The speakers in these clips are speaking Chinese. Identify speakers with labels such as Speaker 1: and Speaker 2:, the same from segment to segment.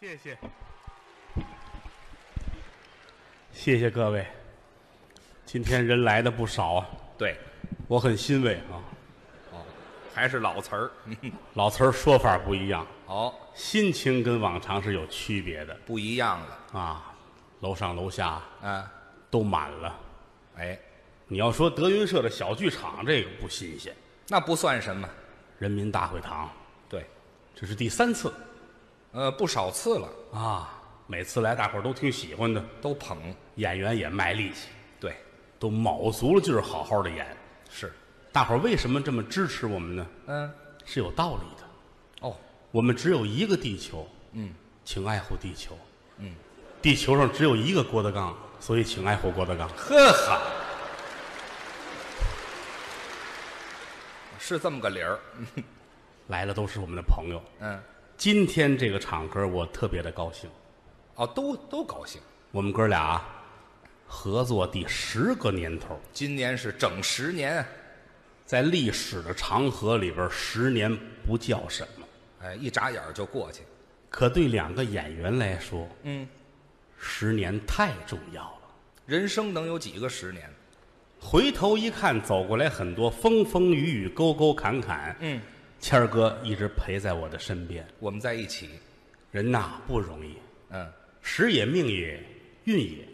Speaker 1: 谢谢，谢谢各位。今天人来的不少啊，
Speaker 2: 对，
Speaker 1: 我很欣慰啊。
Speaker 2: 哦，还是老词儿，
Speaker 1: 老词儿说法不一样，
Speaker 2: 哦，
Speaker 1: 心情跟往常是有区别的
Speaker 2: 不一样了，
Speaker 1: 啊。楼上楼下
Speaker 2: 嗯，
Speaker 1: 都满了。
Speaker 2: 哎，
Speaker 1: 你要说德云社的小剧场，这个不新鲜。
Speaker 2: 那不算什么，
Speaker 1: 人民大会堂，
Speaker 2: 对，
Speaker 1: 这是第三次
Speaker 2: 呃，不少次了，
Speaker 1: 啊。每次来，大伙儿都挺喜欢的，
Speaker 2: 都捧，
Speaker 1: 演员也卖力气，
Speaker 2: 对，
Speaker 1: 都卯足了劲儿好好的演。
Speaker 2: 是，
Speaker 1: 大伙儿为什么这么支持我们呢？
Speaker 2: 嗯，
Speaker 1: 是有道理的。
Speaker 2: 哦，
Speaker 1: 我们只有一个地球，
Speaker 2: 嗯，
Speaker 1: 请爱护地球。
Speaker 2: 嗯，
Speaker 1: 地球上只有一个郭德纲，所以请爱护郭德纲。
Speaker 2: 呵哈，是这么个理儿，
Speaker 1: 来了都是我们的朋友。
Speaker 2: 嗯，
Speaker 1: 今天这个场合，我特别的高兴。
Speaker 2: 哦，都都高兴，
Speaker 1: 我们哥俩合作第十个年头，
Speaker 2: 今年是整十年，
Speaker 1: 在历史的长河里边，十年不叫什么，
Speaker 2: 哎，一眨眼儿就过去，
Speaker 1: 可对两个演员来说，
Speaker 2: 嗯，
Speaker 1: 十年太重要了。
Speaker 2: 人生能有几个十年？
Speaker 1: 回头一看，走过来很多风风雨雨、沟沟坎坎，
Speaker 2: 嗯，
Speaker 1: 谦儿哥一直陪在我的身边。
Speaker 2: 我们在一起，
Speaker 1: 人呐不容易，
Speaker 2: 嗯，
Speaker 1: 时也命也运也，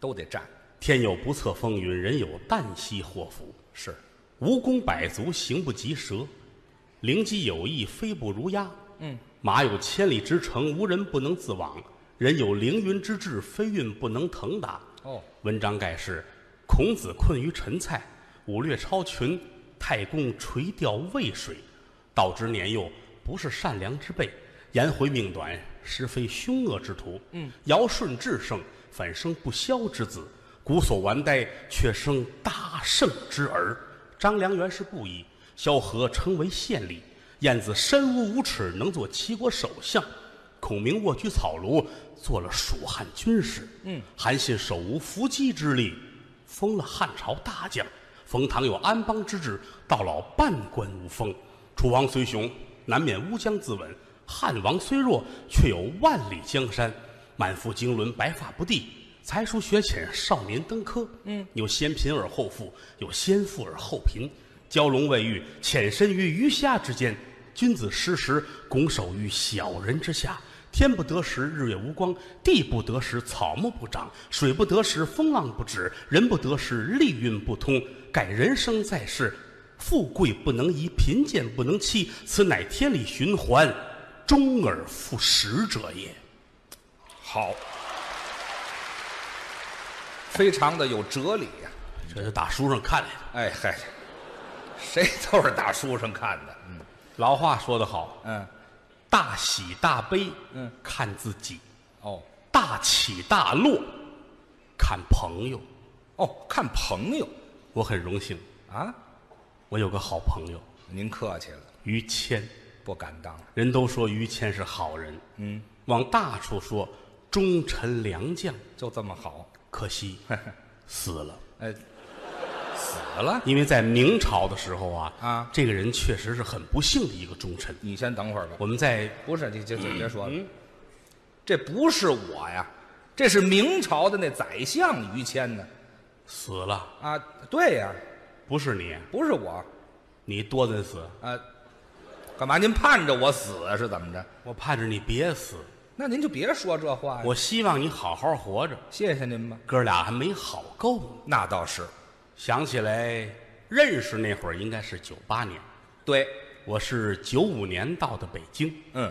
Speaker 2: 都得站，
Speaker 1: 天有不测风云，人有旦夕祸福。
Speaker 2: 是，
Speaker 1: 蜈蚣百足，行不及蛇；灵机有意，飞不如鸦。
Speaker 2: 嗯，
Speaker 1: 马有千里之程，无人不能自往；人有凌云之志，飞运不能腾达。
Speaker 2: 哦，
Speaker 1: 文章盖世，孔子困于陈蔡，武略超群，太公垂钓渭水。道之年幼，不是善良之辈；颜回命短，实非凶恶之徒。嗯，尧舜至圣，反生不肖之子；古所完呆，却生大圣之儿。张良原是布衣，萧何称为县吏，晏子身无五尺，能做齐国首相。孔明卧居草庐，做了蜀汉军师。嗯，韩信手无缚鸡之力，封了汉朝大将。冯唐有安邦之志，到老半官无封。楚王虽雄，难免乌江自刎；汉王虽弱，却有万里江山。满腹经纶，白发不第；才疏学浅，少年登科。嗯，有先贫而后富，有先富而后贫。蛟龙未遇，潜身于鱼虾之间；君子失时，拱手于小人之下。天不得时，日月无光；地不得时，草木不长；水不得时，风浪不止；人不得时，利运不通。盖人生在世，富贵不能移，贫贱不能欺，此乃天理循环，终而复始者也。
Speaker 2: 好，非常的有哲理呀、
Speaker 1: 这是打书上看来的。
Speaker 2: 哎嗨，谁都是打书上看的，嗯
Speaker 1: 老话说得好，
Speaker 2: 嗯，
Speaker 1: 大喜大悲，
Speaker 2: 嗯，
Speaker 1: 看自己；
Speaker 2: 哦
Speaker 1: 大起大落，看朋友。
Speaker 2: 哦，看朋友
Speaker 1: 我很荣幸，
Speaker 2: 啊，
Speaker 1: 我有个好朋友
Speaker 2: 您客气了，
Speaker 1: 于谦。
Speaker 2: 不敢当，
Speaker 1: 人都说于谦是好人，
Speaker 2: 嗯，
Speaker 1: 往大处说，忠臣良将。
Speaker 2: 就这么好，
Speaker 1: 可 惜死了，
Speaker 2: 哎，死了，
Speaker 1: 因为在明朝的时候啊，
Speaker 2: 啊
Speaker 1: 这个人确实是很不幸的一个忠臣。
Speaker 2: 你先等会儿吧，
Speaker 1: 我们在
Speaker 2: 不是，你就就别说了，嗯这不是我呀，这是明朝的那宰相于谦呢，
Speaker 1: 死了，
Speaker 2: 啊，对呀，
Speaker 1: 不是你，
Speaker 2: 不是我，
Speaker 1: 你多得死，
Speaker 2: 啊，干嘛您盼着我死啊是怎么着？
Speaker 1: 我盼着你别死，
Speaker 2: 那您就别说这话呀。
Speaker 1: 我希望你好好活着。
Speaker 2: 谢谢您吧。
Speaker 1: 哥俩还没好够呢。
Speaker 2: 那倒是，
Speaker 1: 想起来认识那会儿应该是九八年，
Speaker 2: 对，
Speaker 1: 我是九五年到的北京。
Speaker 2: 嗯，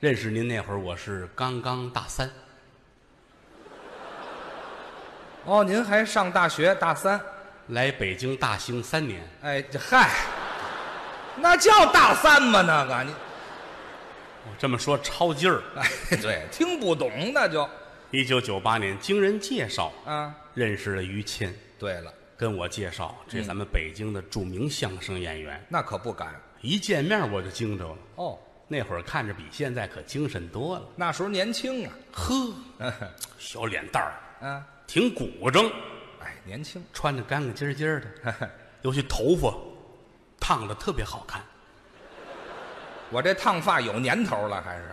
Speaker 1: 认识您那会儿，我是刚刚大三，
Speaker 2: 哦，您还上大学大三？
Speaker 1: 来北京大兴三年。
Speaker 2: 哎，这嗨，那叫大三吗？那个你，
Speaker 1: 我这么说超劲儿。
Speaker 2: 哎，对， 听不懂那就
Speaker 1: 一九九八年，经人介绍
Speaker 2: 啊。
Speaker 1: 认识了于谦，
Speaker 2: 对了，
Speaker 1: 跟我介绍这咱们北京的著名相声演员。
Speaker 2: 那可不敢
Speaker 1: 一见面我就惊着了，
Speaker 2: 哦，
Speaker 1: 那会儿看着比现在可精神多了。
Speaker 2: 那时候年轻 啊，
Speaker 1: 呵，小脸蛋儿
Speaker 2: 啊，
Speaker 1: 挺古正，
Speaker 2: 哎，年轻，
Speaker 1: 穿着干干净净的， 尤其头发烫的特别好看，
Speaker 2: 我这烫发有年头了，还是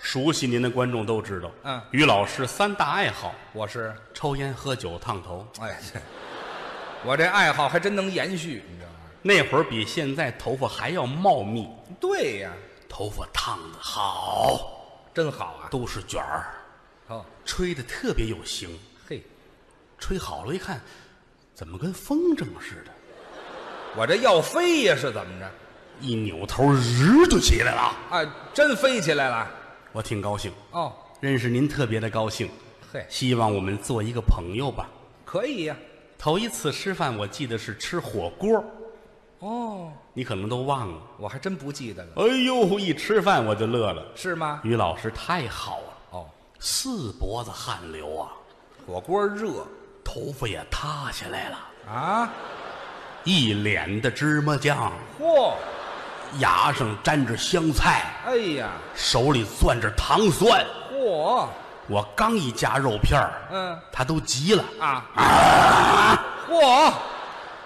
Speaker 1: 熟悉您的观众都知道，
Speaker 2: 嗯
Speaker 1: 于老师三大爱好：
Speaker 2: 我是
Speaker 1: 抽烟、喝酒、烫头。
Speaker 2: 哎， 这我这爱好还真能延续，你知道吗？
Speaker 1: 那会儿比现在头发还要茂密，
Speaker 2: 对呀，
Speaker 1: 头发烫的好，
Speaker 2: 真好啊！
Speaker 1: 都是卷儿，
Speaker 2: 哦，
Speaker 1: 吹的特别有型。
Speaker 2: 嘿，
Speaker 1: 吹好了，一看，怎么跟风筝似的？
Speaker 2: 我这要飞呀，是怎么着？
Speaker 1: 一扭头，日就起来了。
Speaker 2: 啊，真飞起来了！
Speaker 1: 我挺高兴，
Speaker 2: 哦，
Speaker 1: 认识您特别的高兴，
Speaker 2: 嘿，
Speaker 1: 希望我们做一个朋友吧。
Speaker 2: 可以呀。
Speaker 1: 头一次吃饭，我记得是吃火锅，
Speaker 2: 哦，
Speaker 1: 你可能都忘了。
Speaker 2: 我还真不记得了，
Speaker 1: 哎呦，一吃饭我就乐了。
Speaker 2: 是吗？
Speaker 1: 于老师太好了，
Speaker 2: 哦，
Speaker 1: 四脖子汗流啊，
Speaker 2: 火锅热
Speaker 1: 头发也塌下来了，
Speaker 2: 啊！
Speaker 1: 一脸的芝麻酱，
Speaker 2: 嚯，
Speaker 1: 牙上沾着香菜，
Speaker 2: 哎呀，
Speaker 1: 手里攥着糖蒜。
Speaker 2: 嚯，
Speaker 1: 我刚一夹肉片儿，
Speaker 2: 嗯
Speaker 1: 他都急了。
Speaker 2: 啊！嚯，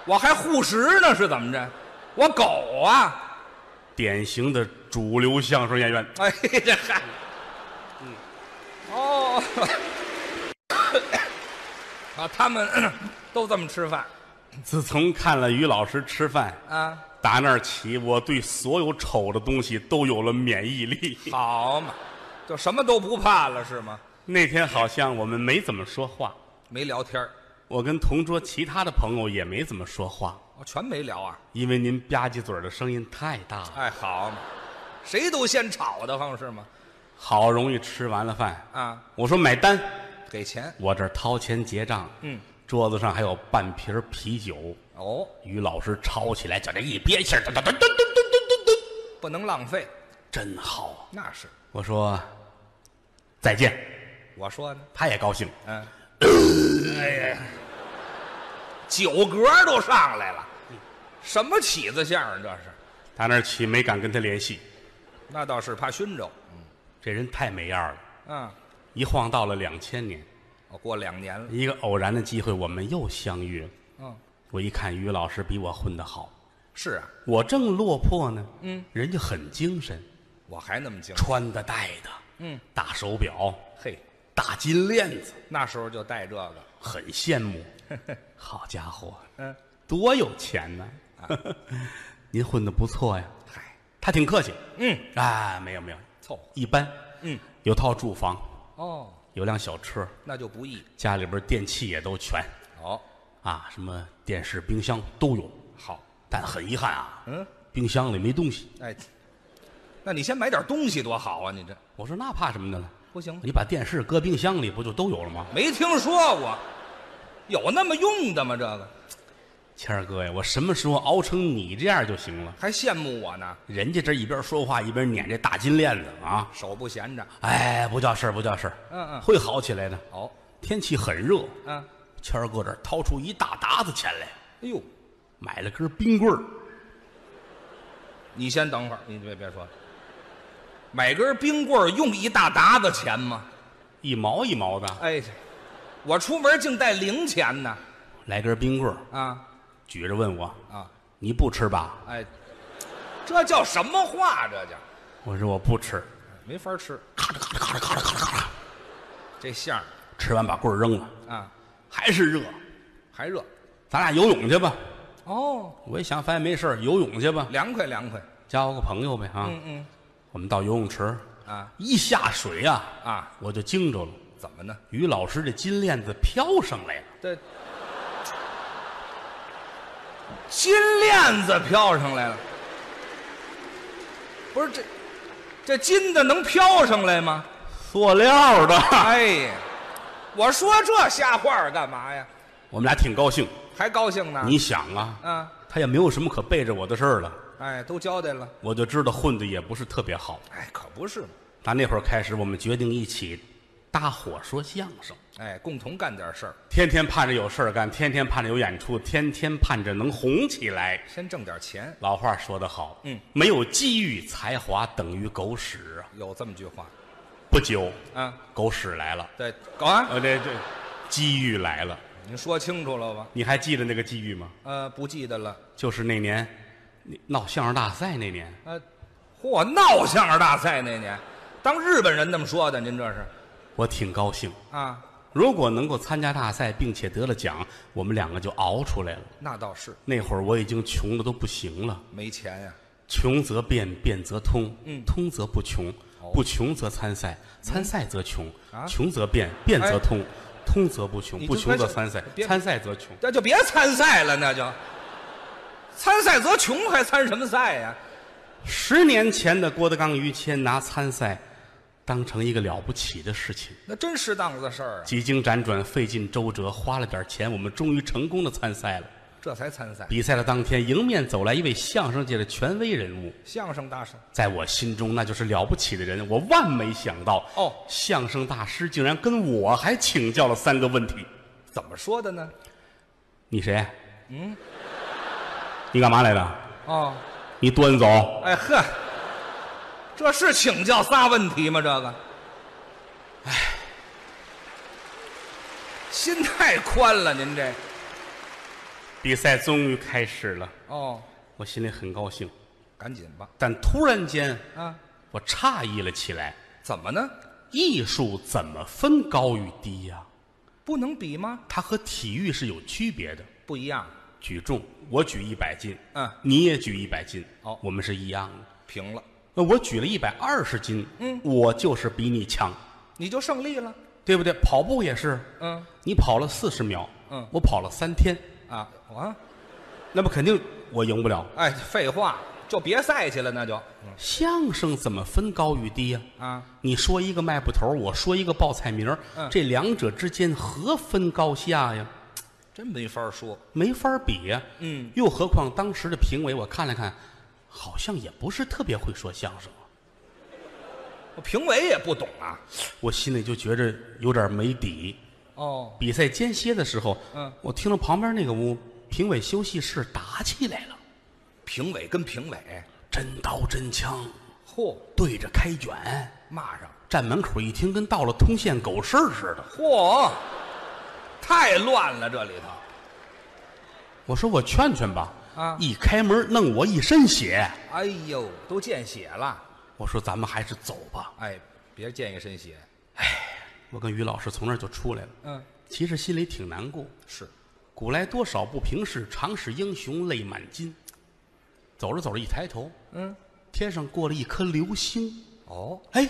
Speaker 2: 我还护食呢，是怎么着？我狗啊！
Speaker 1: 典型的主流相声演员，
Speaker 2: 哎，这嗨，嗯，哦，啊，他们 都这么吃饭
Speaker 1: 自从看了于老师吃饭，
Speaker 2: 啊？
Speaker 1: 打那儿起，我对所有丑的东西都有了免疫力。
Speaker 2: 好嘛，就什么都不怕了是吗？
Speaker 1: 那天好像我们没怎么说话，
Speaker 2: 没聊天儿，
Speaker 1: 我跟同桌其他的朋友也没怎么说话，
Speaker 2: 哦全没聊啊！
Speaker 1: 因为您吧唧嘴儿的声音太大了。
Speaker 2: 哎，好嘛，谁都先吵得慌是吗？
Speaker 1: 好容易吃完了饭，
Speaker 2: 啊，
Speaker 1: 我说买单，
Speaker 2: 给钱，
Speaker 1: 我这儿掏钱结账，
Speaker 2: 嗯，
Speaker 1: 桌子上还有半瓶儿啤酒。
Speaker 2: 哦，
Speaker 1: 于老师抄起来，就这一憋气儿，噔噔噔噔噔噔噔噔噔，
Speaker 2: 不能浪费，
Speaker 1: 真好啊！
Speaker 2: 那是。
Speaker 1: 我说再见，
Speaker 2: 我说呢，
Speaker 1: 他也高兴。
Speaker 2: 嗯，酒嗝都上来了，什么起子相声这是？
Speaker 1: 打那儿起没敢跟他联系，
Speaker 2: 那倒是怕熏着，
Speaker 1: 这人太没样了。
Speaker 2: 啊，
Speaker 1: 一晃到了两千年，
Speaker 2: 我过两年了，
Speaker 1: 一个偶然的机会，我们又相遇了。
Speaker 2: 嗯，
Speaker 1: 我一看于老师比我混得好，
Speaker 2: 是啊，
Speaker 1: 我正落魄呢，嗯，人家很精神，
Speaker 2: 我还那么精，
Speaker 1: 穿的戴的，
Speaker 2: 嗯，
Speaker 1: 大手表，
Speaker 2: 嘿，
Speaker 1: 大金链子，
Speaker 2: 那时候就带这个，
Speaker 1: 很羡 慕。好家伙，
Speaker 2: 嗯，啊
Speaker 1: 多有钱呢！ 您混的不错呀。
Speaker 2: 嗨，
Speaker 1: 他挺客气，
Speaker 2: 嗯，
Speaker 1: 啊，没有没有，
Speaker 2: 凑合，
Speaker 1: 一般，
Speaker 2: 嗯，
Speaker 1: 有套住房，
Speaker 2: 哦，
Speaker 1: 有辆小车，
Speaker 2: 那就不易，
Speaker 1: 家里边电器也都全
Speaker 2: 哦，
Speaker 1: 啊，什么电视、冰箱都有。
Speaker 2: 好，
Speaker 1: 但很遗憾啊，
Speaker 2: 嗯，
Speaker 1: 冰箱里没东西。
Speaker 2: 哎，那你先买点东西多好啊，你这
Speaker 1: 我说那怕什么的呢？
Speaker 2: 不行吗？
Speaker 1: 你把电视搁冰箱里，不就都有了吗？
Speaker 2: 没听说过，有那么用的吗？这个
Speaker 1: 谦儿哥呀，我什么时候熬成你这样就行了？
Speaker 2: 还羡慕我呢，
Speaker 1: 人家这一边说话一边撵这大金链子啊！
Speaker 2: 手不闲着。
Speaker 1: 哎，不叫事儿，不叫事儿，
Speaker 2: 嗯嗯
Speaker 1: 会好起来的。
Speaker 2: 好、
Speaker 1: 天气很热，
Speaker 2: 嗯，
Speaker 1: 谦儿哥这儿掏出一大沓子钱来，
Speaker 2: 哎呦，
Speaker 1: 买了根冰棍儿，
Speaker 2: 你先等会儿，你别别说了，买根冰棍儿用一大沓子钱吗？
Speaker 1: 一毛一毛的，
Speaker 2: 哎，我出门净带零钱呢。
Speaker 1: 来根冰棍儿，
Speaker 2: 啊
Speaker 1: 举着问我
Speaker 2: 啊，：“
Speaker 1: 你不吃吧
Speaker 2: 哎，这叫什么话？这叫？”
Speaker 1: 我说：“我不吃。
Speaker 2: 没法吃，”
Speaker 1: 咔嚓咔嚓咔嚓咔嚓咔嚓咔嚓，
Speaker 2: 这相
Speaker 1: 吃完把棍儿扔了，
Speaker 2: 儿啊
Speaker 1: 还是热。
Speaker 2: 还热。
Speaker 1: 咱俩游泳去吧。
Speaker 2: 哦，
Speaker 1: 我一想，反正没事儿游泳去吧，
Speaker 2: 凉快凉快。
Speaker 1: 交个朋友呗啊。
Speaker 2: 嗯嗯
Speaker 1: 我们到游泳池，
Speaker 2: 啊
Speaker 1: 一下水呀、啊，
Speaker 2: 啊，
Speaker 1: 我就惊着了。
Speaker 2: 怎么呢？
Speaker 1: 于老师这金链子飘上来了，
Speaker 2: 这金链子飘上来了，不是这这金的能飘上来吗？
Speaker 1: 塑料的。
Speaker 2: 哎，我说这瞎话儿干嘛呀？
Speaker 1: 我们俩挺高兴。
Speaker 2: 还高兴呢？
Speaker 1: 你想啊，
Speaker 2: 啊，
Speaker 1: 他也没有什么可背着我的事儿了，
Speaker 2: 哎，都交代了。
Speaker 1: 我就知道混的也不是特别好。
Speaker 2: 哎，可不是嘛，
Speaker 1: 打那会儿开始，我们决定一起搭伙说相声，
Speaker 2: 哎，共同干点事儿，
Speaker 1: 天天盼着有事儿干，天天盼着有演出，天天盼着能红起来。
Speaker 2: 先挣点钱，
Speaker 1: 老话说得好，
Speaker 2: 嗯，
Speaker 1: 没有机遇，才华等于狗屎啊！
Speaker 2: 有这么句话
Speaker 1: 不久，
Speaker 2: 啊。
Speaker 1: 狗屎来了，
Speaker 2: 对，搞啊，
Speaker 1: 呃，这这，机遇来了。
Speaker 2: 您说清楚了吧？
Speaker 1: 你还记得那个机遇吗？
Speaker 2: 呃，不记得了。
Speaker 1: 就是那年，那闹相声大赛那年，
Speaker 2: 呃，嚯，闹相声大赛那年，当日本人那么说的，您这是
Speaker 1: 我挺高兴。
Speaker 2: 啊？
Speaker 1: 如果能够参加大赛，并且得了奖，我们两个就熬出来了。
Speaker 2: 那倒是
Speaker 1: 那会儿我已经穷的都不行了，
Speaker 2: 没钱呀、
Speaker 1: 穷则变，变则通，
Speaker 2: 嗯
Speaker 1: 通则不穷，
Speaker 2: 哦嗯
Speaker 1: 不穷则参赛，参赛则穷，
Speaker 2: 啊
Speaker 1: 穷则变，变则
Speaker 2: 哎
Speaker 1: 通，通则不穷，
Speaker 2: 你
Speaker 1: 不
Speaker 2: 就
Speaker 1: 穷
Speaker 2: 开
Speaker 1: 则
Speaker 2: 始
Speaker 1: 参赛，
Speaker 2: 别
Speaker 1: 参赛则穷。
Speaker 2: 那就别参赛了，那就参赛则穷，还参什么赛呀、
Speaker 1: 十年前的郭德纲、于谦拿参赛当成一个了不起的事情，
Speaker 2: 那真是档子的事儿啊，
Speaker 1: 几经辗转，费尽周折，花了点钱，我们终于成功的参赛了。
Speaker 2: 这才参赛。
Speaker 1: 比赛的当天，迎面走来一位相声界的权威人物，
Speaker 2: 相声大师
Speaker 1: 在我心中那就是了不起的人。我万没想到，
Speaker 2: 哦
Speaker 1: 相声大师竟然跟我还请教了三个问题。
Speaker 2: 怎么说的呢？
Speaker 1: 你谁？嗯，你干嘛来的？
Speaker 2: 哦，
Speaker 1: 你端走！
Speaker 2: 哎呵，这是请教仨问题吗？这个，哎，心太宽了，您这
Speaker 1: 比赛终于开始了，
Speaker 2: 哦，
Speaker 1: 我心里很高兴，
Speaker 2: 赶紧吧
Speaker 1: 但突然间
Speaker 2: 啊，
Speaker 1: 我诧异了起来：
Speaker 2: 怎么呢？
Speaker 1: 艺术怎么分高与低呀、
Speaker 2: 不能比吗？
Speaker 1: 它和体育是有区别的。
Speaker 2: 不一样，
Speaker 1: 举重，我举一百斤，
Speaker 2: 嗯
Speaker 1: 你也举一百斤，
Speaker 2: 哦
Speaker 1: 我们是一样的。
Speaker 2: 平了，
Speaker 1: 那我举了一百二十斤，
Speaker 2: 嗯
Speaker 1: 我就是比你强，
Speaker 2: 你就胜利了。
Speaker 1: 对不对？跑步也是，
Speaker 2: 嗯
Speaker 1: 你跑了四十秒，
Speaker 2: 嗯
Speaker 1: 我跑了三天，
Speaker 2: 啊，我
Speaker 1: 那么肯定我赢不了。
Speaker 2: 哎，废话，就别赛去了，那就
Speaker 1: 相声怎么分高与低呀、
Speaker 2: 啊，
Speaker 1: 你说一个卖布头，我说一个报菜名儿，
Speaker 2: 嗯
Speaker 1: 这两者之间何分高下呀？
Speaker 2: 真没法说。
Speaker 1: 没法比呀、
Speaker 2: 嗯，
Speaker 1: 又何况当时的评委，我看了看，好像也不是特别会说相声啊、
Speaker 2: 我评委也不懂啊。
Speaker 1: 我心里就觉着有点没底。
Speaker 2: 哦，
Speaker 1: 比赛间歇的时候，
Speaker 2: 嗯，
Speaker 1: 我听到旁边那个屋评委休息室打起来了，
Speaker 2: 评委跟评委，
Speaker 1: 真刀真枪
Speaker 2: 嚯，
Speaker 1: 对着开卷。
Speaker 2: 骂上，
Speaker 1: 站门口一听，跟到了通县狗市似的。
Speaker 2: 嚯，太乱了这里头。
Speaker 1: 我说我劝劝吧，
Speaker 2: 啊
Speaker 1: 一开门弄我一身血。
Speaker 2: 哎呦，都见血了。
Speaker 1: 我说咱们还是走吧。
Speaker 2: 哎，别见一身血。
Speaker 1: 我跟于老师从那儿就出来了，
Speaker 2: 嗯，
Speaker 1: 其实心里挺难过。
Speaker 2: 是，
Speaker 1: 古来多少不平事，常使英雄泪满襟。走着走着，一抬头，
Speaker 2: 嗯，
Speaker 1: 天上过了一颗流星。
Speaker 2: 哦，
Speaker 1: 哎，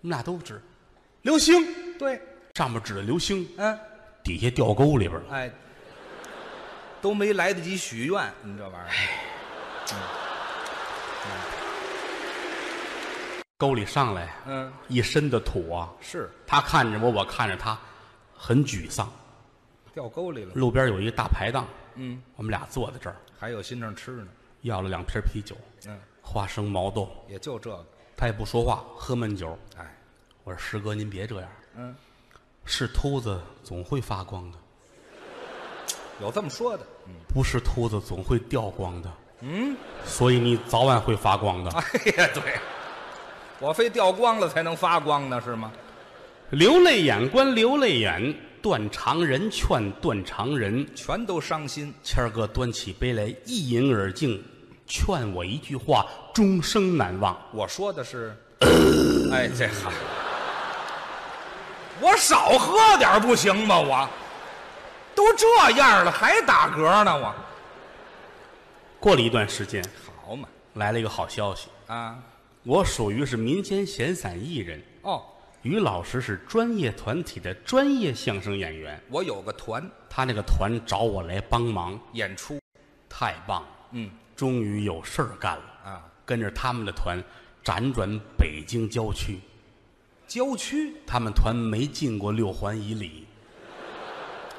Speaker 1: 我们俩都指流星，
Speaker 2: 对，
Speaker 1: 上面指着流星，
Speaker 2: 嗯，
Speaker 1: 底下掉沟里边了。
Speaker 2: 哎，都没来得及许愿，你这玩意儿，
Speaker 1: 沟里上来
Speaker 2: 嗯，
Speaker 1: 一身的土啊。
Speaker 2: 是
Speaker 1: 他看着我，我看着他，很沮丧。
Speaker 2: 掉沟里了。
Speaker 1: 路边有一大排档，
Speaker 2: 嗯，
Speaker 1: 我们俩坐在这儿，
Speaker 2: 还有心肠吃呢。
Speaker 1: 要了两瓶啤酒，
Speaker 2: 嗯，
Speaker 1: 花生毛豆。
Speaker 2: 也就这个。
Speaker 1: 他也不说话，喝闷酒。
Speaker 2: 哎，
Speaker 1: 我说师哥，您别这样，
Speaker 2: 嗯，
Speaker 1: 是秃子总会发光的，
Speaker 2: 有这么说的。
Speaker 1: 不是秃子总会掉光的，
Speaker 2: 嗯，
Speaker 1: 所以你早晚会发光的。
Speaker 2: 哎呀，对，我非掉光了才能发光呢，是吗？
Speaker 1: 流泪眼观流泪眼，断肠人劝断肠人。
Speaker 2: 全都伤心。
Speaker 1: 谦儿哥端起杯来，一饮而尽，劝我一句话，终生难忘。
Speaker 2: 我说的是，哎，这好，我少喝点儿不行吗？我都这样了还打嗝呢，我
Speaker 1: 过了一段时间，
Speaker 2: 好嘛
Speaker 1: 来了一个好消息，
Speaker 2: 啊，
Speaker 1: 我属于是民间闲散艺人，
Speaker 2: 哦，
Speaker 1: 于老师是专业团体的专业相声演员，
Speaker 2: 我有个团
Speaker 1: 他那个团找我来帮忙，
Speaker 2: 演出，
Speaker 1: 太棒了，
Speaker 2: 嗯
Speaker 1: 终于有事儿干了，
Speaker 2: 啊，
Speaker 1: 跟着他们的团辗转北京郊区，
Speaker 2: 郊区
Speaker 1: 他们团没进过六环以里。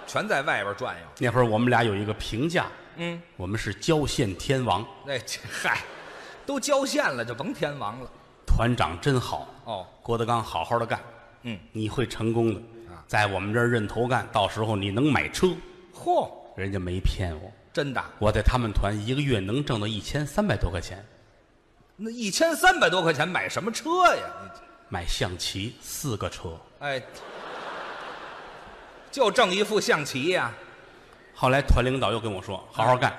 Speaker 2: 全在外边转悠，
Speaker 1: 那会儿我们俩有一个评价，
Speaker 2: 嗯，
Speaker 1: 我们是郊县天王，
Speaker 2: 那、这嗨，都郊县了就甭天王了，
Speaker 1: 团长真好，
Speaker 2: 哦，
Speaker 1: 郭德纲好好的干，
Speaker 2: 嗯，
Speaker 1: 你会成功的
Speaker 2: 啊，
Speaker 1: 在我们这儿认头干，到时候你能买车，
Speaker 2: 嚯，
Speaker 1: 人家没骗我。
Speaker 2: 真的，啊
Speaker 1: 我在他们团一个月能挣到一千三百多块钱，
Speaker 2: 那一千三百多块钱买什么车呀？你这
Speaker 1: 买象棋四个车。
Speaker 2: 哎，就挣一副象棋呀、
Speaker 1: 后来团领导又跟我说：“好好干，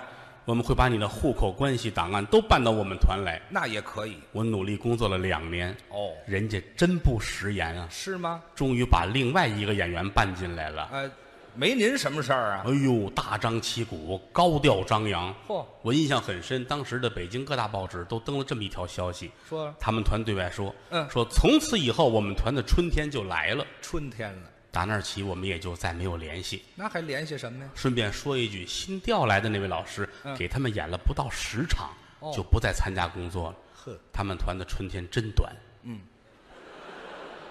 Speaker 1: 我们会把你的户口关系档案都办到我们团来。
Speaker 2: 那也可以
Speaker 1: 我努力工作了两年，
Speaker 2: 哦，
Speaker 1: 人家真不食言啊，
Speaker 2: 是吗？
Speaker 1: 终于把另外一个演员办进来了。
Speaker 2: 呃，没您什么事儿啊？
Speaker 1: 哎呦，大张旗鼓，高调张扬。
Speaker 2: 嚯，
Speaker 1: 我印象很深，当时的北京各大报纸都登了这么一条消息，
Speaker 2: 说
Speaker 1: 他们团对外说，
Speaker 2: 嗯
Speaker 1: 说从此以后我们团的春天就来了。
Speaker 2: 春天了，
Speaker 1: 打那儿起，我们也就再没有联系。
Speaker 2: 那还联系什么呀？
Speaker 1: 顺便说一句，新调来的那位老师
Speaker 2: 嗯
Speaker 1: 给他们演了不到十场，
Speaker 2: 哦
Speaker 1: 就不再参加工作了。
Speaker 2: 呵，
Speaker 1: 他们团的春天真短，
Speaker 2: 嗯，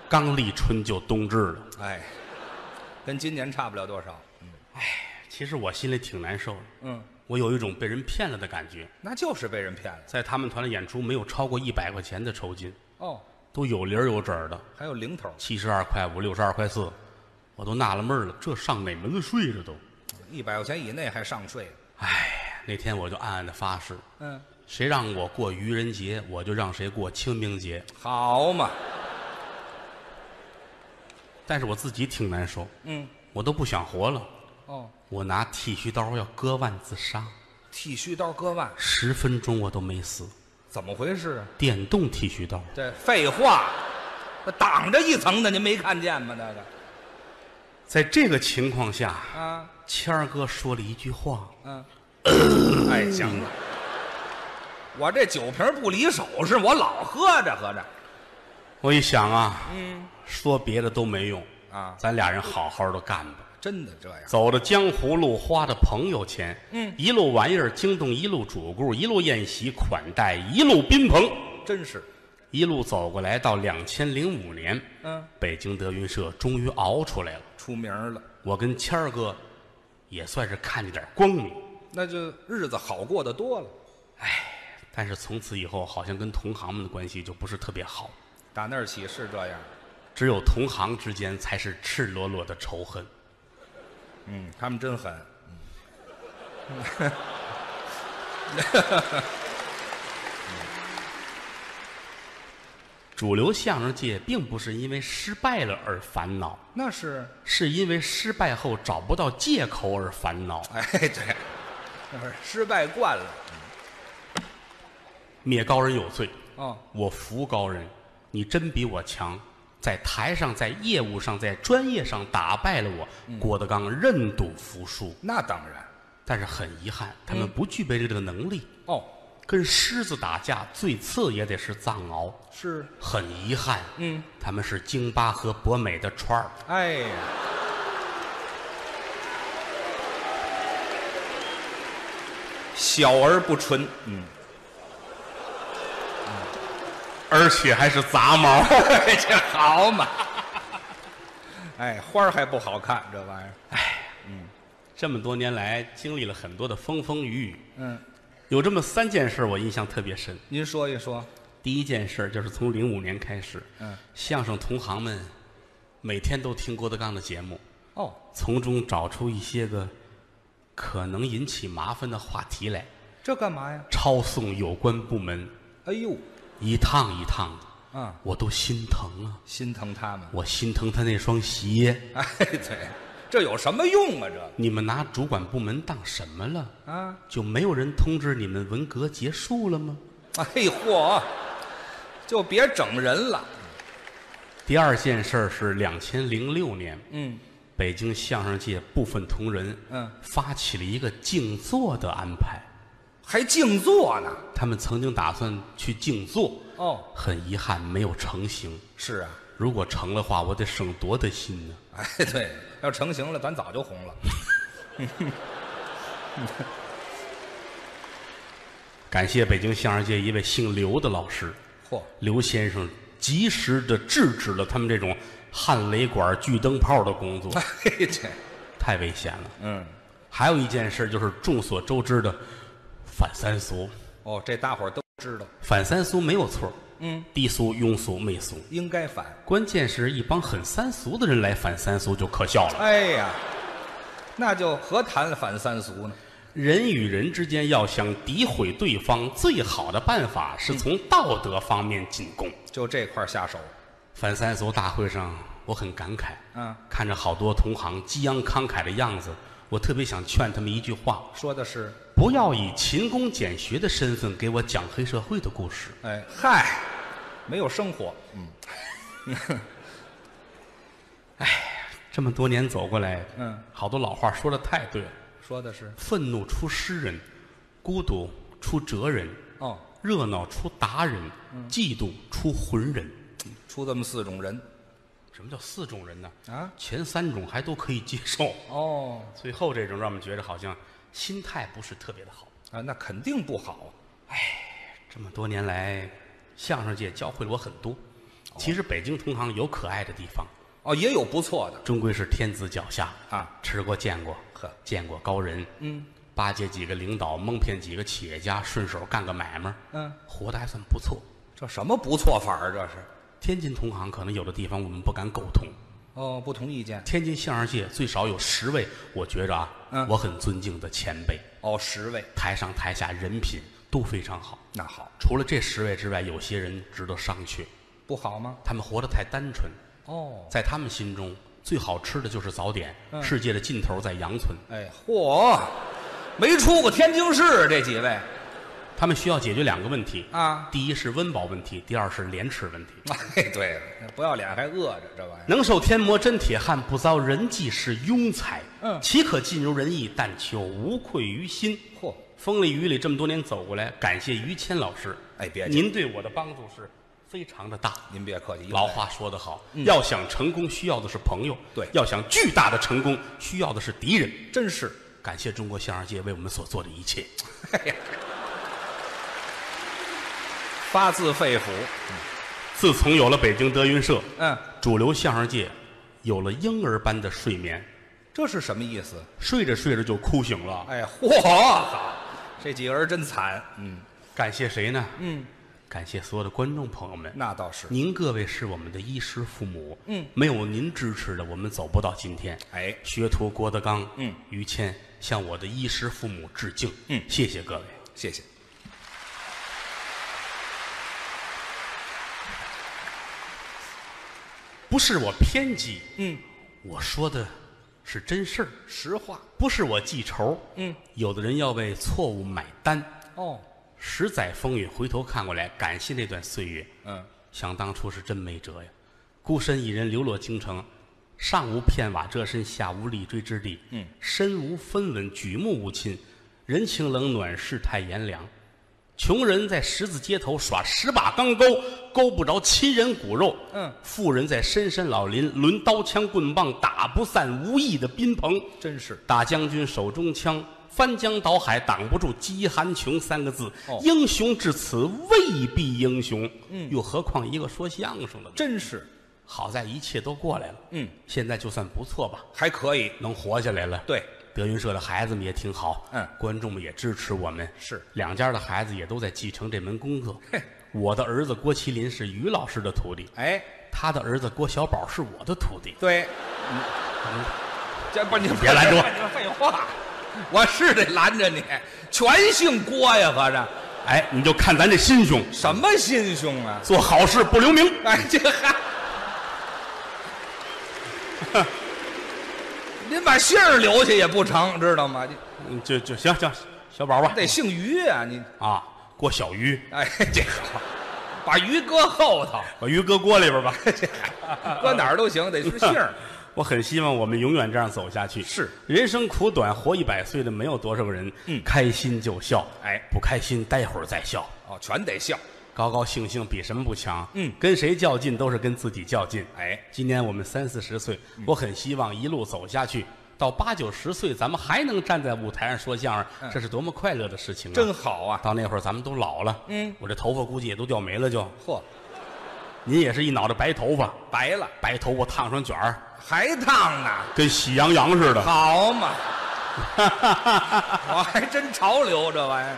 Speaker 1: 刚立春就冬至了。
Speaker 2: 哎，跟今年差不了多少。
Speaker 1: 其实我心里挺难受的，
Speaker 2: 嗯，
Speaker 1: 我有一种被人骗了的感觉。
Speaker 2: 那就是被人骗了。
Speaker 1: 在他们团的演出没有超过一百块钱的酬金，
Speaker 2: 哦，
Speaker 1: 都有零儿有整儿的，
Speaker 2: 还有零头儿，
Speaker 1: 七十二块五、六十二块四，我都纳了闷儿了，这上哪门子税这都？
Speaker 2: 一百块钱以内还上税。
Speaker 1: 哎，那天我就暗暗的发誓，
Speaker 2: 嗯，
Speaker 1: 谁让我过愚人节，我就让谁过清明节。
Speaker 2: 好嘛，
Speaker 1: 但是我自己挺难受，
Speaker 2: 嗯，
Speaker 1: 我都不想活了。
Speaker 2: 哦，
Speaker 1: 我拿剃须刀要割腕自杀，
Speaker 2: 剃须刀割腕，
Speaker 1: 十分钟我都没死。
Speaker 2: 怎么回事啊？
Speaker 1: 电动剃须刀，
Speaker 2: 这废话，那挡着一层的，您没看见吗？那个
Speaker 1: 在这个情况下，
Speaker 2: 啊，
Speaker 1: 谦儿哥说了一句话，
Speaker 2: 嗯，哎，行了，我这酒瓶不离手，是我老喝着喝着。
Speaker 1: 我一想啊，
Speaker 2: 嗯，
Speaker 1: 说别的都没用
Speaker 2: 啊
Speaker 1: 咱俩人好好的干吧。
Speaker 2: 真的这样。
Speaker 1: 走着江湖路，花着朋友钱，
Speaker 2: 嗯，
Speaker 1: 一路玩意儿惊动一路主顾，一路宴席款待，一路宾朋，
Speaker 2: 真是，
Speaker 1: 一路走过来到两千零五年，
Speaker 2: 嗯，
Speaker 1: 北京德云社终于熬出来了。
Speaker 2: 出名了，
Speaker 1: 我跟谦儿哥也算是看见点光明，
Speaker 2: 那就日子好过得多了。
Speaker 1: 但是从此以后，好像跟同行们的关系就不是特别好，
Speaker 2: 打那儿起是这样，
Speaker 1: 只有同行之间才是赤裸裸的仇恨。
Speaker 2: 嗯，他们真狠。
Speaker 1: 主流相声界并不是因为失败了而烦恼，
Speaker 2: 那是，
Speaker 1: 是因为失败后找不到借口而烦恼。
Speaker 2: 哎，对，那是失败惯了。
Speaker 1: 灭高人有罪，
Speaker 2: 哦，
Speaker 1: 我服高人，你真比我强。在台上，在业务上，在专业上打败了我，
Speaker 2: 嗯
Speaker 1: 郭德纲认赌服输。
Speaker 2: 那当然。
Speaker 1: 但是很遗憾，他
Speaker 2: 嗯
Speaker 1: 们不具备这个能力。
Speaker 2: 哦，
Speaker 1: 跟狮子打架，最次也得是藏獒。
Speaker 2: 是，
Speaker 1: 很遗憾，
Speaker 2: 嗯，
Speaker 1: 他们是京巴和博美的串儿。
Speaker 2: 哎呀，小而不纯，嗯，
Speaker 1: 嗯而且还是杂毛。
Speaker 2: 这好嘛。哎，花儿还不好看，这玩意儿。
Speaker 1: 这么多年来，经历了很多的风风雨雨，
Speaker 2: 嗯，
Speaker 1: 有这么三件事我印象特别深。
Speaker 2: 您说一说。
Speaker 1: 第一件事就是从零五年开始，
Speaker 2: 嗯，
Speaker 1: 相声同行们每天都听郭德纲的节目，
Speaker 2: 哦，
Speaker 1: 从中找出一些个可能引起麻烦的话题来，
Speaker 2: 这干嘛呀？
Speaker 1: 抄送有关部门，
Speaker 2: 哎呦，
Speaker 1: 一趟一趟的，
Speaker 2: 啊，
Speaker 1: 我都心疼啊！
Speaker 2: 心疼他们。
Speaker 1: 我心疼他那双鞋。
Speaker 2: 哎，对，这有什么用啊？这个
Speaker 1: 你们拿主管部门当什么了？
Speaker 2: 啊，
Speaker 1: 就没有人通知你们文革结束了吗？
Speaker 2: 哎嚯，就别整人了。
Speaker 1: 第二件事儿是两千零六年，
Speaker 2: 嗯
Speaker 1: 北京相声界部分同仁呃
Speaker 2: 嗯，
Speaker 1: 发起了一个静坐的安排。
Speaker 2: 还静坐呢。
Speaker 1: 他们曾经打算去静坐，
Speaker 2: 哦，
Speaker 1: 很遗憾没有成型。
Speaker 2: 是啊，
Speaker 1: 如果成的话，我得省多大心呢？
Speaker 2: 哎，对，要成型了，咱早就红了。
Speaker 1: 感谢北京相声界一位姓刘的老师
Speaker 2: 嚯，
Speaker 1: 刘先生，及时的制止了他们这种焊雷管、聚灯泡的工作，
Speaker 2: 哎，这，
Speaker 1: 太危险了。
Speaker 2: 嗯，
Speaker 1: 还有一件事就是众所周知的反三俗，
Speaker 2: 哦，这大伙儿都知道，
Speaker 1: 反三俗没有错，
Speaker 2: 嗯，
Speaker 1: 低俗、庸俗、媚俗，
Speaker 2: 应该反。
Speaker 1: 关键是一帮很三俗的人来反三俗就可笑了。
Speaker 2: 哎呀，那就何谈反三俗呢？
Speaker 1: 人与人之间要想诋毁对方，最好的办法是从道德方面进攻。
Speaker 2: 就这块儿下手。
Speaker 1: 反三俗大会上，我很感慨，
Speaker 2: 嗯，
Speaker 1: 看着好多同行激昂慷慨的样子，我特别想劝他们一句话：
Speaker 2: 说的是，
Speaker 1: 不要以勤工俭学的身份给我讲黑社会的故事。
Speaker 2: 哎，嗨，没有生活，嗯，
Speaker 1: 这么多年走过来，
Speaker 2: 嗯，
Speaker 1: 好多老话说的太对了，
Speaker 2: 说的是
Speaker 1: 愤怒出诗人，孤独出哲人，
Speaker 2: 哦，
Speaker 1: 热闹出达人，
Speaker 2: 嗯
Speaker 1: 嫉妒出浑人。
Speaker 2: 出这么四种人
Speaker 1: 什么叫四种人呢？
Speaker 2: 啊，
Speaker 1: 前三种还都可以接受，
Speaker 2: 哦
Speaker 1: 最后这种让我们觉得好像心态不是特别的好。
Speaker 2: 啊，那肯定不好，
Speaker 1: 这么多年来，相声界教会了我很多。其实北京同行有可爱的地方，
Speaker 2: 哦，也有不错的
Speaker 1: 终归是天子脚下
Speaker 2: 啊，
Speaker 1: 吃过见过，
Speaker 2: 呵
Speaker 1: 见过高人，
Speaker 2: 嗯，
Speaker 1: 巴结几个领导，蒙骗几个企业家，顺手干个买卖，
Speaker 2: 嗯，
Speaker 1: 活得还算不错。
Speaker 2: 这什么不错法儿啊这是？
Speaker 1: 天津同行可能有的地方我们不敢苟同，
Speaker 2: 哦，不同意见，
Speaker 1: 天津相声界最少有十位，我觉着啊，
Speaker 2: 嗯
Speaker 1: 我很尊敬的前辈，
Speaker 2: 哦，十位，
Speaker 1: 台上台下人品都非常好。
Speaker 2: 那好，
Speaker 1: 除了这十位之外，有些人值得商榷，
Speaker 2: 不好吗？
Speaker 1: 他们活得太单纯，
Speaker 2: 哦，
Speaker 1: 在他们心中最好吃的就是早点。
Speaker 2: 嗯
Speaker 1: 世界的尽头在羊村，
Speaker 2: 哎，嚯，没出过天津市这几位
Speaker 1: 他们需要解决两个问题，
Speaker 2: 啊，
Speaker 1: 第一是温饱问题，第二是廉耻问题。
Speaker 2: 哎，对了，不要脸还饿着这玩意儿，
Speaker 1: 能受天磨真铁汉，不遭人忌是庸才。
Speaker 2: 嗯
Speaker 1: 岂可尽如人意，但求无愧于心。
Speaker 2: 嚯，
Speaker 1: 风里雨里这么多年走过来，感谢于谦老师，
Speaker 2: 哎，别介，
Speaker 1: 您对我的帮助是非常的大。
Speaker 2: 您别客气，
Speaker 1: 老话说得好，要想成功，需要的是朋友；
Speaker 2: 嗯对
Speaker 1: 要想巨大的成功，需要的是敌人。
Speaker 2: 真是，
Speaker 1: 感谢中国相声界为我们所做的一切。
Speaker 2: 发自肺腑，
Speaker 1: 自从有了北京德云社，
Speaker 2: 嗯，
Speaker 1: 主流相声界有了婴儿般的睡眠，
Speaker 2: 这是什么意思？
Speaker 1: 睡着睡着就哭醒了。
Speaker 2: 哎，嚯，好，这几个人真惨，嗯
Speaker 1: 感谢谁呢？
Speaker 2: 嗯，
Speaker 1: 感谢所有的观众朋友们。
Speaker 2: 那倒是，
Speaker 1: 您各位是我们的衣食父母，
Speaker 2: 嗯，
Speaker 1: 没有您支持的，我们走不到今天。
Speaker 2: 哎，
Speaker 1: 学徒郭德纲，
Speaker 2: 嗯，
Speaker 1: 于谦向我的衣食父母致敬，
Speaker 2: 嗯
Speaker 1: 谢谢各位。
Speaker 2: 谢谢。
Speaker 1: 不是我偏激，
Speaker 2: 嗯，
Speaker 1: 我说的是真事儿，
Speaker 2: 实话，
Speaker 1: 不是我记仇。
Speaker 2: 嗯，
Speaker 1: 有的人要为错误买单，
Speaker 2: 哦，
Speaker 1: 十载风雨回头看过来，感谢那段岁月。
Speaker 2: 嗯，
Speaker 1: 想当初是真没辙呀，孤身一人流落京城，上无片瓦遮身，下无立锥之地，
Speaker 2: 嗯，
Speaker 1: 身无分文，举目无亲，人情冷暖，世态炎凉。穷人在十字街头耍十把钢钩，勾不着亲人骨肉；
Speaker 2: 嗯，
Speaker 1: 富人在深山老林抡刀枪棍棒，打不散无义的宾朋。
Speaker 2: 真是，
Speaker 1: 大将军手中枪，翻江倒海挡不住“饥寒穷”三个字。
Speaker 2: 哦
Speaker 1: 英雄至此未必英雄，嗯，又何况一个说相声的呢？
Speaker 2: 真是，
Speaker 1: 好在一切都过来了，
Speaker 2: 嗯，
Speaker 1: 现在就算不错吧，
Speaker 2: 还可以，
Speaker 1: 能活下来了。，
Speaker 2: 对，
Speaker 1: 德云社的孩子们也挺好，
Speaker 2: 嗯
Speaker 1: 观众们也支持我们，
Speaker 2: 是
Speaker 1: 两家的孩子也都在继承这门工作
Speaker 2: 嘿。
Speaker 1: 我的儿子郭麒麟是于老师的徒弟，
Speaker 2: 哎，
Speaker 1: 他的儿子郭小宝是我的徒弟。
Speaker 2: 对，嗯这不你
Speaker 1: 别拦着我
Speaker 2: 你废话，我是得拦着你，全姓郭呀，合着
Speaker 1: 哎，你就看咱这心胸，
Speaker 2: 什么心胸啊？
Speaker 1: 做好事不留名。
Speaker 2: 哎，这还，您把姓儿留下也不成，知道吗？你
Speaker 1: 嗯，就就行行，小宝吧，
Speaker 2: 得姓于啊，你
Speaker 1: 啊，郭小鱼，啊
Speaker 2: 哎，这好，把于搁后头，
Speaker 1: 把鱼搁锅里边吧。
Speaker 2: 这搁哪儿都行，得是姓儿。
Speaker 1: 我很希望我们永远这样走下去。
Speaker 2: 是，
Speaker 1: 人生苦短，活一百岁的没有多少个人，
Speaker 2: 嗯
Speaker 1: 开心就笑，
Speaker 2: 哎
Speaker 1: 不开心待会儿再笑，
Speaker 2: 哦，全得笑。
Speaker 1: 高高兴兴比什么不强？
Speaker 2: 嗯
Speaker 1: 跟谁较劲都是跟自己较劲。
Speaker 2: 哎，嗯
Speaker 1: 今年我们三四十岁，我很希望一路走下去，到八九十岁，咱们还能站在舞台上说相
Speaker 2: 嗯
Speaker 1: 声，这是多么快乐的事情啊！
Speaker 2: 真好啊！
Speaker 1: 到那会儿咱们都老了，
Speaker 2: 嗯，
Speaker 1: 我这头发估计也都掉没了就，
Speaker 2: 嚯，
Speaker 1: 您也是一脑袋白头发，
Speaker 2: 白了
Speaker 1: 白头发烫成卷儿，
Speaker 2: 还烫呢，
Speaker 1: 跟喜羊羊似的。
Speaker 2: 好 嘛！我还真潮流这玩意儿。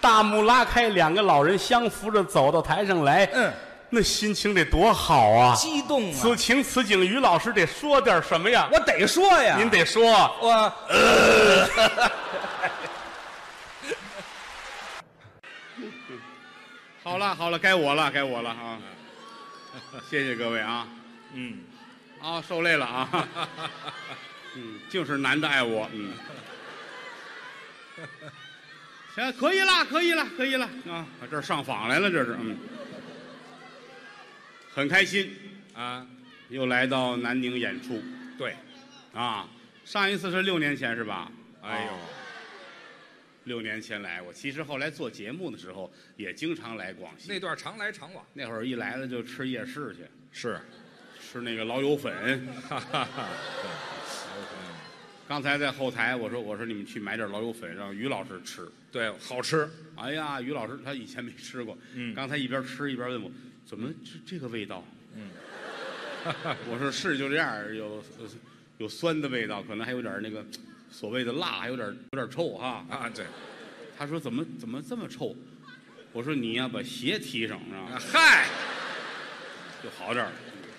Speaker 1: 大幕拉开，两个老人相扶着走到台上来，
Speaker 2: 嗯，
Speaker 1: 那心情得多好啊！
Speaker 2: 激动啊！
Speaker 1: 此情此景，于老师得说点什么呀？
Speaker 2: 我得说呀，
Speaker 1: 您得说，
Speaker 2: 我
Speaker 3: 好了好了，该我了，该我了 啊！谢谢各位啊，嗯，啊，受累了 啊，嗯，就是男的爱我，嗯，
Speaker 1: 行，可以了，可以了，可以了啊！这儿上访来了，这是，嗯，很开心，
Speaker 2: 啊，
Speaker 1: 又来到南宁演出
Speaker 2: 对，
Speaker 1: 啊。上一次是六年前是吧？
Speaker 2: 哎呦
Speaker 1: 啊，六年前来我，其实后来做节目的时候也经常来广西。
Speaker 2: 那段常来常往
Speaker 1: 那会儿一来了就吃夜市去，
Speaker 2: 是，
Speaker 1: 吃那个老友 粉。
Speaker 2: 哈哈哈，
Speaker 1: 刚才在后台我说我说你们去买点老友粉让于老师吃。
Speaker 2: 对，好吃，
Speaker 1: 哎呀，于老师他以前没吃过，
Speaker 2: 嗯
Speaker 1: 刚才一边吃一边问我怎么这这个味道，
Speaker 2: 嗯，
Speaker 1: 我说是就这样儿，有有有酸的味道，可能还有点儿那个所谓的辣，还有点儿有点儿臭哈。
Speaker 2: 啊，对，
Speaker 1: 他说怎么怎么这么臭？我说你呀、把鞋提上啊，
Speaker 2: 嗨，
Speaker 1: 就好点儿了。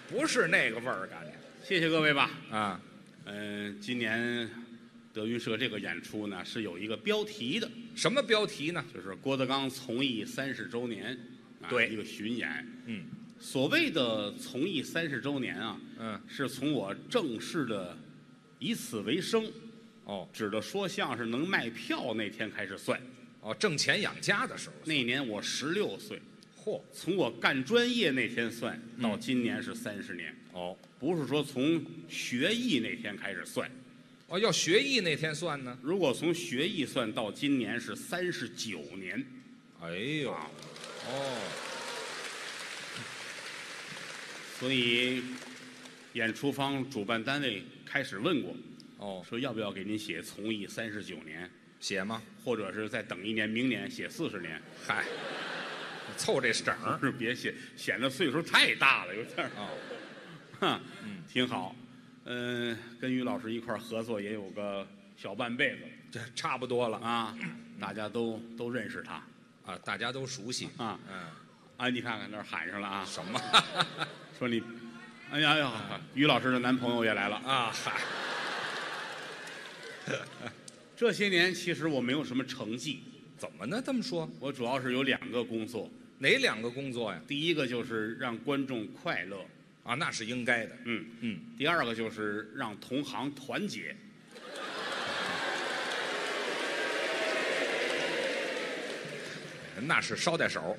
Speaker 2: 不是那个味儿，啊感觉
Speaker 1: 谢谢各位吧。
Speaker 2: 啊，
Speaker 1: 嗯、今年德云社这个演出呢是有一个标题的，
Speaker 2: 什么标题呢？
Speaker 1: 就是郭德纲从艺三十周年，啊、
Speaker 2: 对
Speaker 1: 一个巡演。
Speaker 2: 嗯
Speaker 1: 所谓的从艺三十周年啊，
Speaker 2: 嗯，
Speaker 1: 是从我正式的以此为生，
Speaker 2: 哦
Speaker 1: 指的说相声能卖票那天开始算。
Speaker 2: 哦，挣钱养家的时候，
Speaker 1: 那年我十六岁，
Speaker 2: 嚯，
Speaker 1: 从我干专业那天算
Speaker 2: 嗯
Speaker 1: 到今年是三十年，
Speaker 2: 哦
Speaker 1: 不是说从学艺那天开始算。
Speaker 2: 哦，要学艺那天算呢？
Speaker 1: 如果从学艺算到今年是三十九年，
Speaker 2: 哎呦，哦，
Speaker 1: 所以演出方主办单位开始问过，
Speaker 2: 哦，
Speaker 1: 说要不要给您写从艺三十九年，
Speaker 2: 写吗？
Speaker 1: 或者是再等一年，明年写四十年，
Speaker 2: 嗨，凑这整儿
Speaker 1: 别写显得岁数太大了，有点儿，
Speaker 2: 啊，
Speaker 1: 哈
Speaker 2: 嗯，
Speaker 1: 挺好。嗯、跟于老师一块儿合作也有个小半辈子了。
Speaker 2: 这差不多了
Speaker 1: 啊，大家都都认识他
Speaker 2: 啊，大家都熟悉。
Speaker 1: 啊。
Speaker 2: 嗯，
Speaker 1: 啊，你看看那儿喊上了啊，
Speaker 2: 什么
Speaker 1: 说你，哎呀哎呀，于老师的男朋友也来了。
Speaker 2: 啊？嗨，
Speaker 1: 这些年其实我没有什么成绩，
Speaker 2: 怎么呢？这么说，
Speaker 1: 我主要是有两个工作，
Speaker 2: 哪两个工作呀？
Speaker 1: 第一个就是让观众快乐，
Speaker 2: 啊，那是应该的。
Speaker 1: 嗯，
Speaker 2: 嗯，
Speaker 1: 第二个就是让同行团结。
Speaker 2: 那是捎带手。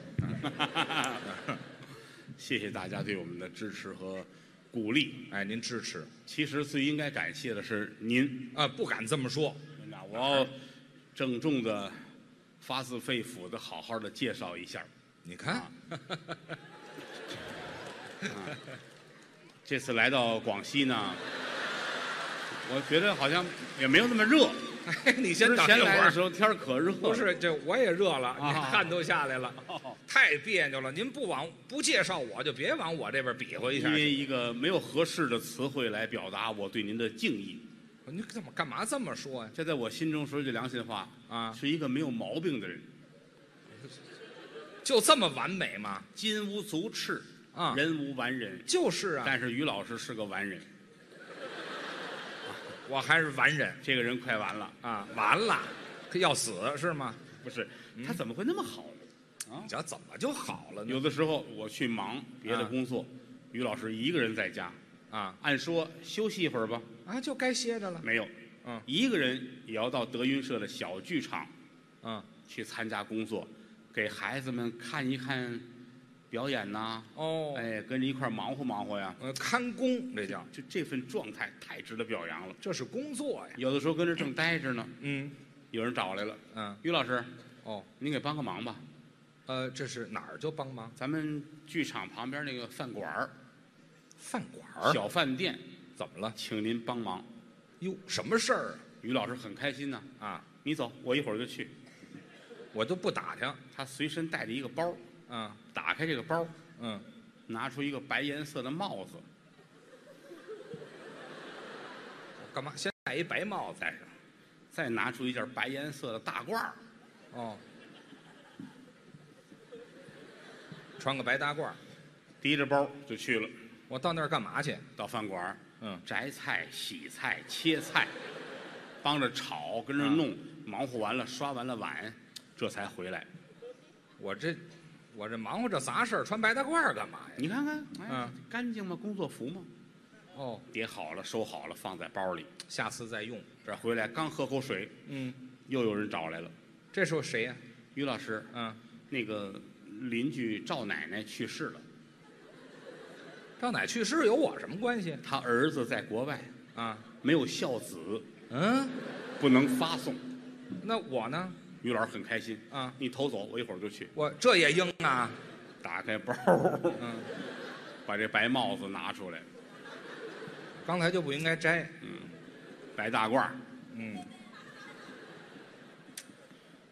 Speaker 1: 谢谢大家对我们的支持和鼓励。
Speaker 2: 哎，您支持
Speaker 1: 其实最应该感谢的是您，
Speaker 2: 啊？不敢这么说。
Speaker 1: 真的，我要郑重的、发自肺腑的、好好的介绍一下。
Speaker 2: 你
Speaker 1: 啊
Speaker 2: 看，
Speaker 1: 这次来到广西呢，我觉得好像也没有那么热。
Speaker 2: 哎，你先
Speaker 1: 之
Speaker 2: 等
Speaker 1: 前
Speaker 2: 一会
Speaker 1: 来的
Speaker 2: 儿
Speaker 1: 时。候天儿可热了，
Speaker 2: 不是，这我也热了，
Speaker 1: 啊
Speaker 2: 您汗都下来了，
Speaker 1: 哦
Speaker 2: 太别扭了。您不往不介绍我，就别往我这边比划一下
Speaker 1: 因。为一个没有合适的词汇来表达我对您的敬意。
Speaker 2: 你怎么干嘛这么说呀？
Speaker 1: 这在我心中说句良心话
Speaker 2: 啊
Speaker 1: 是一个没有毛病的人，
Speaker 2: 就这么完美吗？
Speaker 1: 金无足赤
Speaker 2: 啊
Speaker 1: 人无完人。
Speaker 2: 就是啊，
Speaker 1: 但是于老师是个完人，
Speaker 2: 我还是完人
Speaker 1: 这个人快完了。
Speaker 2: 啊，完了，要死是吗？
Speaker 1: 不是，他怎么会那么好呢？
Speaker 2: 你瞧怎么就好了
Speaker 1: 有
Speaker 2: 呢？
Speaker 1: 的时候我去忙别的
Speaker 2: 啊
Speaker 1: 工作，于老师一个人在家，
Speaker 2: 啊
Speaker 1: 按说休息一会儿吧，
Speaker 2: 啊，就该歇着了。
Speaker 1: 没有，
Speaker 2: 嗯
Speaker 1: 一个人也要到德云社的小剧场
Speaker 2: 嗯，
Speaker 1: 去参加工作，给孩子们看一看表演呐、
Speaker 2: 哦，
Speaker 1: 哎，跟着一块儿忙活忙活呀，
Speaker 2: 呃，看工这叫，
Speaker 1: 就这份状态太值得表扬了。
Speaker 2: 这是工作呀。
Speaker 1: 有的时候跟这正待着呢，
Speaker 2: 嗯
Speaker 1: 有人找来了，
Speaker 2: 嗯，
Speaker 1: 于老师，
Speaker 2: 哦，
Speaker 1: 您给帮个忙吧，
Speaker 2: 呃，这是哪儿就帮忙？
Speaker 1: 咱们剧场旁边那个饭馆儿
Speaker 2: 饭馆儿
Speaker 1: 小饭店，
Speaker 2: 怎么了？
Speaker 1: 请您帮忙。
Speaker 2: 哟，什么事儿
Speaker 1: 于老师很开心呐，
Speaker 2: 啊？啊，
Speaker 1: 你走，我一会儿就去。
Speaker 2: 我就不打听。
Speaker 1: 他随身带着一个包，
Speaker 2: 啊，
Speaker 1: 打开这个包，
Speaker 2: 嗯，
Speaker 1: 拿出一个白颜色的帽子，
Speaker 2: 干嘛？先戴一白帽子
Speaker 1: 戴上，再拿出一件白颜色的大褂儿
Speaker 2: 哦，穿个白大褂儿。
Speaker 1: 提着包就去了，
Speaker 2: 我到那儿干嘛去？
Speaker 1: 到饭馆儿
Speaker 2: 嗯，
Speaker 1: 摘菜、洗菜、切菜，帮着炒，跟着弄，忙活完了，刷完了碗，这才回来。
Speaker 2: 我这我这忙活这杂事儿，穿白大褂儿干嘛呀？
Speaker 1: 你看看，哎，
Speaker 2: 嗯
Speaker 1: 干净吗？工作服吗？
Speaker 2: 哦，
Speaker 1: 叠好了，收好了，放在包里。
Speaker 2: 下次再用。
Speaker 1: 这回来刚喝口水，
Speaker 2: 嗯，
Speaker 1: 又有人找来了，
Speaker 2: 这是我谁呀、
Speaker 1: 于老师，
Speaker 2: 嗯，
Speaker 1: 那个邻居赵奶奶去世了，
Speaker 2: 赵奶去世有我什么关系
Speaker 1: 她儿子在国外
Speaker 2: 啊？
Speaker 1: 没有孝子，
Speaker 2: 嗯，
Speaker 1: 不能发送。
Speaker 2: 那我呢？
Speaker 1: 于老师很开心
Speaker 2: 啊
Speaker 1: 你偷走，我一会儿就去。
Speaker 2: 我这也应啊？
Speaker 1: 打开包，
Speaker 2: 嗯，
Speaker 1: 把这白帽子拿出来，
Speaker 2: 刚才就不应该摘。
Speaker 1: 白大褂，
Speaker 2: 嗯，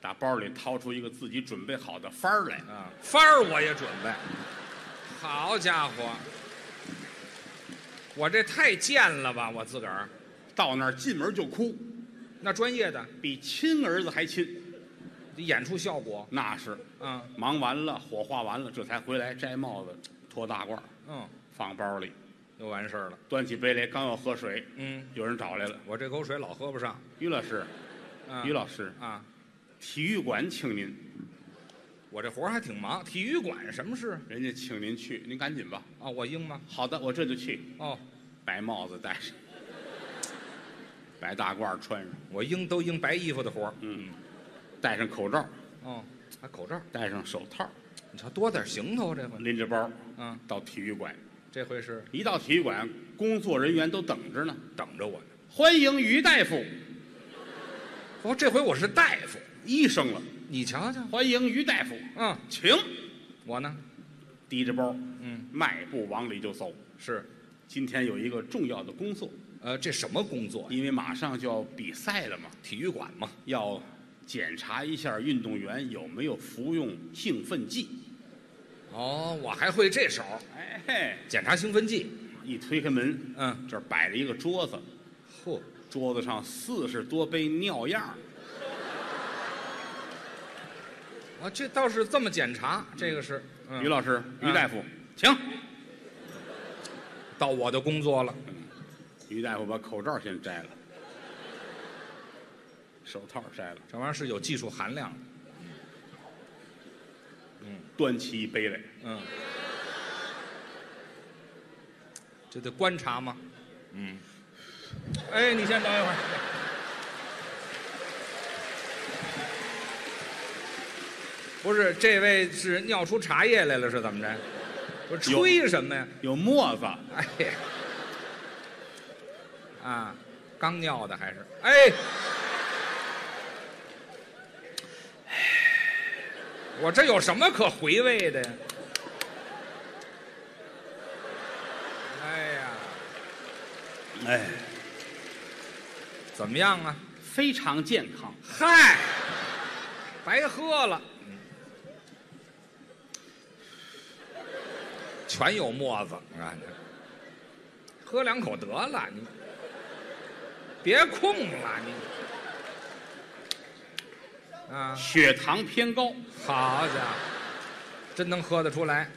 Speaker 1: 打包里掏出一个自己准备好的幡儿来，
Speaker 2: 啊，幡儿我也准备。好家伙，我这太贱了吧！我自个儿
Speaker 1: 到那儿进门就哭，
Speaker 2: 那专业的
Speaker 1: 比亲儿子还亲。
Speaker 2: 演出效果
Speaker 1: 那是，
Speaker 2: 啊，
Speaker 1: 忙完了，火化完了，这才回来摘帽子，脱大褂，
Speaker 2: 嗯，
Speaker 1: 放包里，
Speaker 2: 就完事儿了。
Speaker 1: 端起杯来，刚要喝水，
Speaker 2: 嗯，
Speaker 1: 有人找来了，
Speaker 2: 我这口水老喝不上。
Speaker 1: 于老师，
Speaker 2: 啊
Speaker 1: 于老师，
Speaker 2: 啊，
Speaker 1: 体育馆请您，
Speaker 2: 我这活儿还挺忙。体育馆什么事
Speaker 1: 人家请您去，您赶紧吧。
Speaker 2: 啊？我应吗？
Speaker 1: 好的，我这就去。
Speaker 2: 哦，
Speaker 1: 白帽子戴上，白大褂穿上，
Speaker 2: 我应都应白衣服的活儿。
Speaker 1: 嗯，戴上口罩，
Speaker 2: 哦，还口罩，
Speaker 1: 戴上手套，
Speaker 2: 你瞧多点行头啊这回。
Speaker 1: 拎着包
Speaker 2: 嗯，
Speaker 1: 到体育馆。
Speaker 2: 这回是
Speaker 1: 一到体育馆，工作人员都等着呢。
Speaker 2: 等着我呢。
Speaker 1: 欢迎于大夫，
Speaker 2: 哦，这回我是大夫，
Speaker 1: 医生了。
Speaker 2: 你瞧瞧。
Speaker 1: 欢迎于大夫，
Speaker 2: 嗯，
Speaker 1: 请。
Speaker 2: 我呢？
Speaker 1: 提着包，
Speaker 2: 嗯，
Speaker 1: 迈步往里就走。
Speaker 2: 是，
Speaker 1: 今天有一个重要的工作，
Speaker 2: 呃，这什么工作呀？
Speaker 1: 因为马上就要比赛了嘛，
Speaker 2: 体育馆嘛。
Speaker 1: 要检查一下运动员有没有服用兴奋剂。
Speaker 2: 哦，我还会这手，
Speaker 1: 哎嘿，
Speaker 2: 检查兴奋剂。
Speaker 1: 一推开门，
Speaker 2: 嗯，
Speaker 1: 这儿摆着一个桌子，
Speaker 2: 嚯，
Speaker 1: 桌子上四十多杯尿样儿，
Speaker 2: 啊，这倒是这么检查，这个是。嗯
Speaker 1: 于老师、
Speaker 2: 嗯
Speaker 1: 于大夫，请。
Speaker 2: 到我的工作了。
Speaker 1: 于大夫把口罩先摘了，手套摘了，
Speaker 2: 这玩意儿是有技术含量的。
Speaker 1: 端起一杯来，
Speaker 2: 嗯，这得观察吗？嗯。哎，你先等一会儿。不是，这位是尿出茶叶来了，是怎么着？我吹什么呀？
Speaker 1: 有沫子，
Speaker 2: 哎呀，啊，刚尿的还是？哎，我这有什么可回味的呀？哎呀，
Speaker 1: 哎，
Speaker 2: 怎么样啊？
Speaker 1: 非常健康。
Speaker 2: 嗨，白喝了，全有沫子，啊！喝两口得了，你别空了，你啊，
Speaker 1: 血糖偏高，
Speaker 2: 好家伙，真能喝得出来，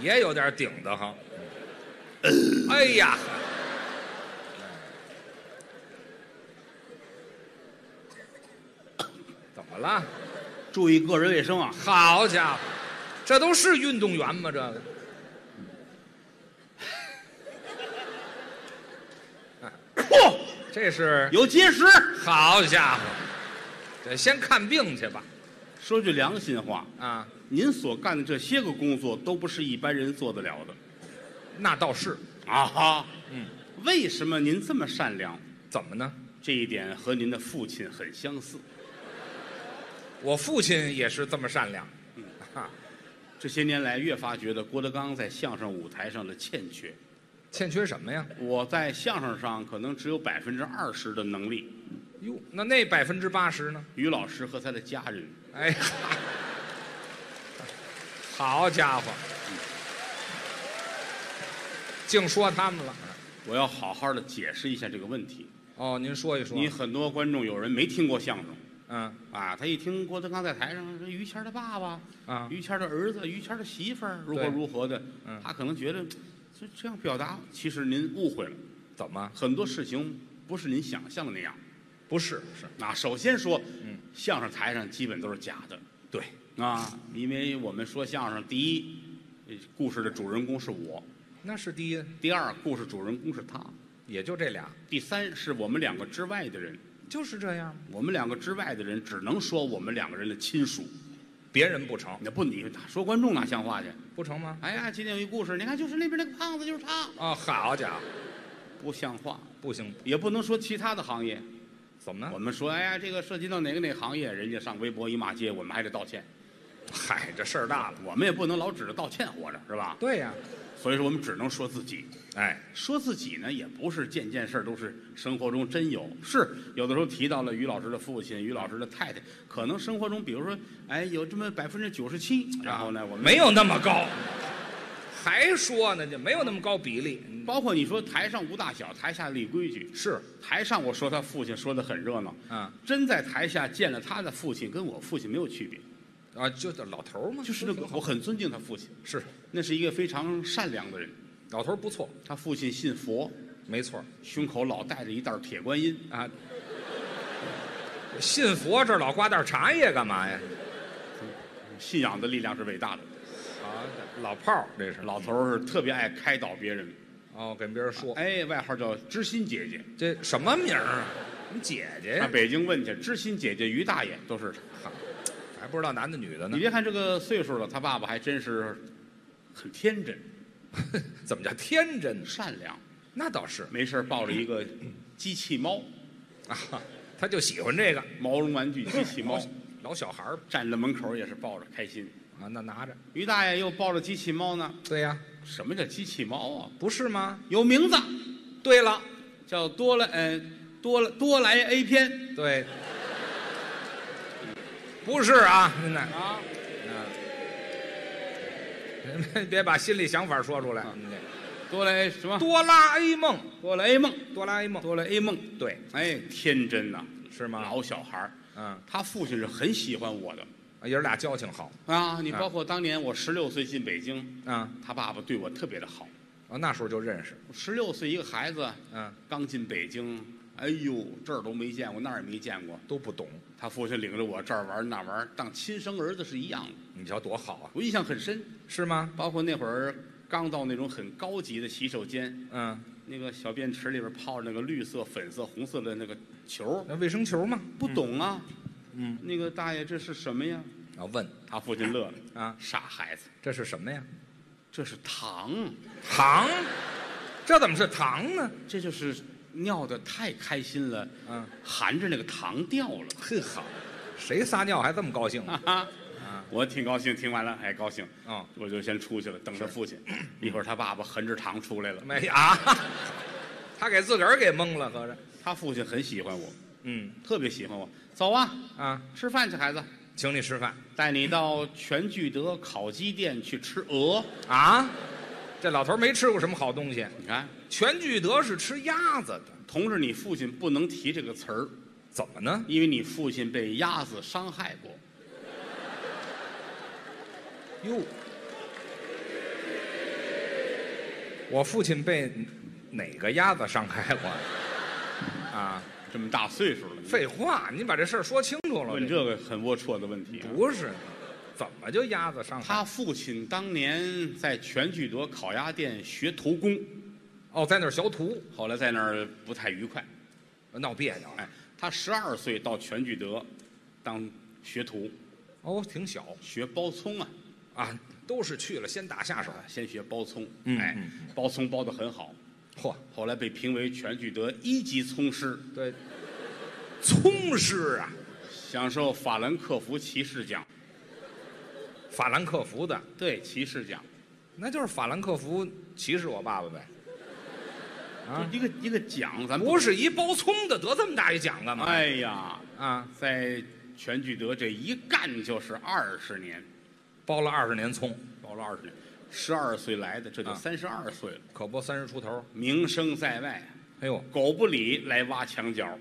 Speaker 2: 也有点顶的哈。哎呀，怎么了？
Speaker 1: 注意个人卫生啊！
Speaker 2: 好家伙，这都是运动员吗？这个。
Speaker 1: 嚯，
Speaker 2: 这是
Speaker 1: 有结石。
Speaker 2: 好家伙，得先看病去吧。
Speaker 1: 说句良心话，
Speaker 2: 啊，
Speaker 1: 您所干的这些个工作都不是一般人做得了的
Speaker 2: 那倒是，
Speaker 1: 啊哈。
Speaker 2: 嗯，
Speaker 1: 为什么您这么善良？
Speaker 2: 怎么呢？
Speaker 1: 这一点和您的父亲很相似。
Speaker 2: 我父亲也是这么善良，哈，
Speaker 1: 这些年来，越发觉得郭德纲在相声舞台上的欠缺。
Speaker 2: 欠缺什么呀？
Speaker 1: 我在相声上可能只有百分之二十的能力。
Speaker 2: 哟，那那百分之八十呢？
Speaker 1: 于老师和他的家人，
Speaker 2: 哎呀，好家伙，净说他们了。
Speaker 1: 我要好好的解释一下这个问题。
Speaker 2: 哦，您说一说。
Speaker 1: 你很多观众有人没听过相声
Speaker 2: 嗯
Speaker 1: 啊，他一听郭德纲在台上，这于谦儿的爸爸、
Speaker 2: 啊，
Speaker 1: 于谦儿的儿子、于谦儿的媳妇儿如何
Speaker 2: 对
Speaker 1: 如何的
Speaker 2: 嗯，
Speaker 1: 他可能觉得这这样表达，其实您误会了，
Speaker 2: 怎么
Speaker 1: 很多事情不是您想象的那样。
Speaker 2: 不是？是
Speaker 1: 啊，首先说，
Speaker 2: 嗯
Speaker 1: 相声台上基本都是假的。
Speaker 2: 对，
Speaker 1: 啊，因为我们说相声，第一，呃故事的主人公是我；
Speaker 2: 那是第一。
Speaker 1: 第二，故事主人公是他。
Speaker 2: 也就这俩，
Speaker 1: 第三是我们两个之外的人，
Speaker 2: 就是这样，
Speaker 1: 我们两个之外的人只能说我们两个人的亲属，
Speaker 2: 别人不成，
Speaker 1: 那不你说观众哪啊像话去？
Speaker 2: 不成吗？
Speaker 1: 哎呀，今天有一故事，你看就是那边那个胖子就是他，
Speaker 2: 啊，好家伙，
Speaker 1: 不像话，
Speaker 2: 不行，
Speaker 1: 也不能说其他的行业。
Speaker 2: 怎么
Speaker 1: 我
Speaker 2: 呢？
Speaker 1: 们说，哎呀，这个涉及到哪个哪个行业，人家上微博一骂街，我们还得道歉。
Speaker 2: 嗨，这事儿大了。
Speaker 1: 我们也不能老指着道歉活着，是吧？
Speaker 2: 对呀、
Speaker 1: 所以说，我们只能说自己。
Speaker 2: 哎，
Speaker 1: 说自己呢，也不是件件事儿都是生活中真有，是有的时候提到了于老师的父亲、于老师的太太，可能生活中，比如说，哎，有这么百分之九十七，然后呢，我们
Speaker 2: 没有那么高，还说呢，就没有那么高比例。
Speaker 1: 包括你说台上无大小，台下立规矩。
Speaker 2: 是，
Speaker 1: 台上我说他父亲说的很热闹，
Speaker 2: 嗯，
Speaker 1: 真在台下见了他的父亲，跟我父亲没有区别，
Speaker 2: 啊，就这老头儿嘛，
Speaker 1: 就是那个我很尊敬他父亲，
Speaker 2: 是
Speaker 1: 那是一个非常善良的人。
Speaker 2: 老头儿不错，
Speaker 1: 他父亲信佛，
Speaker 2: 没错儿
Speaker 1: 胸口老带着一袋铁观音，
Speaker 2: 啊。信佛这老刮袋茶叶干嘛呀？
Speaker 1: 哎信仰的力量是伟大的。
Speaker 2: 啊，老炮儿这是
Speaker 1: 老头儿是特别爱开导别人，
Speaker 2: 哦，跟别人说、
Speaker 1: 哎，外号叫知心姐姐。
Speaker 2: 这什么名儿啊？你姐姐
Speaker 1: 上
Speaker 2: 呀？
Speaker 1: 北京问去，知心姐姐于大爷都是他。
Speaker 2: 还不知道男的女的呢
Speaker 1: 你？别看这个岁数了，他爸爸还真是很天真、
Speaker 2: 怎么叫天真呢？
Speaker 1: 善良，
Speaker 2: 那倒是
Speaker 1: 没事儿抱着一个机器猫，
Speaker 2: 啊，他就喜欢这个
Speaker 1: 毛绒玩具机器猫
Speaker 2: 老，老小孩儿
Speaker 1: 站在门口也是抱着开心。
Speaker 2: 啊，那拿着。
Speaker 1: 于大爷又抱着机器猫呢。
Speaker 2: 对呀、
Speaker 1: 什么叫机器猫啊？
Speaker 2: 不是吗？
Speaker 1: 有名字，
Speaker 2: 对了，
Speaker 1: 叫多来，呃，多来多来 A 片
Speaker 2: 对，不是啊，现在
Speaker 1: 啊。
Speaker 2: 嗯 别把心里想法说出来。
Speaker 1: 啊
Speaker 2: 嗯对
Speaker 1: 多来什么？
Speaker 2: 哆啦 A 梦，
Speaker 1: 多来 A 梦，
Speaker 2: 哆啦 A 梦，
Speaker 1: 多来 A 梦。
Speaker 2: 对，
Speaker 1: 哎，天真呐、
Speaker 2: 是吗？
Speaker 1: 老小孩儿，
Speaker 2: 嗯，
Speaker 1: 他父亲是很喜欢我的
Speaker 2: 爷儿俩交情好
Speaker 1: 啊。你
Speaker 2: 啊
Speaker 1: 包括当年我十六岁进北京，
Speaker 2: 啊，
Speaker 1: 他爸爸对我特别的好。
Speaker 2: 哦，那时候就认识，
Speaker 1: 十六岁一个孩子
Speaker 2: 嗯，
Speaker 1: 刚进北京，哎呦，这儿都没见过，那儿也没见过。
Speaker 2: 都不懂，
Speaker 1: 他父亲领着我这儿玩儿那儿玩儿，当亲生儿子是一样的。
Speaker 2: 你瞧多好啊，
Speaker 1: 我印象很深，
Speaker 2: 是吗？
Speaker 1: 包括那会儿刚到那种很高级的洗手间，
Speaker 2: 嗯，
Speaker 1: 那个小便池里边泡着那个绿色、粉色、红色的那个球儿，
Speaker 2: 那卫生球嘛，
Speaker 1: 不懂啊。
Speaker 2: 嗯，
Speaker 1: 那个大爷这是什么呀？
Speaker 2: 啊，问
Speaker 1: 他父亲乐了，
Speaker 2: 啊，
Speaker 1: 傻孩子。
Speaker 2: 这是什么呀？
Speaker 1: 这是糖，
Speaker 2: 糖，这怎么是糖呢？
Speaker 1: 这就是尿的太开心了，呃
Speaker 2: 嗯，
Speaker 1: 含着那个糖掉了，
Speaker 2: 很好，谁撒尿还这么高兴
Speaker 1: 哈
Speaker 2: 呢？
Speaker 1: 哈
Speaker 2: 啊。
Speaker 1: 我挺高兴，听完了，哎，高兴，
Speaker 2: 嗯，
Speaker 1: 我就先出去了，等他父 亲。一会儿他爸爸含着糖出来了，
Speaker 2: 没啊， 他给自个儿给蒙了，合着。
Speaker 1: 他父亲很喜欢我，
Speaker 2: 嗯
Speaker 1: 特别喜欢我。走啊，
Speaker 2: 啊，
Speaker 1: 吃饭去，孩子，
Speaker 2: 请你吃饭
Speaker 1: 带你到全聚德烤鸡店去吃鹅。
Speaker 2: 啊。这老头没吃过什么好东西。
Speaker 1: 你看，
Speaker 2: 全聚德是吃鸭子的，
Speaker 1: 同志，你父亲不能提这个词儿，
Speaker 2: 怎么呢？
Speaker 1: 因为你父亲被鸭子伤害过。
Speaker 2: 哟，我父亲被哪个鸭子伤害过呀？啊，
Speaker 1: 这么大岁数了，你
Speaker 2: 废话，你把这事儿说清楚了。
Speaker 1: 问这个很龌龊的问题啊、
Speaker 2: 不是，怎么就鸭子伤害？
Speaker 1: 他父亲当年在全聚德烤鸭店学徒工，
Speaker 2: 哦，在那儿学徒
Speaker 1: 后来在那儿不太愉快。
Speaker 2: 闹别扭了。
Speaker 1: 哎，他十二岁到全聚德当学徒，
Speaker 2: 哦，挺小
Speaker 1: 学包葱啊，
Speaker 2: 啊，都是去了先打下手。
Speaker 1: 先学包葱。
Speaker 2: 嗯
Speaker 1: 哎
Speaker 2: 嗯，
Speaker 1: 包葱包得很好，
Speaker 2: 嚯，
Speaker 1: 后来被评为全聚德一级葱师，
Speaker 2: 对，葱师啊，
Speaker 1: 享受法兰克福骑士奖。
Speaker 2: 法兰克福的，
Speaker 1: 对，骑士奖，
Speaker 2: 那就是法兰克福歧视我爸爸呗。啊，
Speaker 1: 就一个一个奖，咱
Speaker 2: 不。是一包葱的得这么大一奖干嘛？
Speaker 1: 哎呀，
Speaker 2: 啊，
Speaker 1: 在全聚德这一干就是二十年，
Speaker 2: 包了二十年葱，
Speaker 1: 包了二十年，十二岁来的，这就
Speaker 2: 啊
Speaker 1: 三十二岁了。
Speaker 2: 可不三十出头。
Speaker 1: 名声在外，
Speaker 2: 哎呦，
Speaker 1: 狗不理来挖墙角，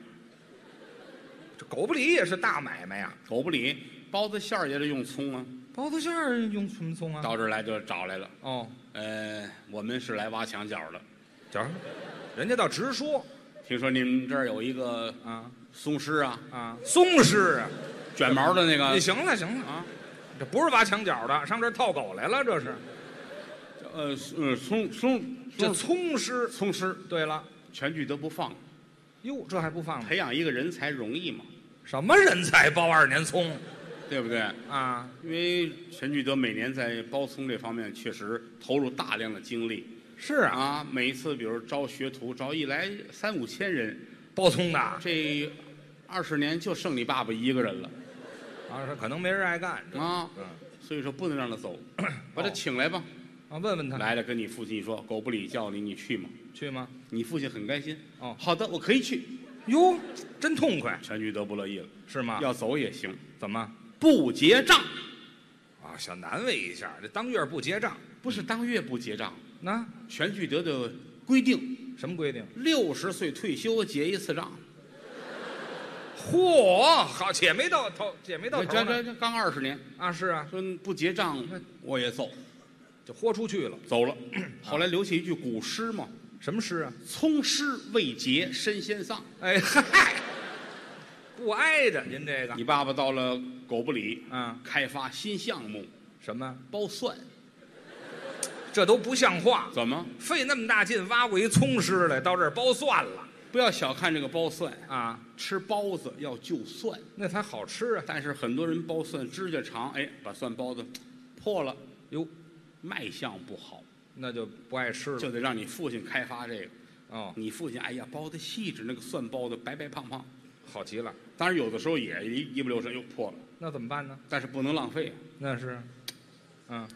Speaker 2: 这狗不理也是大买卖呀、
Speaker 1: 狗不理包子馅儿也得用葱啊。
Speaker 2: 包子馅儿用什么葱啊？
Speaker 1: 到这儿来就找来了，
Speaker 2: 哦，
Speaker 1: 呃，我们是来挖墙角的。
Speaker 2: 叫什么？人家倒直说
Speaker 1: 听说你们这儿有一个
Speaker 2: 啊
Speaker 1: 松狮啊，
Speaker 2: 啊，松狮啊！
Speaker 1: 卷毛的那
Speaker 2: 你
Speaker 1: 个
Speaker 2: 行了行了啊，这不是挖墙角的，上这儿套狗来了，这是
Speaker 1: 呃呃松松
Speaker 2: 这葱师。
Speaker 1: 松狮，
Speaker 2: 嗯对了，
Speaker 1: 全聚德不放，
Speaker 2: 哟，这还不放吗？
Speaker 1: 培养一个人才容易吗？
Speaker 2: 什么人才包二年葱
Speaker 1: 对不对？
Speaker 2: 啊？
Speaker 1: 因为全聚德每年在包葱这方面确实投入大量的精力
Speaker 2: 是啊，
Speaker 1: 啊，每一次比如招学徒，招一来三五千人，
Speaker 2: 包葱的啊，
Speaker 1: 这二十年就剩你爸爸一个人了
Speaker 2: 啊这可能没人爱干这
Speaker 1: 啊，
Speaker 2: 嗯
Speaker 1: 所以说不能让他 走，
Speaker 2: 哦
Speaker 1: 把他请来吧。
Speaker 2: 啊，问问他
Speaker 1: 来了跟你父亲一说，狗不理叫你，你去吗？
Speaker 2: 去吗？
Speaker 1: 你父亲很开心。
Speaker 2: 哦
Speaker 1: 好的，我可以去。
Speaker 2: 哟，真痛快
Speaker 1: 全聚德不乐意了，
Speaker 2: 是吗？
Speaker 1: 要走也行，
Speaker 2: 怎么
Speaker 1: 不结账，
Speaker 2: 啊？想难为一下，这当月不结账，
Speaker 1: 不是当月不结账。
Speaker 2: 那
Speaker 1: 全聚德的规定，
Speaker 2: 什么规定？
Speaker 1: 六十岁退休结一次账。
Speaker 2: 嚯，好，且没到头，且没到头
Speaker 1: 这这
Speaker 2: 呢
Speaker 1: 这刚二十年，
Speaker 2: 啊！是啊，
Speaker 1: 说不结账我也走，
Speaker 2: 就豁出去了。
Speaker 1: 走了。 后来留下一句古诗嘛
Speaker 2: 什么诗啊？：“
Speaker 1: 葱师未结身先丧。
Speaker 2: 哎 嗨，不挨着您这”个
Speaker 1: 你爸爸到了狗不理，
Speaker 2: 啊？
Speaker 1: 开发新项目
Speaker 2: 什么？
Speaker 1: 包蒜，
Speaker 2: 这都不像话！
Speaker 1: 怎么
Speaker 2: 费那么大劲挖过一葱师来，到这儿包蒜了
Speaker 1: 不要小看这个包蒜？
Speaker 2: 啊？
Speaker 1: 吃包子要就蒜，
Speaker 2: 那才好吃啊！
Speaker 1: 但是很多人包蒜指甲长，哎，把蒜包的破了，
Speaker 2: 哟，
Speaker 1: 卖相不好，
Speaker 2: 那就不爱吃了
Speaker 1: 就得让你父亲开发这个。
Speaker 2: 哦，
Speaker 1: 你父亲哎呀，包的细致，那个蒜包的白白胖胖。
Speaker 2: 好极了。
Speaker 1: 当然有的时候也一一不留神又破了，
Speaker 2: 那怎么办呢？
Speaker 1: 但是不能浪费啊。
Speaker 2: 那是，嗯，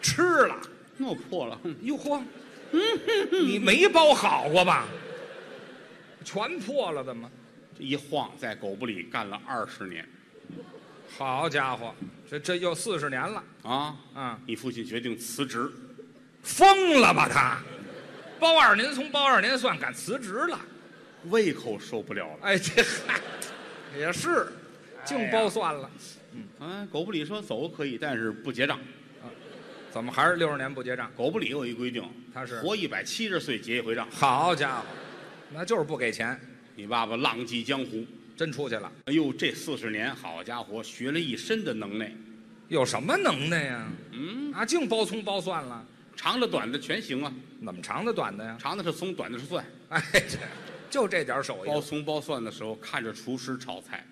Speaker 2: 吃了，
Speaker 1: 那我破了，哼
Speaker 2: 哟嚯，你没包好过吧？全破了，怎么？
Speaker 1: 这一晃在狗不理干了二十年
Speaker 2: 好家伙，这这又四十年了
Speaker 1: 啊！
Speaker 2: 啊！
Speaker 1: 你父亲决定辞职，
Speaker 2: 疯了吧他？包二年从包二年算敢辞职了？
Speaker 1: 胃口受不了了。
Speaker 2: 哎，这嗨，哎也是，净包蒜了，
Speaker 1: 啊，狗不理说走可以，但是不结账。
Speaker 2: 怎么还是六十年不结账？
Speaker 1: 狗不理有一规定，
Speaker 2: 他是
Speaker 1: 活一百七十岁结一回账。
Speaker 2: 好家伙，那就是不给钱，
Speaker 1: 你爸爸浪迹江湖，
Speaker 2: 真出去了，
Speaker 1: 哎呦，这四十年，好家伙，学了一身的能耐，
Speaker 2: 有什么能耐呀？
Speaker 1: 嗯，
Speaker 2: 啊，净包葱包蒜了，
Speaker 1: 长的短的全行啊，
Speaker 2: 怎么长的短的呀？
Speaker 1: 长的是葱，短的是蒜。
Speaker 2: 哎，这就这点手艺
Speaker 1: 包葱包蒜的时候，看着厨师炒菜，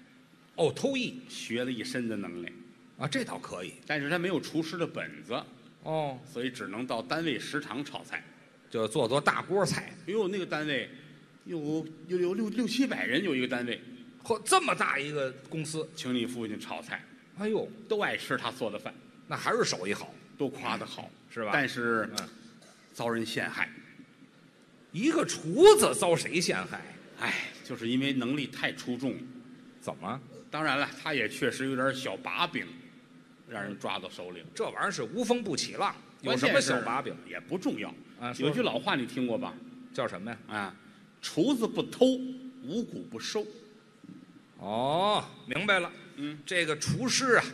Speaker 2: 哦，偷艺
Speaker 1: 学了一身的能耐，
Speaker 2: 啊，这倒可以
Speaker 1: 但是他没有厨师的本子，
Speaker 2: 哦，
Speaker 1: 所以只能到单位食堂炒菜。
Speaker 2: 就做做大锅菜，
Speaker 1: 哎呦，那个单位有有有六六七百人，有一个单位，
Speaker 2: 嚯，这么大一个公司，
Speaker 1: 请你父亲炒菜，
Speaker 2: 哎呦，
Speaker 1: 都爱吃他做的饭，
Speaker 2: 那还是手艺好，
Speaker 1: 都夸他好，
Speaker 2: 是吧
Speaker 1: 但是、
Speaker 2: 嗯
Speaker 1: 遭人陷害，
Speaker 2: 一个厨子遭谁陷害？
Speaker 1: 哎，就是因为能力太出众了。
Speaker 2: 怎么？
Speaker 1: 当然了，他也确实有点小把柄，让人抓到手里了。
Speaker 2: 这玩意儿是无风不起浪，有什么小把柄？
Speaker 1: 关键是也不重要。
Speaker 2: 啊说
Speaker 1: 有句老话你听过吧？
Speaker 2: 叫什么呀？
Speaker 1: 啊，厨子不偷，五谷不收。
Speaker 2: 哦，明白了。
Speaker 1: 嗯，
Speaker 2: 这个厨师啊，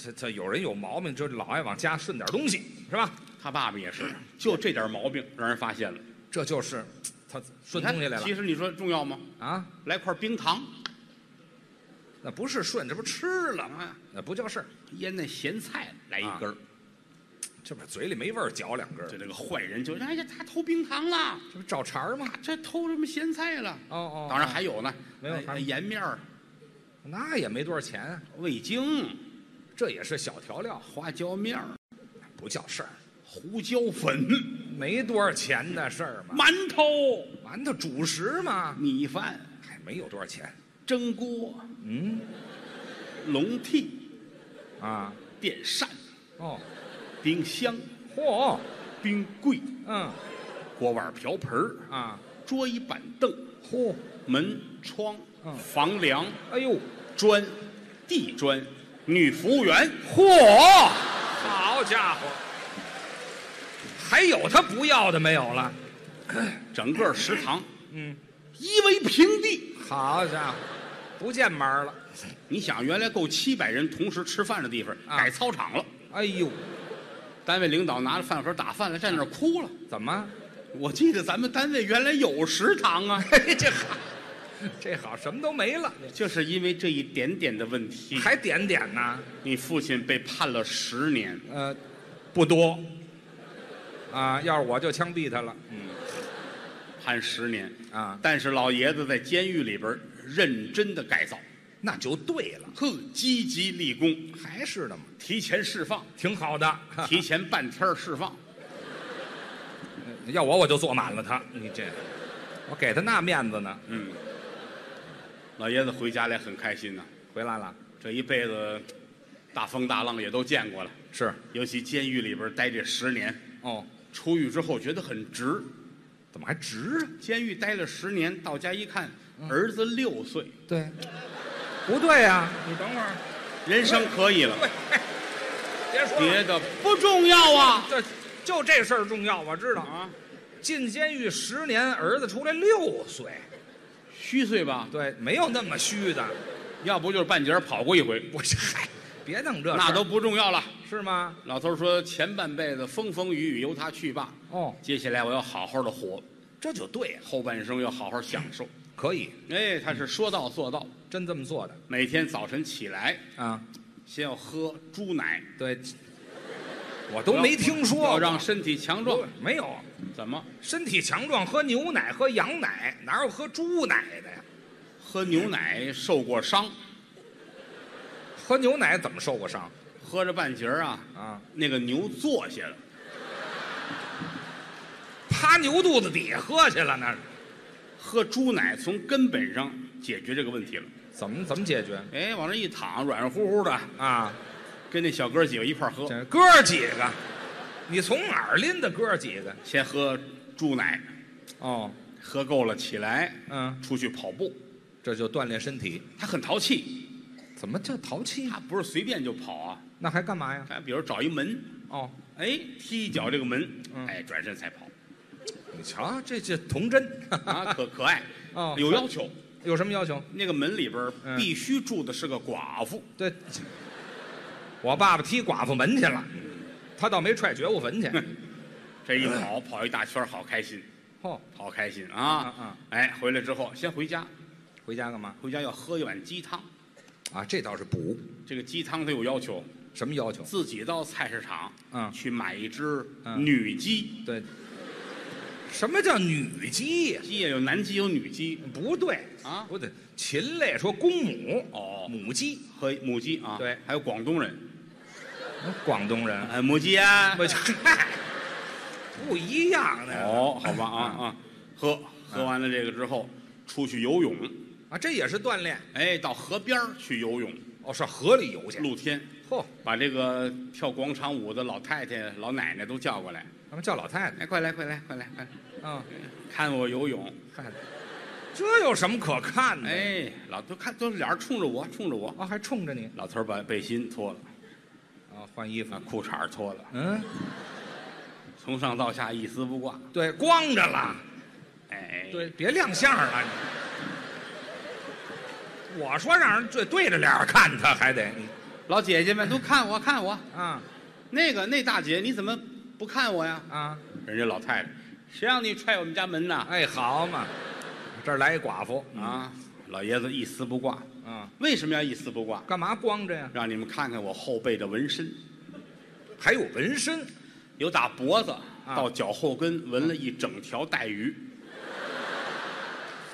Speaker 2: 他他有人有毛病，就老爱往家顺点东西，是吧？
Speaker 1: 他爸爸也是，
Speaker 2: 嗯
Speaker 1: 就这点毛病让人发现了。
Speaker 2: 这就是他顺东西来
Speaker 1: 你看其
Speaker 2: 了
Speaker 1: 实你说重要吗？
Speaker 2: 啊。
Speaker 1: 来块冰糖
Speaker 2: 那不是顺，这不吃了吗？
Speaker 1: 啊，
Speaker 2: 那不叫事儿，
Speaker 1: 腌那咸菜来一
Speaker 2: 啊
Speaker 1: 根儿。
Speaker 2: 这不是嘴里没味儿，嚼两根儿，
Speaker 1: 就这个坏人就哎呀，他偷冰糖了，
Speaker 2: 这不找茬儿吗？
Speaker 1: 这偷什么咸菜了？
Speaker 2: 哦哦
Speaker 1: 当然还有呢，
Speaker 2: 没有
Speaker 1: 哎
Speaker 2: 还有
Speaker 1: 盐面儿、
Speaker 2: 那也没多少钱啊，
Speaker 1: 味精、
Speaker 2: 这也是小调料，
Speaker 1: 花椒面儿、
Speaker 2: 不叫事儿，
Speaker 1: 胡椒粉、
Speaker 2: 没多少钱的事儿嘛。
Speaker 1: 馒头。
Speaker 2: 馒头主食嘛，
Speaker 1: 米饭、
Speaker 2: 还没有多少钱。
Speaker 1: 蒸锅、
Speaker 2: 嗯
Speaker 1: 笼屉、
Speaker 2: 啊，
Speaker 1: 电扇、
Speaker 2: 哦，
Speaker 1: 冰箱、
Speaker 2: 嚯，
Speaker 1: 冰柜、
Speaker 2: 嗯
Speaker 1: 锅碗瓢盆儿、
Speaker 2: 啊，
Speaker 1: 桌椅板凳、
Speaker 2: 嚯，
Speaker 1: 门窗、
Speaker 2: 嗯
Speaker 1: 房梁、
Speaker 2: 哎呦，
Speaker 1: 砖、地砖、女服务员，
Speaker 2: 嚯，好家伙，还有他不要的没有了？
Speaker 1: 整个食堂
Speaker 2: 嗯，
Speaker 1: 夷为平地。
Speaker 2: 好家伙，不见门儿了。
Speaker 1: 你想，原来够七百人同时吃饭的地方，
Speaker 2: 啊
Speaker 1: 改操场了。
Speaker 2: 哎呦，
Speaker 1: 单位领导拿着饭盒打饭了，站那儿哭了。
Speaker 2: 怎么？
Speaker 1: 我记得咱们单位原来有食堂啊，
Speaker 2: 嘿，这好，这好，什么都没了，
Speaker 1: 就是因为这一点点的问题，
Speaker 2: 还点点呢？
Speaker 1: 你父亲被判了十年。
Speaker 2: 呃，不多。啊，要是我就枪毙他了。嗯，
Speaker 1: 判十年
Speaker 2: 啊
Speaker 1: 但是老爷子在监狱里边儿认真的改造，
Speaker 2: 那就对了，
Speaker 1: 呵，积极立功，
Speaker 2: 还是的嘛，
Speaker 1: 提前释 放，
Speaker 2: 挺好的。
Speaker 1: 提前半天儿释放。
Speaker 2: 要我我就坐满了他，你这，我给他那面子呢。
Speaker 1: 嗯，老爷子回家来很开心呐、
Speaker 2: 回来了，
Speaker 1: 这一辈子大风大浪也都见过了，
Speaker 2: 是
Speaker 1: 尤其监狱里边儿待这十年，
Speaker 2: 哦，
Speaker 1: 出狱之后觉得很值。
Speaker 2: 怎么还直啊？
Speaker 1: 监狱待了十年，到家一看，儿子六岁，
Speaker 2: 对，不对啊呀、你等会儿，
Speaker 1: 人生可以了，
Speaker 2: 别说
Speaker 1: 别的不重要啊
Speaker 2: 这就这事儿重要，我知道。
Speaker 1: 啊，
Speaker 2: 进监狱十年，儿子出来六岁，
Speaker 1: 虚岁吧，
Speaker 2: 对，没有那么虚的。
Speaker 1: 要不就是半截儿跑过一回，
Speaker 2: 我这嗨，别弄这事儿
Speaker 1: 那都不重要了。
Speaker 2: 是吗？
Speaker 1: 老头儿说：“前半辈子风风雨雨由他去吧，
Speaker 2: 哦，
Speaker 1: 接下来我要好好的活，
Speaker 2: 这就对了，
Speaker 1: 后半生要好好享受。
Speaker 2: 可以”
Speaker 1: 哎，他是说到做到，
Speaker 2: 真这么做的
Speaker 1: 每天早晨起来
Speaker 2: 啊。
Speaker 1: 先要喝猪奶，
Speaker 2: 对，我都没听说过
Speaker 1: 要让身体强壮。
Speaker 2: 没有
Speaker 1: 怎么
Speaker 2: 身体强壮，喝牛奶、喝羊奶，哪有喝猪奶的呀？
Speaker 1: 喝牛奶受过伤？
Speaker 2: 喝牛奶怎么受过伤
Speaker 1: 喝着半截儿啊，
Speaker 2: 啊？
Speaker 1: 那个牛坐下了，
Speaker 2: 趴牛肚子底下喝去了，那是
Speaker 1: 喝猪奶从根本上解决这个问题了。
Speaker 2: 怎么怎么解决
Speaker 1: 哎，往那一躺，软乎乎的，
Speaker 2: 啊？
Speaker 1: 跟那小哥几个一块儿喝，
Speaker 2: 这哥几个，你从哪儿拎的哥几个？
Speaker 1: 先喝猪奶，
Speaker 2: 哦，
Speaker 1: 喝够了起来，
Speaker 2: 嗯，
Speaker 1: 出去跑步。
Speaker 2: 这就锻炼身体。
Speaker 1: 他很淘气，
Speaker 2: 怎么叫淘气
Speaker 1: 他？不是随便就跑啊，
Speaker 2: 那还干嘛呀？
Speaker 1: 他比如找一门，
Speaker 2: 哦，
Speaker 1: 哎，踢一脚这个门，
Speaker 2: 嗯
Speaker 1: 哎，转身才 跑，
Speaker 2: 你瞧，这这童真
Speaker 1: 啊，可可爱，
Speaker 2: 哦
Speaker 1: 有要求。
Speaker 2: 有什么要求？
Speaker 1: 那个门里边儿
Speaker 2: 嗯
Speaker 1: 必须住的是个寡妇，
Speaker 2: 对，我爸爸踢寡妇门去了，他倒没踹觉悟坟去。
Speaker 1: 这一跑跑一大圈儿，好开心，
Speaker 2: 哦，
Speaker 1: 好开心啊！
Speaker 2: 嗯嗯
Speaker 1: 哎，回来之后先回家，
Speaker 2: 回家干嘛？
Speaker 1: 回家要喝一碗鸡汤。
Speaker 2: 啊，这倒是补。
Speaker 1: 这个鸡汤它有要求，
Speaker 2: 什么要求？
Speaker 1: 自己到菜市场，
Speaker 2: 嗯
Speaker 1: 去买一只
Speaker 2: 嗯
Speaker 1: 女鸡，
Speaker 2: 对，什么叫女鸡呀？
Speaker 1: 鸡也有男鸡有女鸡，
Speaker 2: 不对
Speaker 1: 啊
Speaker 2: 不对，禽类说公母
Speaker 1: 哦
Speaker 2: 母鸡，
Speaker 1: 和母鸡啊，
Speaker 2: 对
Speaker 1: 还有广东人，
Speaker 2: 广东人，
Speaker 1: 哎，母鸡啊，
Speaker 2: 不， 嗨，不一样的
Speaker 1: 哦，好吧啊啊，喝喝完了这个之后，出去游泳，
Speaker 2: 啊，这也是锻炼
Speaker 1: 哎，到河边儿去游泳，
Speaker 2: 哦，上河里游去。
Speaker 1: 露天
Speaker 2: 嚯，
Speaker 1: 把这个跳广场舞的老太太、老奶奶都叫过来，
Speaker 2: 咱们叫老太太
Speaker 1: 哎，快来，快来，快来，快来，
Speaker 2: 啊，
Speaker 1: 看我游泳，
Speaker 2: 看，这有什么可看的？，
Speaker 1: 哎，老都看都脸儿冲着我，冲着我，
Speaker 2: 哦，还冲着你
Speaker 1: 老头儿把背心脱了，
Speaker 2: 啊，换衣
Speaker 1: 把
Speaker 2: 服。
Speaker 1: 裤衩儿脱了，
Speaker 2: 嗯，
Speaker 1: 从上到下一丝不挂，
Speaker 2: 对，光着了，
Speaker 1: 哎，，
Speaker 2: 对，别亮相了你。我说让人对对着脸儿看他，还得你
Speaker 1: 老姐姐们都看我，看我，
Speaker 2: 啊
Speaker 1: 那个那大姐你怎么不看我呀？
Speaker 2: 啊！
Speaker 1: 人家老太太，谁让你踹我们家门呐？
Speaker 2: 哎，好嘛，这儿来一寡妇
Speaker 1: 啊，老爷子一丝不挂。
Speaker 2: 啊，
Speaker 1: 为什么要一丝不挂？
Speaker 2: 干嘛光着呀？
Speaker 1: 让你们看看我后背的纹身，
Speaker 2: 还有纹身，
Speaker 1: 有打脖子
Speaker 2: 啊
Speaker 1: 到脚后跟纹了一整条带鱼，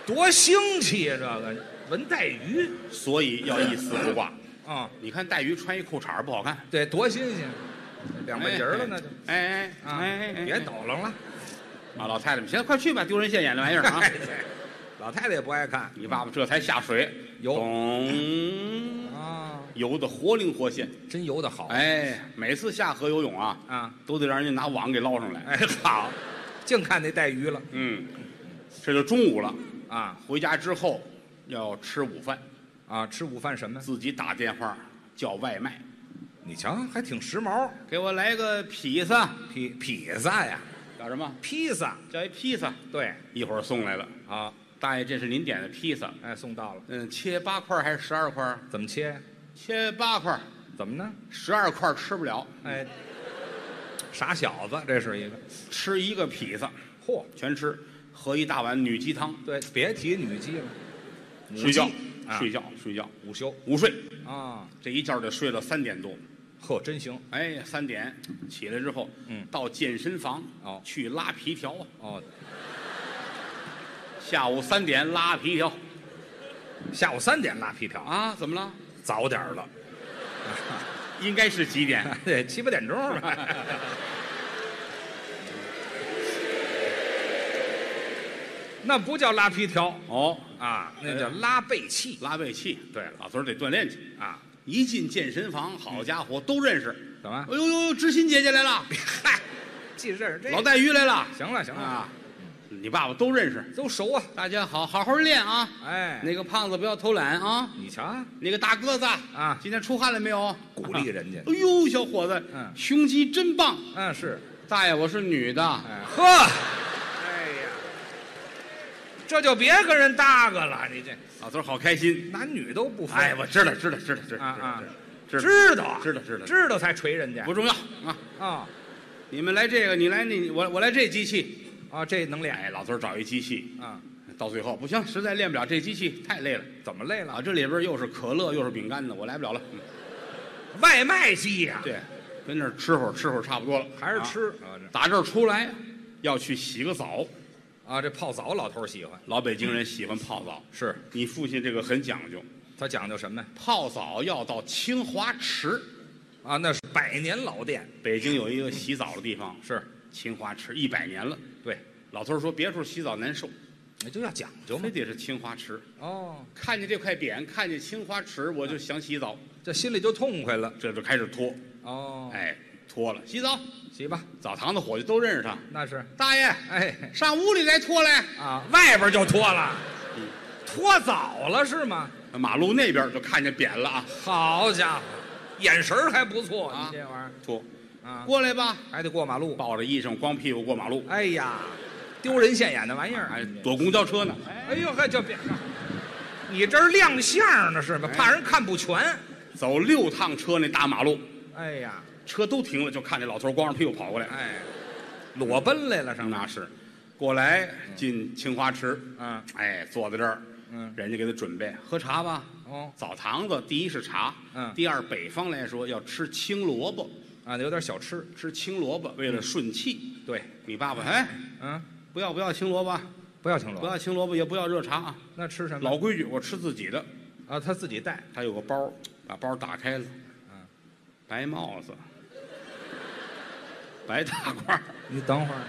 Speaker 2: 多兴气呀、这个纹带鱼
Speaker 1: 所以要一丝不挂。
Speaker 2: 啊，
Speaker 1: 你看带鱼穿一裤衩儿不好看，
Speaker 2: 对，多新鲜，两
Speaker 1: 两
Speaker 2: 半截儿了那就。。
Speaker 1: 哎哎
Speaker 2: 啊，
Speaker 1: 哎哎，
Speaker 2: 别抖楞了，
Speaker 1: 啊！老太太们，行，快去吧，丢人现眼的玩意儿 啊
Speaker 2: 哎！对 老太太也不爱看
Speaker 1: 你爸爸这才下水，
Speaker 2: 游
Speaker 1: 咚，
Speaker 2: 啊，
Speaker 1: 游的活灵活现。
Speaker 2: 真游的好
Speaker 1: 哎，每次下河游泳啊，
Speaker 2: 啊，
Speaker 1: 都得让人家拿网给捞上来。
Speaker 2: 哎好，净看那带鱼了
Speaker 1: 嗯，这就中午了，
Speaker 2: 啊
Speaker 1: 回家之后要吃午饭，
Speaker 2: 啊！吃午饭什么呀？
Speaker 1: 自己打电话叫外卖，
Speaker 2: 你瞧，还挺时髦，
Speaker 1: 给我来个披萨，
Speaker 2: 披披萨呀，
Speaker 1: 叫什么？
Speaker 2: 披萨
Speaker 1: 叫一披萨，
Speaker 2: 对
Speaker 1: 一会儿送来了。
Speaker 2: 啊，
Speaker 1: 大爷，这是您点的披萨，
Speaker 2: 哎送到了，
Speaker 1: 嗯，切八块还是十二块？
Speaker 2: 怎么切？
Speaker 1: 切八块，
Speaker 2: 怎么呢？
Speaker 1: 十二块吃不了，
Speaker 2: 哎， 傻小子，这是一个
Speaker 1: 吃一个披萨
Speaker 2: 嚯，
Speaker 1: 全吃，喝一大碗女鸡汤，
Speaker 2: 对，别提女鸡了，母鸡
Speaker 1: 睡觉，
Speaker 2: 啊
Speaker 1: 睡觉，睡觉，
Speaker 2: 午休
Speaker 1: 午睡，
Speaker 2: 啊，
Speaker 1: 这一觉得睡到三点多。
Speaker 2: 呵，真行
Speaker 1: 哎，三点起来之后，
Speaker 2: 嗯
Speaker 1: 到健身房
Speaker 2: 哦
Speaker 1: 去拉皮条啊，
Speaker 2: 哦，
Speaker 1: 下午三点拉皮条
Speaker 2: 下午三点拉皮条，
Speaker 1: 啊？怎么了？
Speaker 2: 早点儿了，
Speaker 1: 应该是几点？
Speaker 2: 对，七八点钟吧。 那不叫拉皮条
Speaker 1: 哦，
Speaker 2: 啊，那叫拉背气
Speaker 1: 拉背气。
Speaker 2: 对了
Speaker 1: 老头儿得锻炼去。
Speaker 2: 啊。
Speaker 1: 一进健身房，好家伙，都认识。
Speaker 2: 怎么
Speaker 1: 哎？呦呦呦，知心姐姐来了，
Speaker 2: 嗨，记认识这
Speaker 1: 老。戴鱼来了
Speaker 2: 行了行了，
Speaker 1: 啊，你爸爸都认识。
Speaker 2: 都熟啊。
Speaker 1: 大家好，好好练啊！
Speaker 2: 哎，
Speaker 1: 那个胖子不要偷懒啊！
Speaker 2: 你瞧啊
Speaker 1: 那个大个子
Speaker 2: 啊
Speaker 1: 今天出汗了没有？
Speaker 2: 鼓励人家
Speaker 1: 哎呦，小伙子，
Speaker 2: 嗯
Speaker 1: 胸肌真棒！
Speaker 2: 嗯是。
Speaker 1: 大爷，我是女的，
Speaker 2: 哎呵，哎呀，这就别跟人搭个了，你这
Speaker 1: 老头儿好开心。
Speaker 2: 男女都不分。
Speaker 1: 哎，我知道，知道，知道，知道，
Speaker 2: 啊啊
Speaker 1: 知道，
Speaker 2: 知道啊
Speaker 1: 知道知道
Speaker 2: 知道才锤人家
Speaker 1: 不重要啊！
Speaker 2: 啊
Speaker 1: 你们来这个，你来那，我我来这机器。
Speaker 2: 啊，这能练
Speaker 1: 哎，老头儿找一机器，
Speaker 2: 啊？
Speaker 1: 到最后不行，实在练不了这机器，太累了。
Speaker 2: 怎么累
Speaker 1: 啊，
Speaker 2: 了？
Speaker 1: 这里边又是可乐又是饼干的，我来不了了。嗯
Speaker 2: 外卖机呀，
Speaker 1: 对，跟那儿吃会儿，吃会儿差不多了，
Speaker 2: 还是
Speaker 1: 啊
Speaker 2: 吃啊这
Speaker 1: 打这儿出来，要去洗个澡。
Speaker 2: 啊？这泡澡老头儿喜欢
Speaker 1: 老北京人喜欢泡澡，
Speaker 2: 是
Speaker 1: 你父亲这个很讲究，
Speaker 2: 他讲究什么呀？
Speaker 1: 泡澡要到清华池。
Speaker 2: 啊，那是百年老店，
Speaker 1: 北京有一个洗澡的地方，
Speaker 2: 是
Speaker 1: 清华池，一百年了。
Speaker 2: 对，
Speaker 1: 老头儿说别处洗澡难受，
Speaker 2: 那就要讲究嘛
Speaker 1: 非。得是清华池。
Speaker 2: 哦，
Speaker 1: 看见这块匾，看见清华池，我就想洗澡，
Speaker 2: 这心里就痛快了。
Speaker 1: 这就开始脱，
Speaker 2: 哦，
Speaker 1: 哎，脱了洗澡。
Speaker 2: 洗吧，
Speaker 1: 澡堂子伙计都认识他，
Speaker 2: 那是
Speaker 1: 大爷，
Speaker 2: 哎
Speaker 1: 上屋里来脱来。
Speaker 2: 啊，外边就脱了，脱早了是吗？
Speaker 1: 马路那边就看见匾了啊，
Speaker 2: 好家伙，眼神儿还不错，
Speaker 1: 啊
Speaker 2: 你这玩意
Speaker 1: 脱，
Speaker 2: 儿啊，
Speaker 1: 过来吧，
Speaker 2: 还得过马路。
Speaker 1: 抱着衣裳光屁股过马路，
Speaker 2: 哎呀，丢人现眼的玩意儿！
Speaker 1: 哎，躲公交车呢。
Speaker 2: 哎呦呵，就别，你这是亮相呢是
Speaker 1: 哎
Speaker 2: 吧？怕人看不全。
Speaker 1: 走六趟车那大马路，
Speaker 2: 哎呀，
Speaker 1: 车都停了，就看见老头光着屁股跑过来。
Speaker 2: 哎，裸奔来了上
Speaker 1: 那是，过来进青花池，
Speaker 2: 嗯，
Speaker 1: 哎，坐在这儿，
Speaker 2: 嗯
Speaker 1: 人家给他准备喝茶吧。
Speaker 2: 哦
Speaker 1: 澡堂子第一是茶，
Speaker 2: 嗯
Speaker 1: 第二北方来说要吃青萝卜，
Speaker 2: 啊，有点小吃。
Speaker 1: 吃青萝卜为了顺气。
Speaker 2: 对，
Speaker 1: 你爸爸哎，
Speaker 2: 嗯，
Speaker 1: 不要不要青萝卜，
Speaker 2: 不要青
Speaker 1: 不
Speaker 2: 萝，
Speaker 1: 要青萝卜，也不要热茶啊，
Speaker 2: 那吃什么？
Speaker 1: 老规矩，我吃自己的。
Speaker 2: 啊，他自己带。
Speaker 1: 他有个包，把包打开了，
Speaker 2: 嗯
Speaker 1: 白帽子，白大褂儿，
Speaker 2: 你等会儿，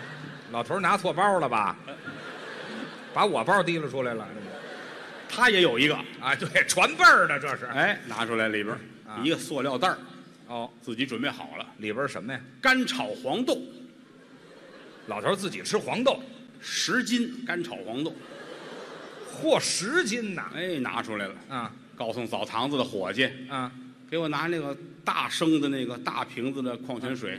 Speaker 2: 老头儿拿错包了吧？把我包提溜出来了。
Speaker 1: 他也有一个，
Speaker 2: 啊，对，传辈儿的这是。
Speaker 1: 哎，拿出来里边儿
Speaker 2: 啊
Speaker 1: 一个塑料袋儿
Speaker 2: 哦，
Speaker 1: 自己准备好了，
Speaker 2: 里边儿什么呀？
Speaker 1: 干炒黄豆
Speaker 2: 老头儿自己吃黄豆，
Speaker 1: 十斤，干炒黄豆，
Speaker 2: 嚯，十斤呐！
Speaker 1: 哎，拿出来了，
Speaker 2: 啊
Speaker 1: 告诉澡堂子的伙计，
Speaker 2: 啊，
Speaker 1: 给我拿那个大升的那个大瓶子的矿泉水，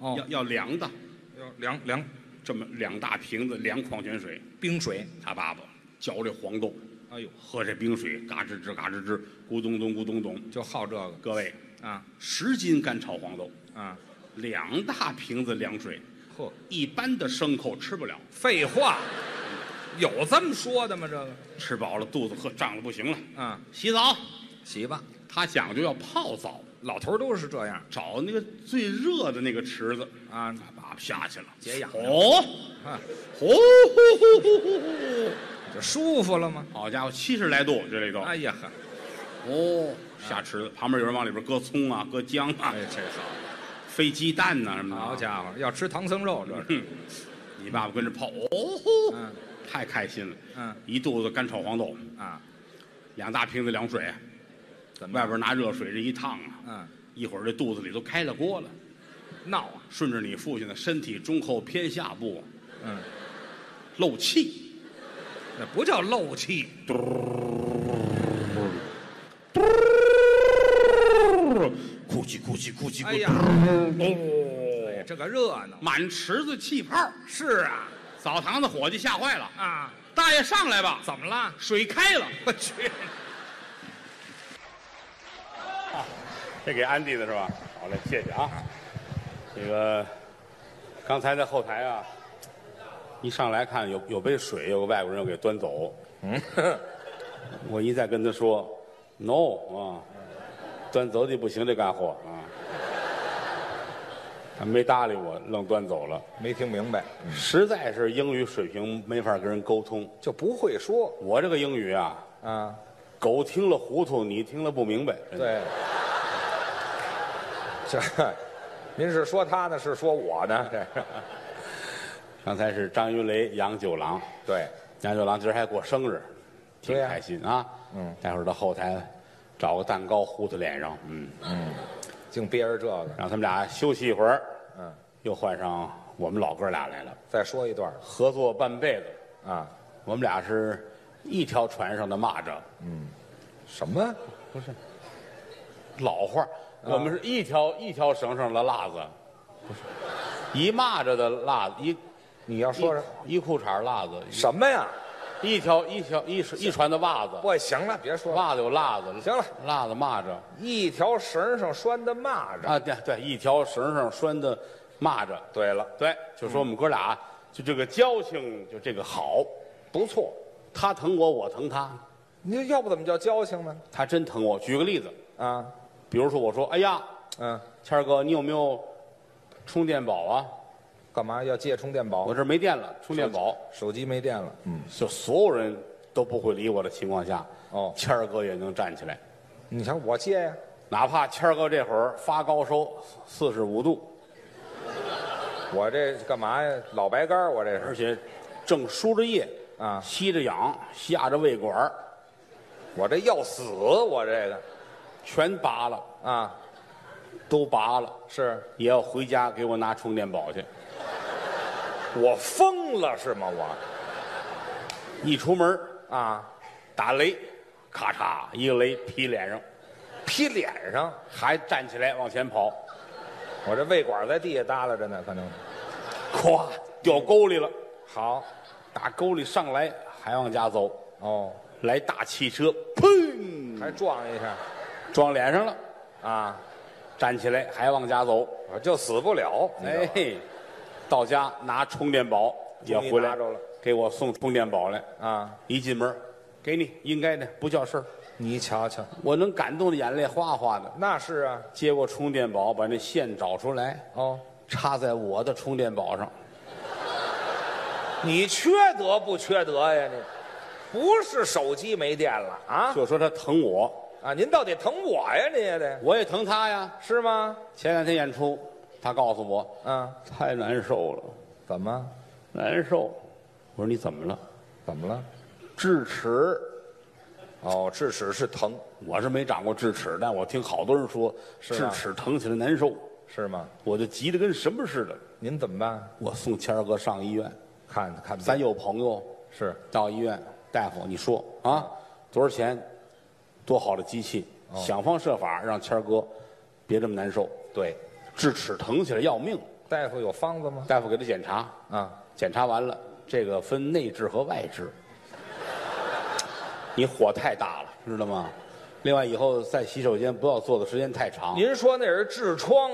Speaker 1: 要
Speaker 2: 啊哦，
Speaker 1: 要凉的，
Speaker 2: 要凉凉
Speaker 1: 这么两大瓶子凉矿泉水，
Speaker 2: 冰水。
Speaker 1: 他爸爸嚼这黄豆，
Speaker 2: 哎呦，
Speaker 1: 喝这冰水，嘎吱吱嘎吱吱，咕咚咚咕咚咚。
Speaker 2: 就好这个
Speaker 1: 各位，
Speaker 2: 啊
Speaker 1: 十斤干炒黄豆，
Speaker 2: 啊！
Speaker 1: 两大瓶子凉水，
Speaker 2: 嚯，
Speaker 1: 一般的牲口吃不了，
Speaker 2: 废话，有这么说的吗？这个
Speaker 1: 吃饱了肚子喝胀的不行了。
Speaker 2: 啊，
Speaker 1: 洗澡，
Speaker 2: 洗吧，
Speaker 1: 他讲究要泡澡，
Speaker 2: 老头儿都是这样
Speaker 1: 找那个最热的那个池子，
Speaker 2: 啊。
Speaker 1: 他爸爸下去了，
Speaker 2: 解痒
Speaker 1: 哦，
Speaker 2: 啊，
Speaker 1: 呼呼呼呼呼呼，
Speaker 2: 这舒服了吗？
Speaker 1: 好家伙，七十来度这里头，
Speaker 2: 哎呀呵，
Speaker 1: 哦，下池子旁边有人往里边搁葱啊，搁姜啊，
Speaker 2: 哎，这好。
Speaker 1: 飞鸡蛋呐、什么的。
Speaker 2: 好家伙，要吃唐僧肉这是。
Speaker 1: 你爸爸跟着泡，哦呼，
Speaker 2: 嗯
Speaker 1: 太开心了，
Speaker 2: 嗯
Speaker 1: 一肚子干炒黄豆，
Speaker 2: 啊，
Speaker 1: 两大瓶子凉水，
Speaker 2: 怎么
Speaker 1: 外边拿热水这一烫啊，
Speaker 2: 嗯
Speaker 1: 一会儿这肚子里都开了锅了。
Speaker 2: 闹啊？
Speaker 1: 顺着你父亲的身体中后偏下部啊
Speaker 2: 嗯，
Speaker 1: 漏气，
Speaker 2: 那不叫漏气，
Speaker 1: 咕叽咕叽咕叽咕叽，
Speaker 2: 哎呀
Speaker 1: 哦
Speaker 2: 这个热闹
Speaker 1: 满池子气泡。
Speaker 2: 是啊
Speaker 1: 澡堂子伙计吓坏了，
Speaker 2: 啊，
Speaker 1: 大爷上来吧，
Speaker 2: 怎么了？
Speaker 1: 水开了。
Speaker 2: 我去，
Speaker 1: 这给安迪的是吧？好嘞，谢谢啊。这个刚才在后台啊，一上来看有有杯水，有个外国人又给端走。嗯，我一再跟他说，no 啊，端走的不行，这干货啊。他没搭理我，愣端走了。
Speaker 2: 没听明白，
Speaker 1: 实在是英语水平没法跟人沟通。
Speaker 2: 就不会说
Speaker 1: 我这个英语啊，
Speaker 2: 啊。
Speaker 1: 狗听了糊涂，你听了不明白。真的，
Speaker 2: 对， 这您是说他呢，是说我呢？这是
Speaker 1: 刚才是张云雷、杨九郎，
Speaker 2: 对，
Speaker 1: 杨九郎今儿还过生日，挺
Speaker 2: 对呀
Speaker 1: 开心啊。
Speaker 2: 嗯，
Speaker 1: 待会儿到后台找个蛋糕糊他脸上，嗯，
Speaker 2: 净憋着这个。
Speaker 1: 让他们俩休息一会儿。
Speaker 2: 嗯，
Speaker 1: 又换上我们老哥俩来了，
Speaker 2: 再说一段
Speaker 1: 合作半辈子，
Speaker 2: 啊，
Speaker 1: 我们俩是一条船上的蚂蚱。
Speaker 2: 什么？
Speaker 1: 老话儿，
Speaker 2: 嗯
Speaker 1: 我们是一条一条绳上的辣子，不是一蚂蚱的辣子，一
Speaker 2: 你要说什
Speaker 1: 一一裤衩辣子，
Speaker 2: 什么呀？
Speaker 1: 一条一条一一船的袜子，
Speaker 2: 我行了，别说了，
Speaker 1: 袜子有辣子，
Speaker 2: 行了，
Speaker 1: 辣子蚂蚱
Speaker 2: 一条绳上拴的蚂蚱。
Speaker 1: 啊，对对，一条绳上拴的蚂蚱，
Speaker 2: 对了，
Speaker 1: 对，就说我们哥俩啊就这个交情，就这个好，
Speaker 2: 不错，
Speaker 1: 他疼我，我疼他，
Speaker 2: 你要不怎么叫交情呢？
Speaker 1: 他真疼我。举个例子，
Speaker 2: 啊，
Speaker 1: 比如说我说，哎呀，
Speaker 2: 嗯，
Speaker 1: 谦儿哥，你有没有充电宝啊？
Speaker 2: 干嘛要借充电宝？
Speaker 1: 我这儿没电了，充电宝。
Speaker 2: 手机没电了。嗯，
Speaker 1: 就所有人都不会理我的情况下，
Speaker 2: 哦
Speaker 1: 谦儿哥也能站起来，
Speaker 2: 你瞧我借呀，
Speaker 1: 哪怕谦儿哥这会儿发高烧四十五度，
Speaker 2: 我这干嘛呀？老白干儿，我这
Speaker 1: 而
Speaker 2: 是，
Speaker 1: 且正输着液
Speaker 2: 啊
Speaker 1: 吸着氧，下着胃管儿
Speaker 2: 我这要死，我这个
Speaker 1: 全拔了，
Speaker 2: 啊，
Speaker 1: 都拔了，
Speaker 2: 是
Speaker 1: 也要回家给我拿充电宝去。
Speaker 2: 我疯了是吗？我
Speaker 1: 一出门
Speaker 2: 啊，
Speaker 1: 打雷，咔嚓一个雷劈脸上，
Speaker 2: 劈脸上，
Speaker 1: 还站起来往前跑，
Speaker 2: 我这胃管在地下耷拉着呢，可能
Speaker 1: 咵掉沟里了，
Speaker 2: 好
Speaker 1: 打沟里上来还往家走，
Speaker 2: 哦，
Speaker 1: 来大汽车，砰！
Speaker 2: 还撞一下
Speaker 1: 撞脸上了，
Speaker 2: 啊，
Speaker 1: 站起来还往家走。
Speaker 2: 我啊就死不了，
Speaker 1: 哎，嘿，到家拿充电宝也
Speaker 2: 终于
Speaker 1: 回来
Speaker 2: 拿着了
Speaker 1: 给我送充电宝来。
Speaker 2: 啊，
Speaker 1: 一进门，给你应该的，不叫事儿。
Speaker 2: 你瞧瞧，
Speaker 1: 我能感动的眼泪哗哗的。
Speaker 2: 那是啊，
Speaker 1: 接过充电宝，把那线找出来，
Speaker 2: 哦，
Speaker 1: 插在我的充电宝上。
Speaker 2: 你缺德不缺德呀你？不是手机没电了啊
Speaker 1: 就说他疼我，
Speaker 2: 啊！您到底疼我呀？你也得
Speaker 1: 我也疼他呀。
Speaker 2: 是吗？
Speaker 1: 前两天演出，他告诉我
Speaker 2: 啊，
Speaker 1: 太难受了，
Speaker 2: 怎么
Speaker 1: 难受。我说你怎么了？
Speaker 2: 怎么了？
Speaker 1: 智齿。
Speaker 2: 哦，智齿是疼
Speaker 1: 我是没长过智齿，但我听好多人说
Speaker 2: 是
Speaker 1: 智
Speaker 2: 啊
Speaker 1: 齿疼起来难受，
Speaker 2: 是吗？
Speaker 1: 我就急得跟什么似的。
Speaker 2: 您怎么办？
Speaker 1: 我送谦儿哥上医院，
Speaker 2: 看看
Speaker 1: 咱有朋友
Speaker 2: 是
Speaker 1: 到医院，大夫你说啊，多少钱？多好的机器，想方设法让谦儿哥别这么难受。
Speaker 2: 对，
Speaker 1: 智齿疼起来要命，
Speaker 2: 大夫有方子吗？
Speaker 1: 大夫给他检查，
Speaker 2: 啊，
Speaker 1: 检查完了，这个分内痔和外痔。你火太大了，知道吗？另外，以后在洗手间不要坐的时间太长。
Speaker 2: 您说那是痔疮，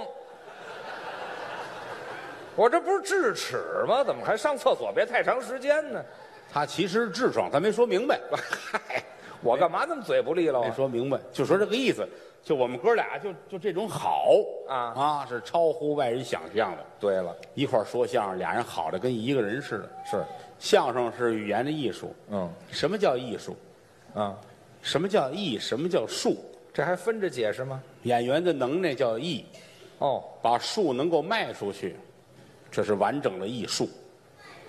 Speaker 2: 我这不是智齿吗？怎么还上厕所别太长时间呢？
Speaker 1: 他其实痔疮，咱没说明白，
Speaker 2: 嗨，我干嘛那么嘴不利落
Speaker 1: 没
Speaker 2: 啊？
Speaker 1: 说明白，就说这个意思。就我们哥俩就就这种好
Speaker 2: 啊
Speaker 1: 啊，是超乎外人想象的。
Speaker 2: 对了，
Speaker 1: 一块儿说相声，俩人好的跟一个人似的。
Speaker 2: 是，
Speaker 1: 相声是语言的艺术。
Speaker 2: 嗯，
Speaker 1: 什么叫艺术？
Speaker 2: 啊，
Speaker 1: 什么叫艺？什么叫术？
Speaker 2: 这还分着解释吗？
Speaker 1: 演员的能耐叫艺，
Speaker 2: 哦，
Speaker 1: 把术能够卖出去，这是完整的艺术。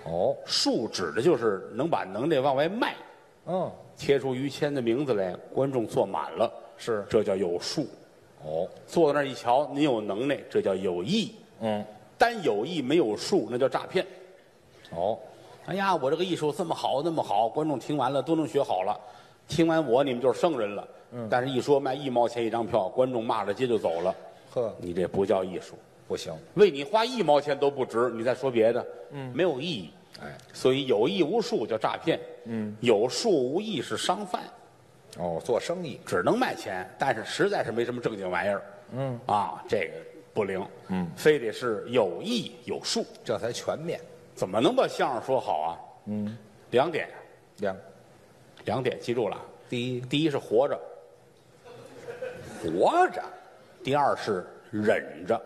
Speaker 2: 哦，
Speaker 1: 术指的就是能把能耐往外卖，
Speaker 2: 嗯，
Speaker 1: 贴出于谦的名字来，观众坐满了，
Speaker 2: 是
Speaker 1: 这叫有术。
Speaker 2: 哦，
Speaker 1: 坐到那儿一瞧，您有能耐，这叫有艺。
Speaker 2: 嗯，
Speaker 1: 单有艺没有术，那叫诈骗。
Speaker 2: 哦，
Speaker 1: 哎呀，我这个艺术这么好，那么好，观众听完了都能学好了，听完我你们就是圣人了。嗯，但是一说卖一毛钱一张票，观众骂着街就走了，
Speaker 2: 呵，
Speaker 1: 你这不叫艺术，
Speaker 2: 不行，
Speaker 1: 为你花一毛钱都不值，你再说别的，嗯，没有意义。
Speaker 2: 哎，
Speaker 1: 所以有艺无术叫诈骗，嗯，有术无艺是商贩，
Speaker 2: 哦，做生意
Speaker 1: 只能卖钱，但是实在是没什么正经玩意儿，嗯，啊，这个不灵，嗯，非得是有艺有术，
Speaker 2: 这才全面，
Speaker 1: 怎么能把相声说好啊？
Speaker 2: 嗯，
Speaker 1: 两点，
Speaker 2: 两，
Speaker 1: 两点记住了。
Speaker 2: 第一
Speaker 1: 第一是活着，
Speaker 2: 活着，
Speaker 1: 第二是忍着。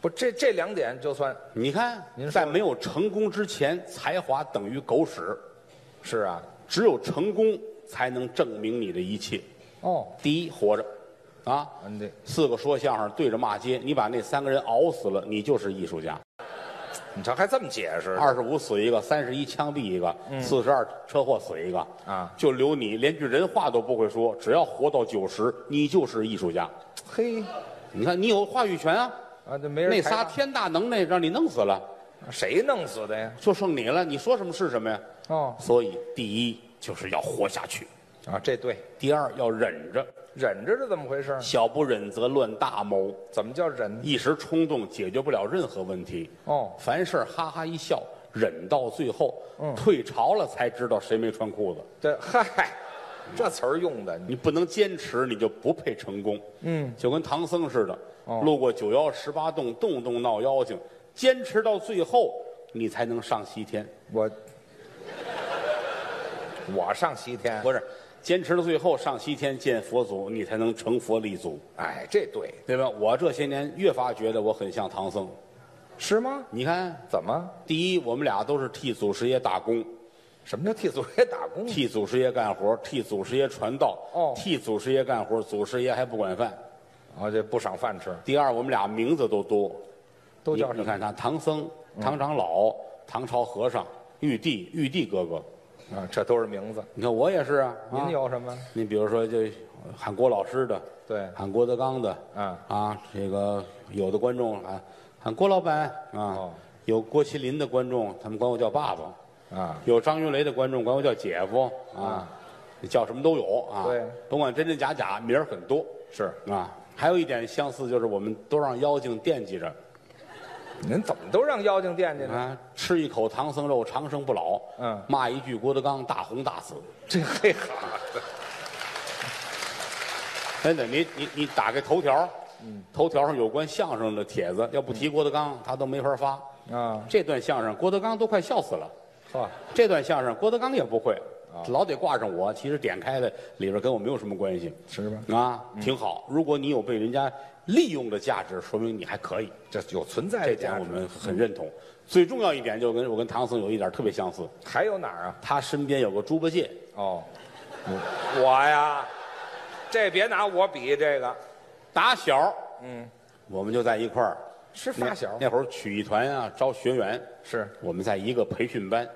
Speaker 2: 不，这这两点就算
Speaker 1: 你看
Speaker 2: 您，说
Speaker 1: 在没有成功之前，才华等于狗屎，
Speaker 2: 是啊。
Speaker 1: 只有成功才能证明你的一切。
Speaker 2: 哦，
Speaker 1: 第一，活着，啊，
Speaker 2: 嗯对，
Speaker 1: 四个说相声对着骂街，你把那三个人熬死了，你就是艺术家。
Speaker 2: 你瞧还这么解释？
Speaker 1: 二十五死一个，三十一枪毙一个，四十二车祸死一个，
Speaker 2: 嗯啊
Speaker 1: 就留你连句人话都不会说，只要活到九十，你就是艺术家。
Speaker 2: 嘿，
Speaker 1: 你看，你有话语权啊。
Speaker 2: 啊，这没人
Speaker 1: 那
Speaker 2: 采
Speaker 1: 仨
Speaker 2: 访
Speaker 1: 天大能耐让你弄死了，
Speaker 2: 谁弄死的呀？
Speaker 1: 就剩你了，你说什么是什么呀？
Speaker 2: 哦，
Speaker 1: 所以，第一就是要活下去，
Speaker 2: 啊，这对，
Speaker 1: 第二要忍着，
Speaker 2: 忍着是怎么回事？
Speaker 1: 小不忍则乱大谋，
Speaker 2: 怎么叫忍？
Speaker 1: 一时冲动解决不了任何问题。
Speaker 2: 哦
Speaker 1: 凡事哈哈一笑，忍到最后，
Speaker 2: 嗯
Speaker 1: 退潮了才知道谁没穿裤子。
Speaker 2: 这嗨，这词儿用的，你
Speaker 1: 你不能坚持，你就不配成功。
Speaker 2: 嗯，
Speaker 1: 就跟唐僧似的，
Speaker 2: 哦
Speaker 1: 路过九妖十八洞，洞洞闹妖精，坚持到最后，你才能上西天。
Speaker 2: 我我上西天，
Speaker 1: 不是，坚持到最后上西天见佛祖，你才能成佛立祖，
Speaker 2: 哎，这对
Speaker 1: 对吧？我这些年越发觉得我很像唐僧。
Speaker 2: 是吗？
Speaker 1: 你看，
Speaker 2: 怎么？
Speaker 1: 第一，我们俩都是替祖师爷打工，
Speaker 2: 什么叫替祖爷打工？
Speaker 1: 替祖师爷干活，替祖师爷传道，
Speaker 2: 嗯哦
Speaker 1: 替祖师爷干活，祖师爷还不管饭。
Speaker 2: 啊，这不赏饭吃，
Speaker 1: 第二，我们俩名字都多，
Speaker 2: 都叫
Speaker 1: 你你
Speaker 2: 什么？嗯
Speaker 1: 看他唐僧、唐长老、唐朝和尚、玉帝、玉帝哥哥。
Speaker 2: 啊，这都是名字。
Speaker 1: 你看我也是啊。啊
Speaker 2: 您？有什么？
Speaker 1: 你比如说，就喊郭老师的，
Speaker 2: 对
Speaker 1: 喊郭德纲的，
Speaker 2: 嗯
Speaker 1: 啊，这个有的观众喊喊郭老板啊，
Speaker 2: 哦
Speaker 1: 有郭麒麟的观众，他们管我叫爸爸，
Speaker 2: 啊，
Speaker 1: 有张云雷的观众管我叫姐夫啊，叫什么都有啊。
Speaker 2: 嗯对，嗯
Speaker 1: 甭管真真假假，名儿很多
Speaker 2: 是
Speaker 1: 啊。还有一点相似就是我们都让妖精惦记着
Speaker 2: 您怎么都让妖精惦记呢？
Speaker 1: 啊，吃一口唐僧肉长生不老，
Speaker 2: 嗯
Speaker 1: 骂一句郭德纲大红大紫。
Speaker 2: 这嘿好，
Speaker 1: 真的，你你你打开头条，
Speaker 2: 嗯
Speaker 1: 头条上有关相声的帖子，要不提郭德纲，他都没法发。
Speaker 2: 啊，
Speaker 1: 这段相声郭德纲都快笑死了，
Speaker 2: 呵，
Speaker 1: 这段相声郭德纲也不会，
Speaker 2: 哦
Speaker 1: 老得挂上我。其实点开的里边跟我没有什么关系，
Speaker 2: 是吧？
Speaker 1: 啊，挺好。如果你有被人家利用的价值，说明你还可以，
Speaker 2: 这有存在
Speaker 1: 这
Speaker 2: 的
Speaker 1: 点
Speaker 2: 价
Speaker 1: 我
Speaker 2: 值。
Speaker 1: 们很认同。最重要一点，就跟我跟唐僧有一点特别相似，
Speaker 2: 还有哪儿啊？
Speaker 1: 他身边有个猪八戒，
Speaker 2: 哦，我我呀，这别拿我比这个，
Speaker 1: 打小
Speaker 2: 嗯，
Speaker 1: 我们就在一块儿。
Speaker 2: 是
Speaker 1: 那
Speaker 2: 发小
Speaker 1: 那会儿曲艺团啊，招学员，
Speaker 2: 是，
Speaker 1: 我们在一个培训班。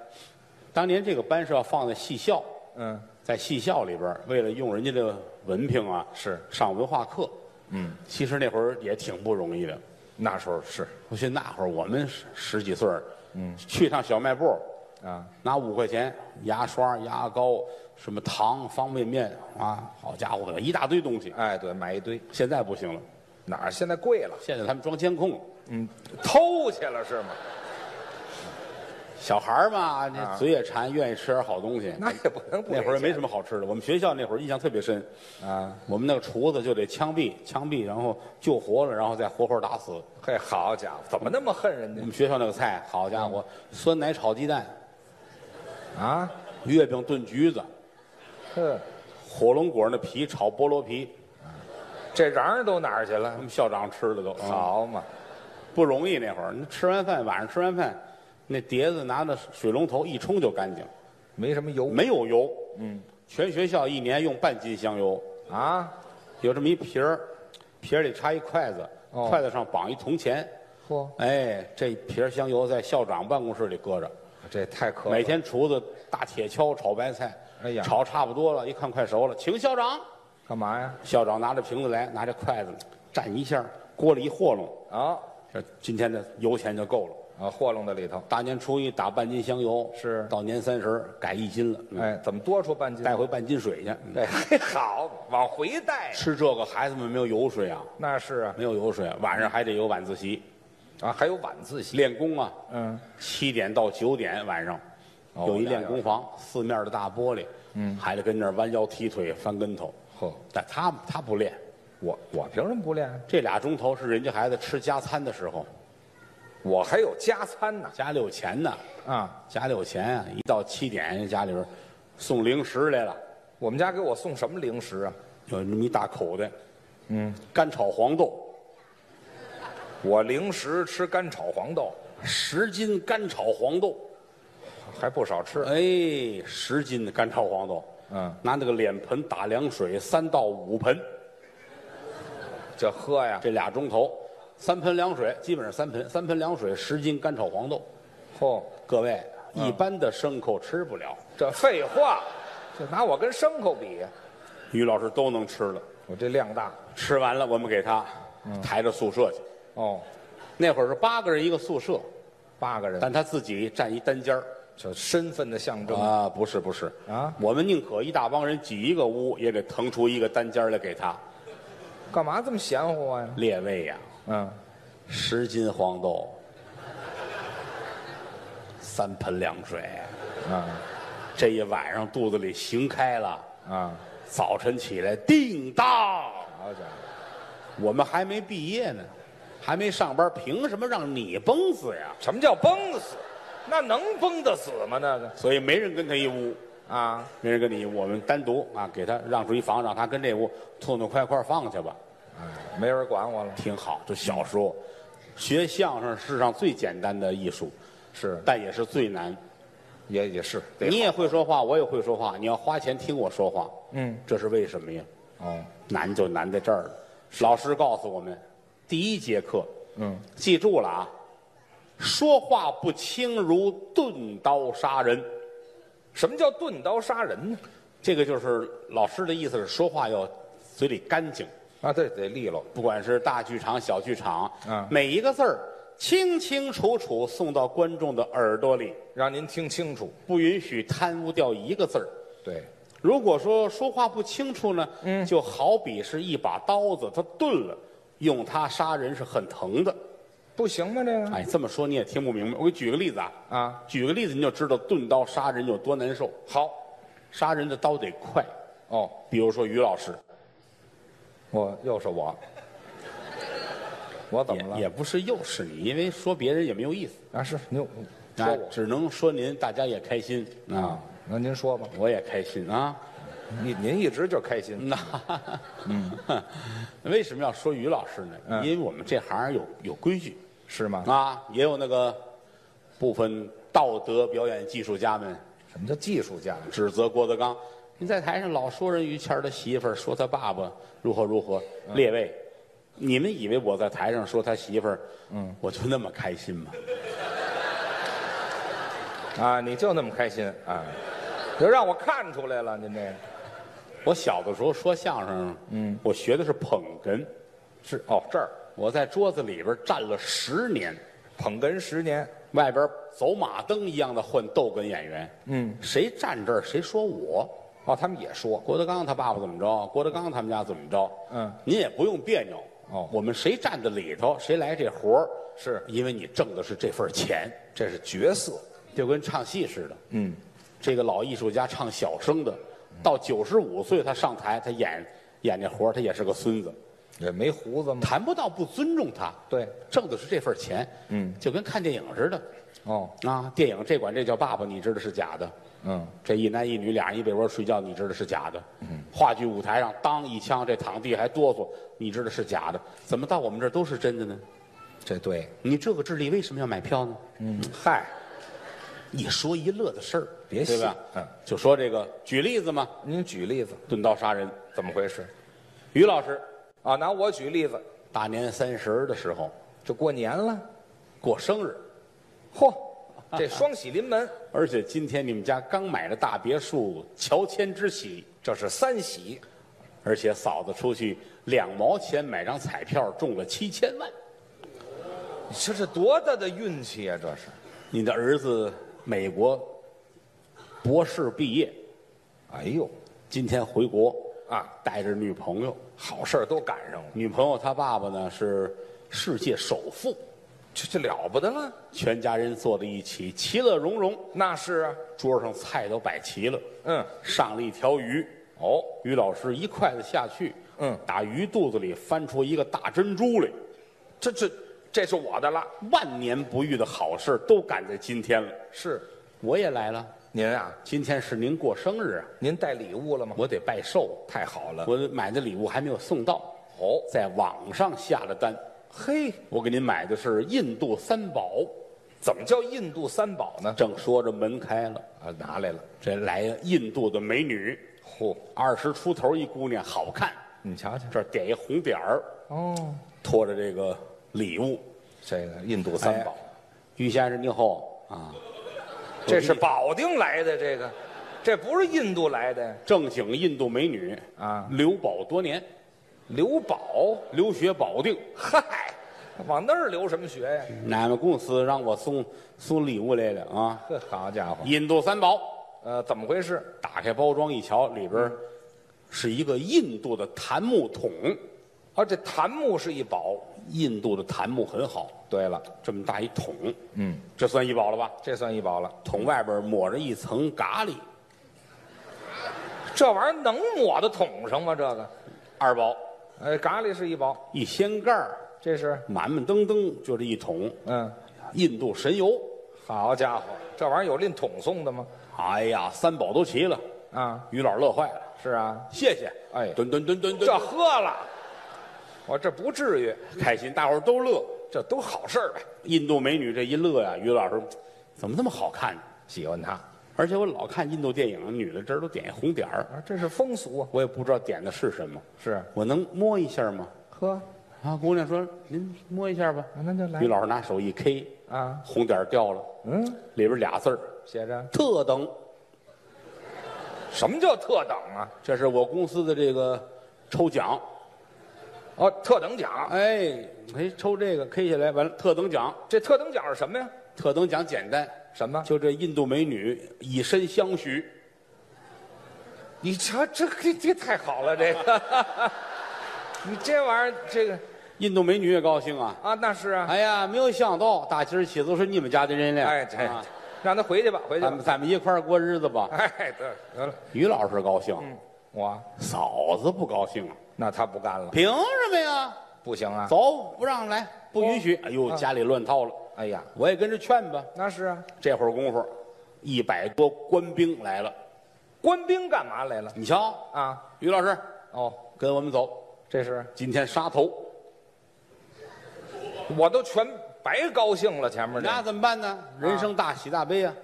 Speaker 1: 当年这个班是要放在戏校，
Speaker 2: 嗯，
Speaker 1: 在戏校里边儿，为了用人家的文凭啊，
Speaker 2: 是
Speaker 1: 上文化课。
Speaker 2: 嗯，
Speaker 1: 其实那会儿也挺不容易的。
Speaker 2: 那时候是
Speaker 1: 我去那会儿我们十十几岁嗯，去趟小卖部，
Speaker 2: 啊，
Speaker 1: 拿五块钱，牙刷、牙膏、什么糖、方便面啊，好家伙的一大堆东西。
Speaker 2: 哎，对，买一堆，
Speaker 1: 现在不行了，
Speaker 2: 哪儿现在贵了？
Speaker 1: 现在他们装监控了。
Speaker 2: 嗯，偷去了是吗？
Speaker 1: 小孩儿嘛，这
Speaker 2: 啊
Speaker 1: 嘴也馋，愿意吃点好东西。
Speaker 2: 那也不能不
Speaker 1: 那会儿也没什
Speaker 2: 么
Speaker 1: 么好吃的。我们学校那会儿印象特别深，
Speaker 2: 啊，
Speaker 1: 我们那个厨子就得枪毙，枪毙，然后救活了，然后再活活打死。
Speaker 2: 嘿，好家伙，怎么那么恨人
Speaker 1: 我
Speaker 2: 家
Speaker 1: 们学校那个菜，好家伙，
Speaker 2: 嗯
Speaker 1: 酸奶炒鸡蛋，
Speaker 2: 啊？
Speaker 1: 月饼炖橘子，
Speaker 2: 哼，
Speaker 1: 火龙果那皮炒菠萝皮，
Speaker 2: 这瓤儿都哪儿去
Speaker 1: 他
Speaker 2: 了？
Speaker 1: 们校长吃了都，啊
Speaker 2: 好嘛，
Speaker 1: 不容易。那会儿，那吃完饭，晚上吃完饭，那碟子拿到水龙头一冲就干净，
Speaker 2: 没什么油
Speaker 1: 没有油。嗯，全学校一年用半斤香油，
Speaker 2: 啊？
Speaker 1: 有这么一瓶儿，瓶儿里插一筷子，
Speaker 2: 哦
Speaker 1: 筷子上绑一铜钱。
Speaker 2: 嚯，
Speaker 1: 哎，这瓶香油在校长办公室里搁着，
Speaker 2: 这太可
Speaker 1: 每天厨子大铁锹炒白菜，
Speaker 2: 哦哎呀
Speaker 1: 炒差不多了，一看快熟了，请校长。
Speaker 2: 干嘛呀？
Speaker 1: 校长拿着瓶子来，拿着筷子蘸一下，锅里一和弄，
Speaker 2: 啊
Speaker 1: 这今天的油钱就够了。
Speaker 2: 啊，和弄到里头，
Speaker 1: 大年初一打半斤香油，
Speaker 2: 是
Speaker 1: 到年三十儿改一斤了，嗯，
Speaker 2: 哎，怎么多出半斤？
Speaker 1: 带回半斤水去。嗯
Speaker 2: 哎，嘿好，往回带，
Speaker 1: 吃这个孩子们没有油水啊，
Speaker 2: 那是啊
Speaker 1: 没有油水，晚上还得有晚自习
Speaker 2: 啊，还有晚自习，
Speaker 1: 练功啊，
Speaker 2: 嗯，
Speaker 1: 七点到九点晚上，
Speaker 2: 哦
Speaker 1: 有一练功房，四面的大玻璃，嗯，孩子跟那儿弯腰踢腿翻跟头，
Speaker 2: 嚯，
Speaker 1: 但他他不练，
Speaker 2: 我我凭什么不练？
Speaker 1: 这俩钟头是人家孩子吃加餐的时候，
Speaker 2: 我还有加餐呢
Speaker 1: 家里有钱呢，
Speaker 2: 啊！
Speaker 1: 家里有钱啊，一到七点家里边送零食来了，
Speaker 2: 我们家给我送什么零食啊？
Speaker 1: 有那么一大口袋，
Speaker 2: 嗯，
Speaker 1: 干炒黄豆，
Speaker 2: 我零食吃干炒黄豆，
Speaker 1: 十斤干炒黄豆，
Speaker 2: 还不少吃。
Speaker 1: 哎，十斤的干炒黄豆，
Speaker 2: 嗯，
Speaker 1: 拿那个脸盆打凉水三到五盆，
Speaker 2: 这喝呀，
Speaker 1: 这俩钟头，三盆凉水，基本上三盆，三盆凉水，十斤干炒黄豆。
Speaker 2: 嚯，
Speaker 1: 各位，
Speaker 2: 嗯
Speaker 1: 一般的牲口吃不了，
Speaker 2: 这废话，这拿我跟牲口比呀，
Speaker 1: 于老师都能吃了。
Speaker 2: 我这量大
Speaker 1: 吃完了，我们给他
Speaker 2: 嗯
Speaker 1: 抬到宿舍去。
Speaker 2: 哦，
Speaker 1: 那会儿是八个人一个宿舍，
Speaker 2: 八个人，
Speaker 1: 但他自己占一单间儿
Speaker 2: 这身份的象征。
Speaker 1: 啊，不是不是
Speaker 2: 嗯啊
Speaker 1: 我们宁可一大帮人挤一个屋，也得腾出一个单间儿来给他。
Speaker 2: 干嘛这么嫌乎我呀？
Speaker 1: 列位呀、
Speaker 2: 嗯，
Speaker 1: 十斤黄豆，三盆凉水，
Speaker 2: 啊
Speaker 1: 这一晚上肚子里行开了，
Speaker 2: 啊，
Speaker 1: 早晨起来叮当，
Speaker 2: 好家伙，
Speaker 1: 我们还没毕业呢，还没上班，凭什么让你崩死呀？
Speaker 2: 什么叫崩死？那能崩得死吗？那个
Speaker 1: 所以没人跟他一屋，
Speaker 2: 啊，
Speaker 1: 没人跟你，我们单独啊，给他让出一房，让他跟这屋痛痛快快放去吧，
Speaker 2: 没人管我了。
Speaker 1: 挺好。就小时候，学相声是世上最简单的艺术，
Speaker 2: 是，
Speaker 1: 但也是最难。
Speaker 2: 也也是，对
Speaker 1: 你也会说话，我也会说话，你要花钱听我说话，
Speaker 2: 嗯，
Speaker 1: 这是为什么呀？
Speaker 2: 哦，
Speaker 1: 难就难在这儿了。老师告诉我们，第一节课，
Speaker 2: 嗯，
Speaker 1: 记住了啊，说话不轻如钝刀杀人，
Speaker 2: 什么叫钝刀杀人呢？
Speaker 1: 这个就是老师的意思是说话要嘴里干净。
Speaker 2: 啊，对，得利落。
Speaker 1: 不管是大剧场、小剧场，
Speaker 2: 嗯
Speaker 1: 每一个字儿清清楚楚送到观众的耳朵里，
Speaker 2: 让您听清楚。
Speaker 1: 不允许贪污掉一个字儿。
Speaker 2: 对，
Speaker 1: 如果说说话不清楚呢，嗯，就好比是一把刀子，它钝了，用它杀人是很疼的。
Speaker 2: 不行吗？这个
Speaker 1: 哎，这么说你也听不明白。我给举个例子啊，
Speaker 2: 啊，
Speaker 1: 举个例子你就知道钝刀杀人有多难受。
Speaker 2: 好
Speaker 1: 杀人的刀得快，
Speaker 2: 哦，
Speaker 1: 比如说于老师，
Speaker 2: 我又是我，我怎么
Speaker 1: 也
Speaker 2: 了？
Speaker 1: 也不是又是你，因为说别人也没有意思，
Speaker 2: 啊，是您说
Speaker 1: 哎
Speaker 2: 我
Speaker 1: 只能说您，大家也开心啊。
Speaker 2: 啊，那您说吧。
Speaker 1: 我也开心啊。
Speaker 2: 您您一直就开心
Speaker 1: 那，嗯， 为什么要说于老师呢？
Speaker 2: 嗯
Speaker 1: 因为我们这行有有规矩
Speaker 2: 是吗？
Speaker 1: 啊，也有那个部分道德表演技术家们
Speaker 2: 什么叫技术家？
Speaker 1: 指责郭德纲，您在台上老说人于谦儿的媳妇儿，说他爸爸如何如何。列位，你们以为我在台上说他媳妇儿，嗯，我就那么开心吗？
Speaker 2: 啊，你就那么开心啊？就让我看出来了，您这个
Speaker 1: 我小的时候说相声，嗯，我学的是捧哏，
Speaker 2: 是哦，这儿
Speaker 1: 我在桌子里边站了十年。
Speaker 2: 捧哏十年，
Speaker 1: 外边走马灯一样的换逗哏演员，
Speaker 2: 嗯，
Speaker 1: 谁站这儿谁说我，
Speaker 2: 哦，他们也说
Speaker 1: 郭德纲他爸爸怎么着，郭德纲他们家怎么着，
Speaker 2: 嗯，
Speaker 1: 您也不用别扭
Speaker 2: 哦
Speaker 1: 我们谁站在里头谁来这活儿，
Speaker 2: 是
Speaker 1: 因为你挣的是这份钱，
Speaker 2: 这是角色，
Speaker 1: 就跟唱戏似的，
Speaker 2: 嗯，
Speaker 1: 这个老艺术家唱小生的，到九十五岁他上台他演演这活儿他也是个孙子，
Speaker 2: 也没胡子嘛，
Speaker 1: 谈不到不尊重他，
Speaker 2: 对，
Speaker 1: 挣的是这份钱，
Speaker 2: 嗯，
Speaker 1: 就跟看电影似的。
Speaker 2: 哦，
Speaker 1: 啊，电影这管这叫爸爸，你知道是假的。
Speaker 2: 嗯，
Speaker 1: 这一男一女俩人一被窝睡觉，你知道是假的。话剧舞台上当一枪，这躺地还哆嗦，你知道是假的。怎么到我们这儿都是真的呢？
Speaker 2: 这对，
Speaker 1: 你这个智力为什么要买票呢？
Speaker 2: 嗯，嗨，
Speaker 1: 一说一乐的事儿，
Speaker 2: 别
Speaker 1: 对吧
Speaker 2: 信？嗯，
Speaker 1: 就说这个，举例子嘛，
Speaker 2: 您举例子，
Speaker 1: 钝刀杀人。
Speaker 2: 怎么回事？
Speaker 1: 于老师
Speaker 2: 啊，拿我举例子，
Speaker 1: 大年三十儿的时候
Speaker 2: 这过年了，
Speaker 1: 过生日，
Speaker 2: 嚯，这双喜临门，
Speaker 1: 而且今天你们家刚买的大别墅乔迁之喜，
Speaker 2: 这是三喜，
Speaker 1: 而且嫂子出去两毛钱买张彩票中了七千万。
Speaker 2: 你说这多大的运气啊！这是
Speaker 1: 你的儿子美国博士毕业，
Speaker 2: 哎呦，
Speaker 1: 今天回国
Speaker 2: 啊，
Speaker 1: 带着女朋友，
Speaker 2: 好事儿都赶上了，
Speaker 1: 女朋友她爸爸呢是世界首富，
Speaker 2: 这这了不得了。
Speaker 1: 全家人坐在一起，其乐融融，
Speaker 2: 那是啊，
Speaker 1: 桌上菜都摆齐了，
Speaker 2: 嗯，
Speaker 1: 上了一条鱼，
Speaker 2: 哦，
Speaker 1: 于老师一筷子下去，
Speaker 2: 嗯
Speaker 1: 打鱼肚子里翻出一个大珍珠来，
Speaker 2: 这这这是我的了，
Speaker 1: 万年不遇的好事都赶在今天了，
Speaker 2: 是
Speaker 1: 我也来了，
Speaker 2: 您啊，
Speaker 1: 今天是您过生日啊，
Speaker 2: 您带礼物了吗？
Speaker 1: 我得拜寿，
Speaker 2: 太好了，
Speaker 1: 我买的礼物还没有送到。
Speaker 2: 哦，
Speaker 1: 在网上下了单，
Speaker 2: 嘿，
Speaker 1: 我给您买的是印度三宝。
Speaker 2: 怎么叫印度三宝呢？
Speaker 1: 正说着，门开了，
Speaker 2: 啊，拿来了。
Speaker 1: 这来了印度的美女，
Speaker 2: 嚯，
Speaker 1: 二十出头一姑娘，好看。
Speaker 2: 你瞧瞧，
Speaker 1: 这儿点一红点儿，
Speaker 2: 哦，
Speaker 1: 拖着这个礼物。
Speaker 2: 这个印度三宝，
Speaker 1: 哎于先生，你好啊，
Speaker 2: 这是保定来的，这个，这不是印度来的
Speaker 1: 正经印度美女
Speaker 2: 啊
Speaker 1: 留保多年，
Speaker 2: 刘宝，
Speaker 1: 留学保定。
Speaker 2: 嗨，往那儿留什么学呀？
Speaker 1: 俺们公司让我送送礼物来了啊，
Speaker 2: 呵，好家伙，
Speaker 1: 印度三宝。
Speaker 2: 呃，怎么回事？
Speaker 1: 打开包装一瞧，里边儿是一个印度的檀木桶，
Speaker 2: 啊，这檀木是一宝。
Speaker 1: 印度的檀木很好，
Speaker 2: 对了，
Speaker 1: 这么大一桶，
Speaker 2: 嗯，
Speaker 1: 这算医保了吧？
Speaker 2: 这算一宝了。
Speaker 1: 桶外边抹着一层咖喱，
Speaker 2: 这玩意儿能抹到桶上吗？这个，
Speaker 1: 二宝
Speaker 2: 呃，咖喱是一宝，
Speaker 1: 一掀盖儿，
Speaker 2: 这是，
Speaker 1: 满满登登就这一桶
Speaker 2: 嗯，
Speaker 1: 印度神油。
Speaker 2: 好家伙，这玩意儿有拎桶送的吗？
Speaker 1: 哎呀，三宝都齐了，
Speaker 2: 啊，
Speaker 1: 于老师乐坏了，
Speaker 2: 是啊，
Speaker 1: 谢谢。
Speaker 2: 哎
Speaker 1: 吨吨吨吨
Speaker 2: 这
Speaker 1: 吨，
Speaker 2: 喝了，我这不至于，
Speaker 1: 开心，大伙儿都乐。
Speaker 2: 这都好事儿呗。
Speaker 1: 印度美女这一乐呀，于老师怎么那么好看呢？
Speaker 2: 喜欢他
Speaker 1: 而且我老看印度电影，女的这儿都点一红点儿，
Speaker 2: 啊，这是风俗啊。
Speaker 1: 我也不知道点的是什么。
Speaker 2: 是
Speaker 1: 我能摸一下吗？
Speaker 2: 喝，
Speaker 1: 啊，姑娘说您摸一下吧。
Speaker 2: 那就
Speaker 1: 于老师拿手一 K，
Speaker 2: 啊，
Speaker 1: 红点儿掉了，
Speaker 2: 嗯，
Speaker 1: 里边俩字儿
Speaker 2: 写着
Speaker 1: 特等。
Speaker 2: 什么叫特等啊？
Speaker 1: 这是我公司的这个抽奖，
Speaker 2: 哦，特等奖，
Speaker 1: 哎，哎，抽这个 K 下来，完了特等奖，
Speaker 2: 这特等奖是什么呀？
Speaker 1: 特等奖简单，
Speaker 2: 什么？
Speaker 1: 就这印度美女以身相许，
Speaker 2: 你瞧，这这这太好了，这个，你这玩意儿，这个
Speaker 1: 印度美女也高兴啊。
Speaker 2: 啊，那是啊，
Speaker 1: 哎呀，没有想到大今儿起都是你们家的人了。
Speaker 2: 哎，这
Speaker 1: 啊
Speaker 2: 让他回去吧，回去
Speaker 1: 咱
Speaker 2: 吧
Speaker 1: 们。咱们一块儿过日子吧。
Speaker 2: 哎，得得了，嗯
Speaker 1: 于老师高兴，
Speaker 2: 我
Speaker 1: 嫂子不高兴，啊
Speaker 2: 那他不干了，
Speaker 1: 凭什么呀？
Speaker 2: 不行啊。
Speaker 1: 走，不让来，不允许。哎呦，
Speaker 2: 啊
Speaker 1: 家里乱套了。
Speaker 2: 哎呀，
Speaker 1: 我也跟着劝吧。
Speaker 2: 那是啊，
Speaker 1: 这会儿功夫，一百多官兵来了。
Speaker 2: 官兵干嘛来了
Speaker 1: 你瞧，
Speaker 2: 啊？
Speaker 1: 于老师
Speaker 2: 哦，
Speaker 1: 跟我们走，
Speaker 2: 这是
Speaker 1: 今天杀头，
Speaker 2: 我都全白高兴了，前面
Speaker 1: 那
Speaker 2: 这
Speaker 1: 怎么办呢？人生大喜大悲啊！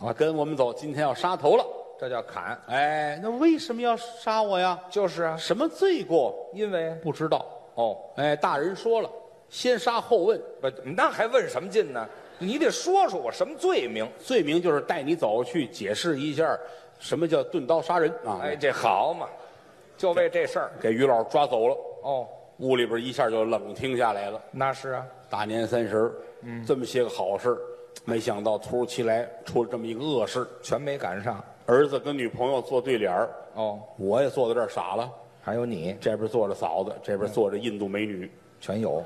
Speaker 1: 啊，跟我们走，今天要杀头了。
Speaker 2: 这叫砍，
Speaker 1: 哎，那为什么要杀我呀？
Speaker 2: 就是啊，
Speaker 1: 什么罪过？
Speaker 2: 因为
Speaker 1: 不知道。
Speaker 2: 哦，
Speaker 1: 哎，大人说了，先杀后问，
Speaker 2: 不，那还问什么劲呢？你得说说我什么罪名。
Speaker 1: 罪名就是带你走去解释一下什么叫钝刀杀人啊！
Speaker 2: 哎，，这好嘛，就为这事儿
Speaker 1: 给于老师抓走了，
Speaker 2: 哦，
Speaker 1: 屋里边一下就冷清下来了。
Speaker 2: 那是啊，
Speaker 1: 大年三十，嗯，这么些个好事，没想到突如其来出了这么一个恶事。
Speaker 2: 全没赶上
Speaker 1: 儿子跟女朋友做对联儿，
Speaker 2: 哦，
Speaker 1: 我也坐在这儿傻了。
Speaker 2: 还有你
Speaker 1: 这边坐着嫂子，这边坐着印度美女，
Speaker 2: 全有，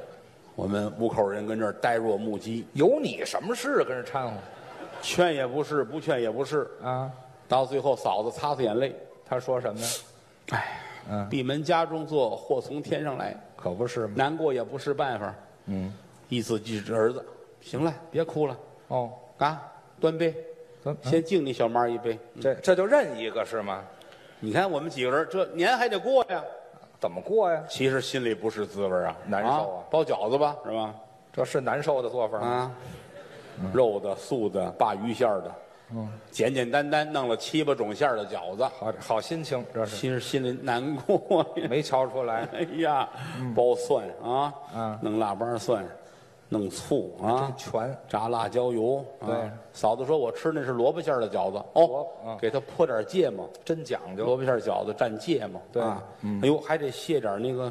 Speaker 1: 我们五口人跟这儿呆若木鸡，
Speaker 2: 有你什么事跟人掺和
Speaker 1: 劝也不是，不劝也不是。
Speaker 2: 啊？
Speaker 1: 到最后，嫂子擦擦眼泪，
Speaker 2: 他说什么呀？
Speaker 1: 哎，
Speaker 2: 嗯
Speaker 1: 闭门家中坐，祸从天上来，
Speaker 2: 可不是吗？
Speaker 1: 难过也不是办法。
Speaker 2: 嗯，
Speaker 1: 意思就是儿子，行了，别哭了，
Speaker 2: 哦，
Speaker 1: 啊，端杯，
Speaker 2: 咱
Speaker 1: 先敬你小妈一杯。
Speaker 2: 这这就认一个是吗？
Speaker 1: 你看我们几个人这年还得过呀，
Speaker 2: 怎么过呀？
Speaker 1: 其实心里不是滋味啊，
Speaker 2: 难受啊
Speaker 1: 包饺子吧，是吧？
Speaker 2: 这是难受的做法吗？
Speaker 1: 啊，肉的、素的、鲅鱼馅儿的，
Speaker 2: 嗯，
Speaker 1: 简简单单弄了七八种馅儿的饺子，
Speaker 2: 好好心情，这是
Speaker 1: 其实心里难过呀。
Speaker 2: 没瞧出来。
Speaker 1: 哎呀，包蒜啊，
Speaker 2: 嗯
Speaker 1: 弄腊八蒜，弄醋啊，
Speaker 2: 全
Speaker 1: 炸辣椒油。啊
Speaker 2: 对，
Speaker 1: 嫂子说我吃那是萝卜馅儿的饺子，
Speaker 2: 萝
Speaker 1: 哦
Speaker 2: 卜，嗯
Speaker 1: 给他泼点芥末，
Speaker 2: 真讲究，
Speaker 1: 萝卜馅儿饺子蘸芥末。
Speaker 2: 对嗯
Speaker 1: 啊哎呦，还得卸点那个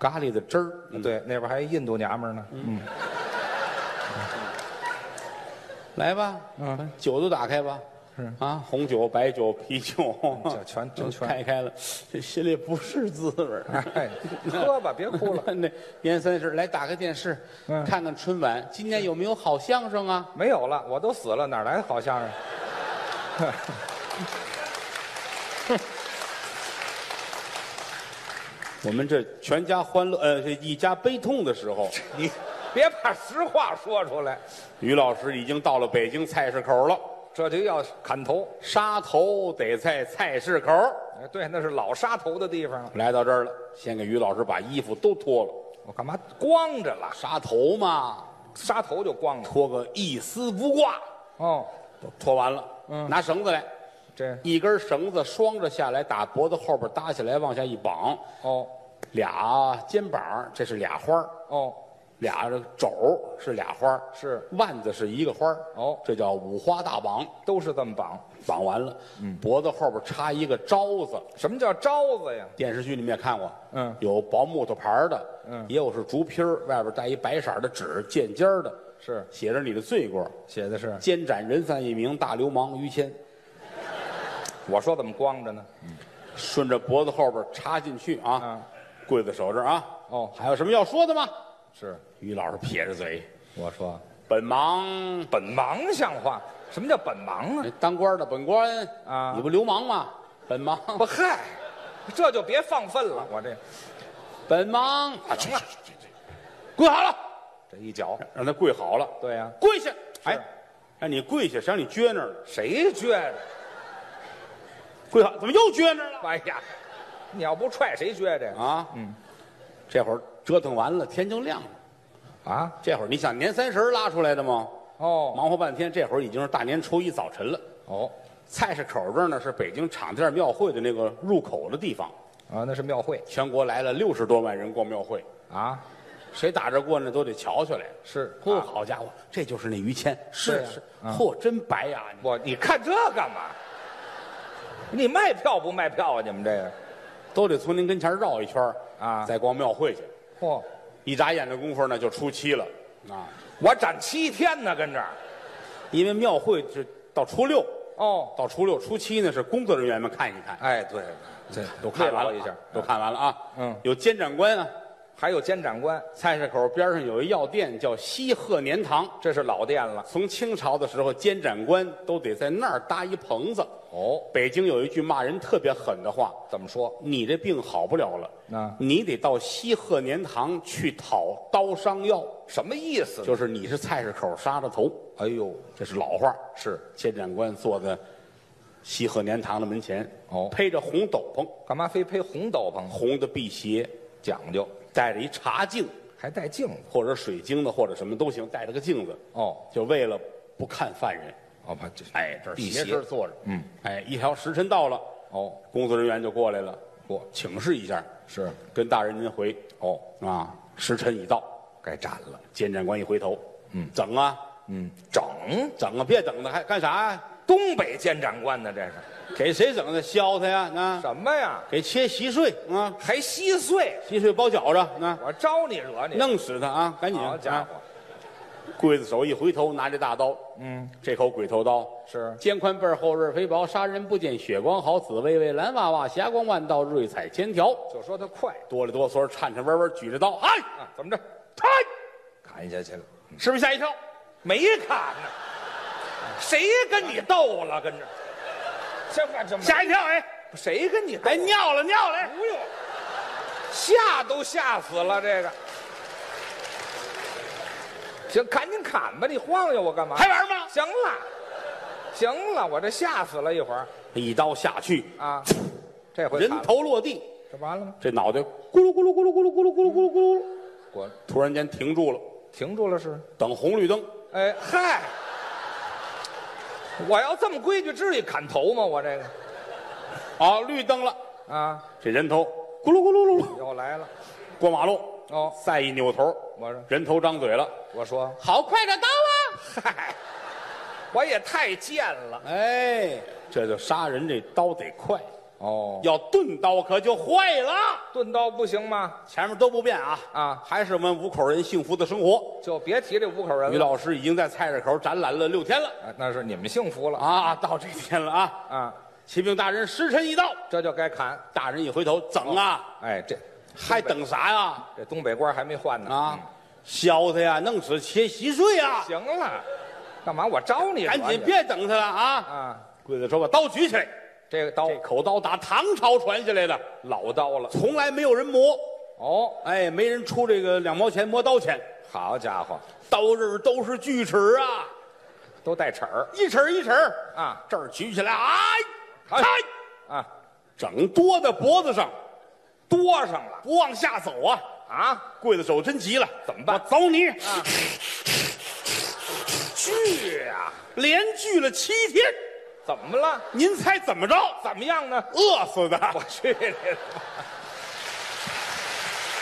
Speaker 1: 咖喱的汁儿。嗯，
Speaker 2: 对，那边还有印度娘们儿呢，嗯，
Speaker 1: 来吧，
Speaker 2: 嗯，
Speaker 1: 酒都打开吧。
Speaker 2: 是嗯
Speaker 1: 啊，红酒、白酒、啤酒，
Speaker 2: 这 全真
Speaker 1: 都
Speaker 2: 全
Speaker 1: 开开了，这心里不是滋味儿。，
Speaker 2: 哎，喝吧，别哭了
Speaker 1: 那年三十来打开电视，
Speaker 2: 嗯
Speaker 1: 看看春晚，今年有没有好相声啊？
Speaker 2: 没有了，我都死了，哪来的好 相声？
Speaker 1: 我们这全家欢乐，呃，这一家悲痛的时 候，
Speaker 2: 你别把实话说出来，
Speaker 1: 于老师已经到了北京菜市口了。
Speaker 2: 这就要砍头。
Speaker 1: 杀头得在菜市口。
Speaker 2: 哎对，那是老杀头的地方了。
Speaker 1: 来到这儿了，先给于老师把衣服都脱了，
Speaker 2: 我干嘛光着了？
Speaker 1: 杀头嘛，
Speaker 2: 杀头就光了。
Speaker 1: 脱个一丝不挂，
Speaker 2: 哦，
Speaker 1: 都脱完了，
Speaker 2: 嗯
Speaker 1: 拿绳子来，
Speaker 2: 这
Speaker 1: 一根绳子双着下来，打脖子后边搭起来，往下一绑，
Speaker 2: 哦
Speaker 1: 俩肩膀，这是俩花儿
Speaker 2: 哦
Speaker 1: 俩这肘是俩花儿
Speaker 2: 是
Speaker 1: 腕子是一个花儿
Speaker 2: 哦
Speaker 1: 这叫五花大绑。
Speaker 2: 都是这么绑。
Speaker 1: 绑完了，
Speaker 2: 嗯
Speaker 1: 脖子后边插一个招子。
Speaker 2: 什么叫招子呀？
Speaker 1: 电视剧你们也看过，
Speaker 2: 嗯
Speaker 1: 有薄木头牌儿的，
Speaker 2: 嗯
Speaker 1: 也有是竹皮儿，外边带一白色儿的纸，尖尖儿的，
Speaker 2: 是嗯
Speaker 1: 写着你的罪过，
Speaker 2: 写的是
Speaker 1: 监斩人犯一名大流氓于谦，
Speaker 2: 我说怎么光着呢？
Speaker 1: 顺着脖子后边插进去啊，
Speaker 2: 嗯
Speaker 1: 刽子手这儿啊，
Speaker 2: 哦
Speaker 1: 还有什么要说的吗？
Speaker 2: 是
Speaker 1: 于老师撇着嘴，
Speaker 2: 我说
Speaker 1: 本忙，
Speaker 2: 本忙像话。什么叫本忙啊？
Speaker 1: 当官的本官
Speaker 2: 啊
Speaker 1: 你不流氓吗？本忙，
Speaker 2: 不嗨，这就别放粪了。我这
Speaker 1: 本忙，啊去
Speaker 2: 行了，
Speaker 1: 跪好了，
Speaker 2: 这一脚，
Speaker 1: 让他跪好了，
Speaker 2: 对呀
Speaker 1: 跪下，哎，让你跪下，谁让你撅那儿了？
Speaker 2: 谁撅着？
Speaker 1: 跪好，怎么又撅那儿了？
Speaker 2: 哎呀，你要不踹谁撅着呀？
Speaker 1: 啊，嗯，这会儿折腾完了，天就亮了。
Speaker 2: 啊，
Speaker 1: 这会儿你想年三十儿拉出来的吗？
Speaker 2: 哦
Speaker 1: 忙活半天，这会儿已经是大年初一早晨了。
Speaker 2: 哦
Speaker 1: 菜市口这儿呢是北京场店庙会的那个入口的地方，
Speaker 2: 啊，那是庙会
Speaker 1: 全国来了六十多万人逛庙会，
Speaker 2: 啊，
Speaker 1: 谁打这过呢都得瞧瞧来。
Speaker 2: 是
Speaker 1: 嚯，
Speaker 2: 啊
Speaker 1: 好家伙，这就是那于谦，
Speaker 2: 对
Speaker 1: 是啊
Speaker 2: 呀
Speaker 1: 是，
Speaker 2: 嗯
Speaker 1: 嚯，真白呀！
Speaker 2: 我你看这干嘛？你卖票不卖票啊？你们这个，
Speaker 1: 都得从您跟前绕一圈儿
Speaker 2: 啊
Speaker 1: 再逛庙会去。
Speaker 2: 嚯、
Speaker 1: 一眨眼的功夫呢，就初七了啊！
Speaker 2: 我展七天呢，跟这儿。
Speaker 1: 因为庙会是到初六，
Speaker 2: 哦，
Speaker 1: 到初六、初七呢是工作人员们看一看，
Speaker 2: 哎，对，这
Speaker 1: 都看完
Speaker 2: 慰
Speaker 1: 了
Speaker 2: 劳一下，
Speaker 1: 都看完了啊。
Speaker 2: 嗯
Speaker 1: 有监斩官啊，
Speaker 2: 还有监斩官，
Speaker 1: 菜市口边上有一药店叫西鹤年堂，
Speaker 2: 这是老店了。
Speaker 1: 从清朝的时候，监斩官都得在那儿搭一棚子。
Speaker 2: 哦，
Speaker 1: 北京有一句骂人特别狠的话
Speaker 2: 怎么说：“？
Speaker 1: 你这病好不了了，
Speaker 2: 啊
Speaker 1: 你得到西鹤年堂去讨刀伤药。”
Speaker 2: 什么意思呢？
Speaker 1: 就是你是菜市口杀的头，
Speaker 2: 哎呦，
Speaker 1: 这是老话。
Speaker 2: 是
Speaker 1: 监斩官坐在西鹤年堂的门前，
Speaker 2: 哦
Speaker 1: 披着红斗篷，
Speaker 2: 干嘛非披红斗篷？
Speaker 1: 红的辟邪，
Speaker 2: 讲究，
Speaker 1: 戴着一茶镜
Speaker 2: 还带镜子。
Speaker 1: 或者水晶的或者什么都行，戴着个镜子，
Speaker 2: 哦，
Speaker 1: 就为了不看犯人。
Speaker 2: 哦，怕这
Speaker 1: 哎，这儿
Speaker 2: 辟
Speaker 1: 斜
Speaker 2: 邪
Speaker 1: 身坐着，
Speaker 2: 嗯，
Speaker 1: 哎，一条时辰到了，
Speaker 2: 哦，
Speaker 1: 工作人员就过来了，
Speaker 2: 嚯
Speaker 1: 请示一下，
Speaker 2: 是
Speaker 1: 跟大人您回
Speaker 2: 哦，
Speaker 1: 啊，时辰已到。
Speaker 2: 该斩了。
Speaker 1: 监斩官一回头，嗯，整啊，
Speaker 2: 嗯，整
Speaker 1: 整啊，别整了，还干啥呀？
Speaker 2: 东北监斩官呢，这是
Speaker 1: 给谁整的？削他呀？那
Speaker 2: 什么呀？
Speaker 1: 给切稀碎啊，
Speaker 2: 还稀碎！
Speaker 1: 稀碎包饺子，那
Speaker 2: 我招你惹你？
Speaker 1: 弄死他啊！赶紧，
Speaker 2: 好家伙
Speaker 1: 啊！，刽子手一回头，拿着大刀，
Speaker 2: 嗯，
Speaker 1: 这口鬼头刀
Speaker 2: 是
Speaker 1: 肩宽背儿厚刃儿肥薄，杀人不见血光，好紫薇薇蓝娃娃，霞光万道，瑞彩千条，
Speaker 2: 就说他快
Speaker 1: 哆里哆嗦，颤颤巍巍，举着刀，哎，
Speaker 2: 啊，怎么着？
Speaker 1: 哎，
Speaker 2: 砍下去了，
Speaker 1: 是不是吓一跳？
Speaker 2: 没砍呢，谁跟你斗了？跟着，这话这么
Speaker 1: 吓一跳，哎，
Speaker 2: 谁跟你斗？
Speaker 1: 哎，尿了尿了，
Speaker 2: 不用，吓都吓死了这个。行，赶紧砍吧，你晃悠我干嘛？
Speaker 1: 还玩吗？
Speaker 2: 行了，行了，我这吓死了一会儿
Speaker 1: 一刀下去，
Speaker 2: 啊，这回
Speaker 1: 人
Speaker 2: 砍了
Speaker 1: 头落地，
Speaker 2: 这完了吗？
Speaker 1: 这脑袋咕噜咕噜咕噜咕噜咕噜咕噜咕噜咕噜，
Speaker 2: 我
Speaker 1: 突然间停住了，
Speaker 2: 停住了是？
Speaker 1: 等红绿灯。
Speaker 2: 哎嗨，我要这么规矩，至于砍头吗？我这个
Speaker 1: 好，哦绿灯了，
Speaker 2: 啊，
Speaker 1: 这人头咕噜咕噜噜噜
Speaker 2: 又来了。
Speaker 1: 过马路，
Speaker 2: 哦
Speaker 1: 再一扭头，
Speaker 2: 我说
Speaker 1: 人头张嘴了，
Speaker 2: 我说，
Speaker 1: 好快的刀啊！
Speaker 2: 嗨，我也太贱了。
Speaker 1: 哎，这就杀人，这刀得快，
Speaker 2: 哦，
Speaker 1: 要钝刀可就坏了。
Speaker 2: 钝刀不行吗？
Speaker 1: 前面都不变啊
Speaker 2: 啊
Speaker 1: 还是我们五口人幸福的生活。
Speaker 2: 就别提这五口人
Speaker 1: 于
Speaker 2: 了。
Speaker 1: 老师已经在菜市口展览了六天了
Speaker 2: 哎那是你们幸福了
Speaker 1: 啊，到这天了啊！
Speaker 2: 啊，
Speaker 1: 启禀大人，时辰已到。
Speaker 2: 这就该砍。
Speaker 1: 大人一回头，整啊，
Speaker 2: 哎，这
Speaker 1: 还等啥呀？
Speaker 2: 这东北官还没换呢。
Speaker 1: 啊，削他呀，弄死切稀碎呀！
Speaker 2: 行了，干嘛我招你惹
Speaker 1: 赶
Speaker 2: 你？
Speaker 1: 紧别等他了啊！哦
Speaker 2: 啊！
Speaker 1: 刽子手把刀举起来，
Speaker 2: 这个刀
Speaker 1: 这口刀打唐朝传下来的，
Speaker 2: 老刀了。
Speaker 1: 从来没有人磨，
Speaker 2: 哦，
Speaker 1: 哎，没人出这个两毛钱磨刀钱，
Speaker 2: 好家伙，
Speaker 1: 刀刃都是锯齿啊，
Speaker 2: 都带齿儿
Speaker 1: 一齿一齿
Speaker 2: 啊，
Speaker 1: 这儿举起来，哎，
Speaker 2: 哎
Speaker 1: 哎，
Speaker 2: 啊，
Speaker 1: 整多在脖子上，
Speaker 2: 多上了。
Speaker 1: 不往下走啊，
Speaker 2: 啊，
Speaker 1: 刽子手真急了，
Speaker 2: 怎么办
Speaker 1: 我凿你，
Speaker 2: 去呀、
Speaker 1: 连锯了七天，
Speaker 2: 怎么了？
Speaker 1: 您猜怎么着？
Speaker 2: 怎么样呢？
Speaker 1: 饿死的。
Speaker 2: 我去你的！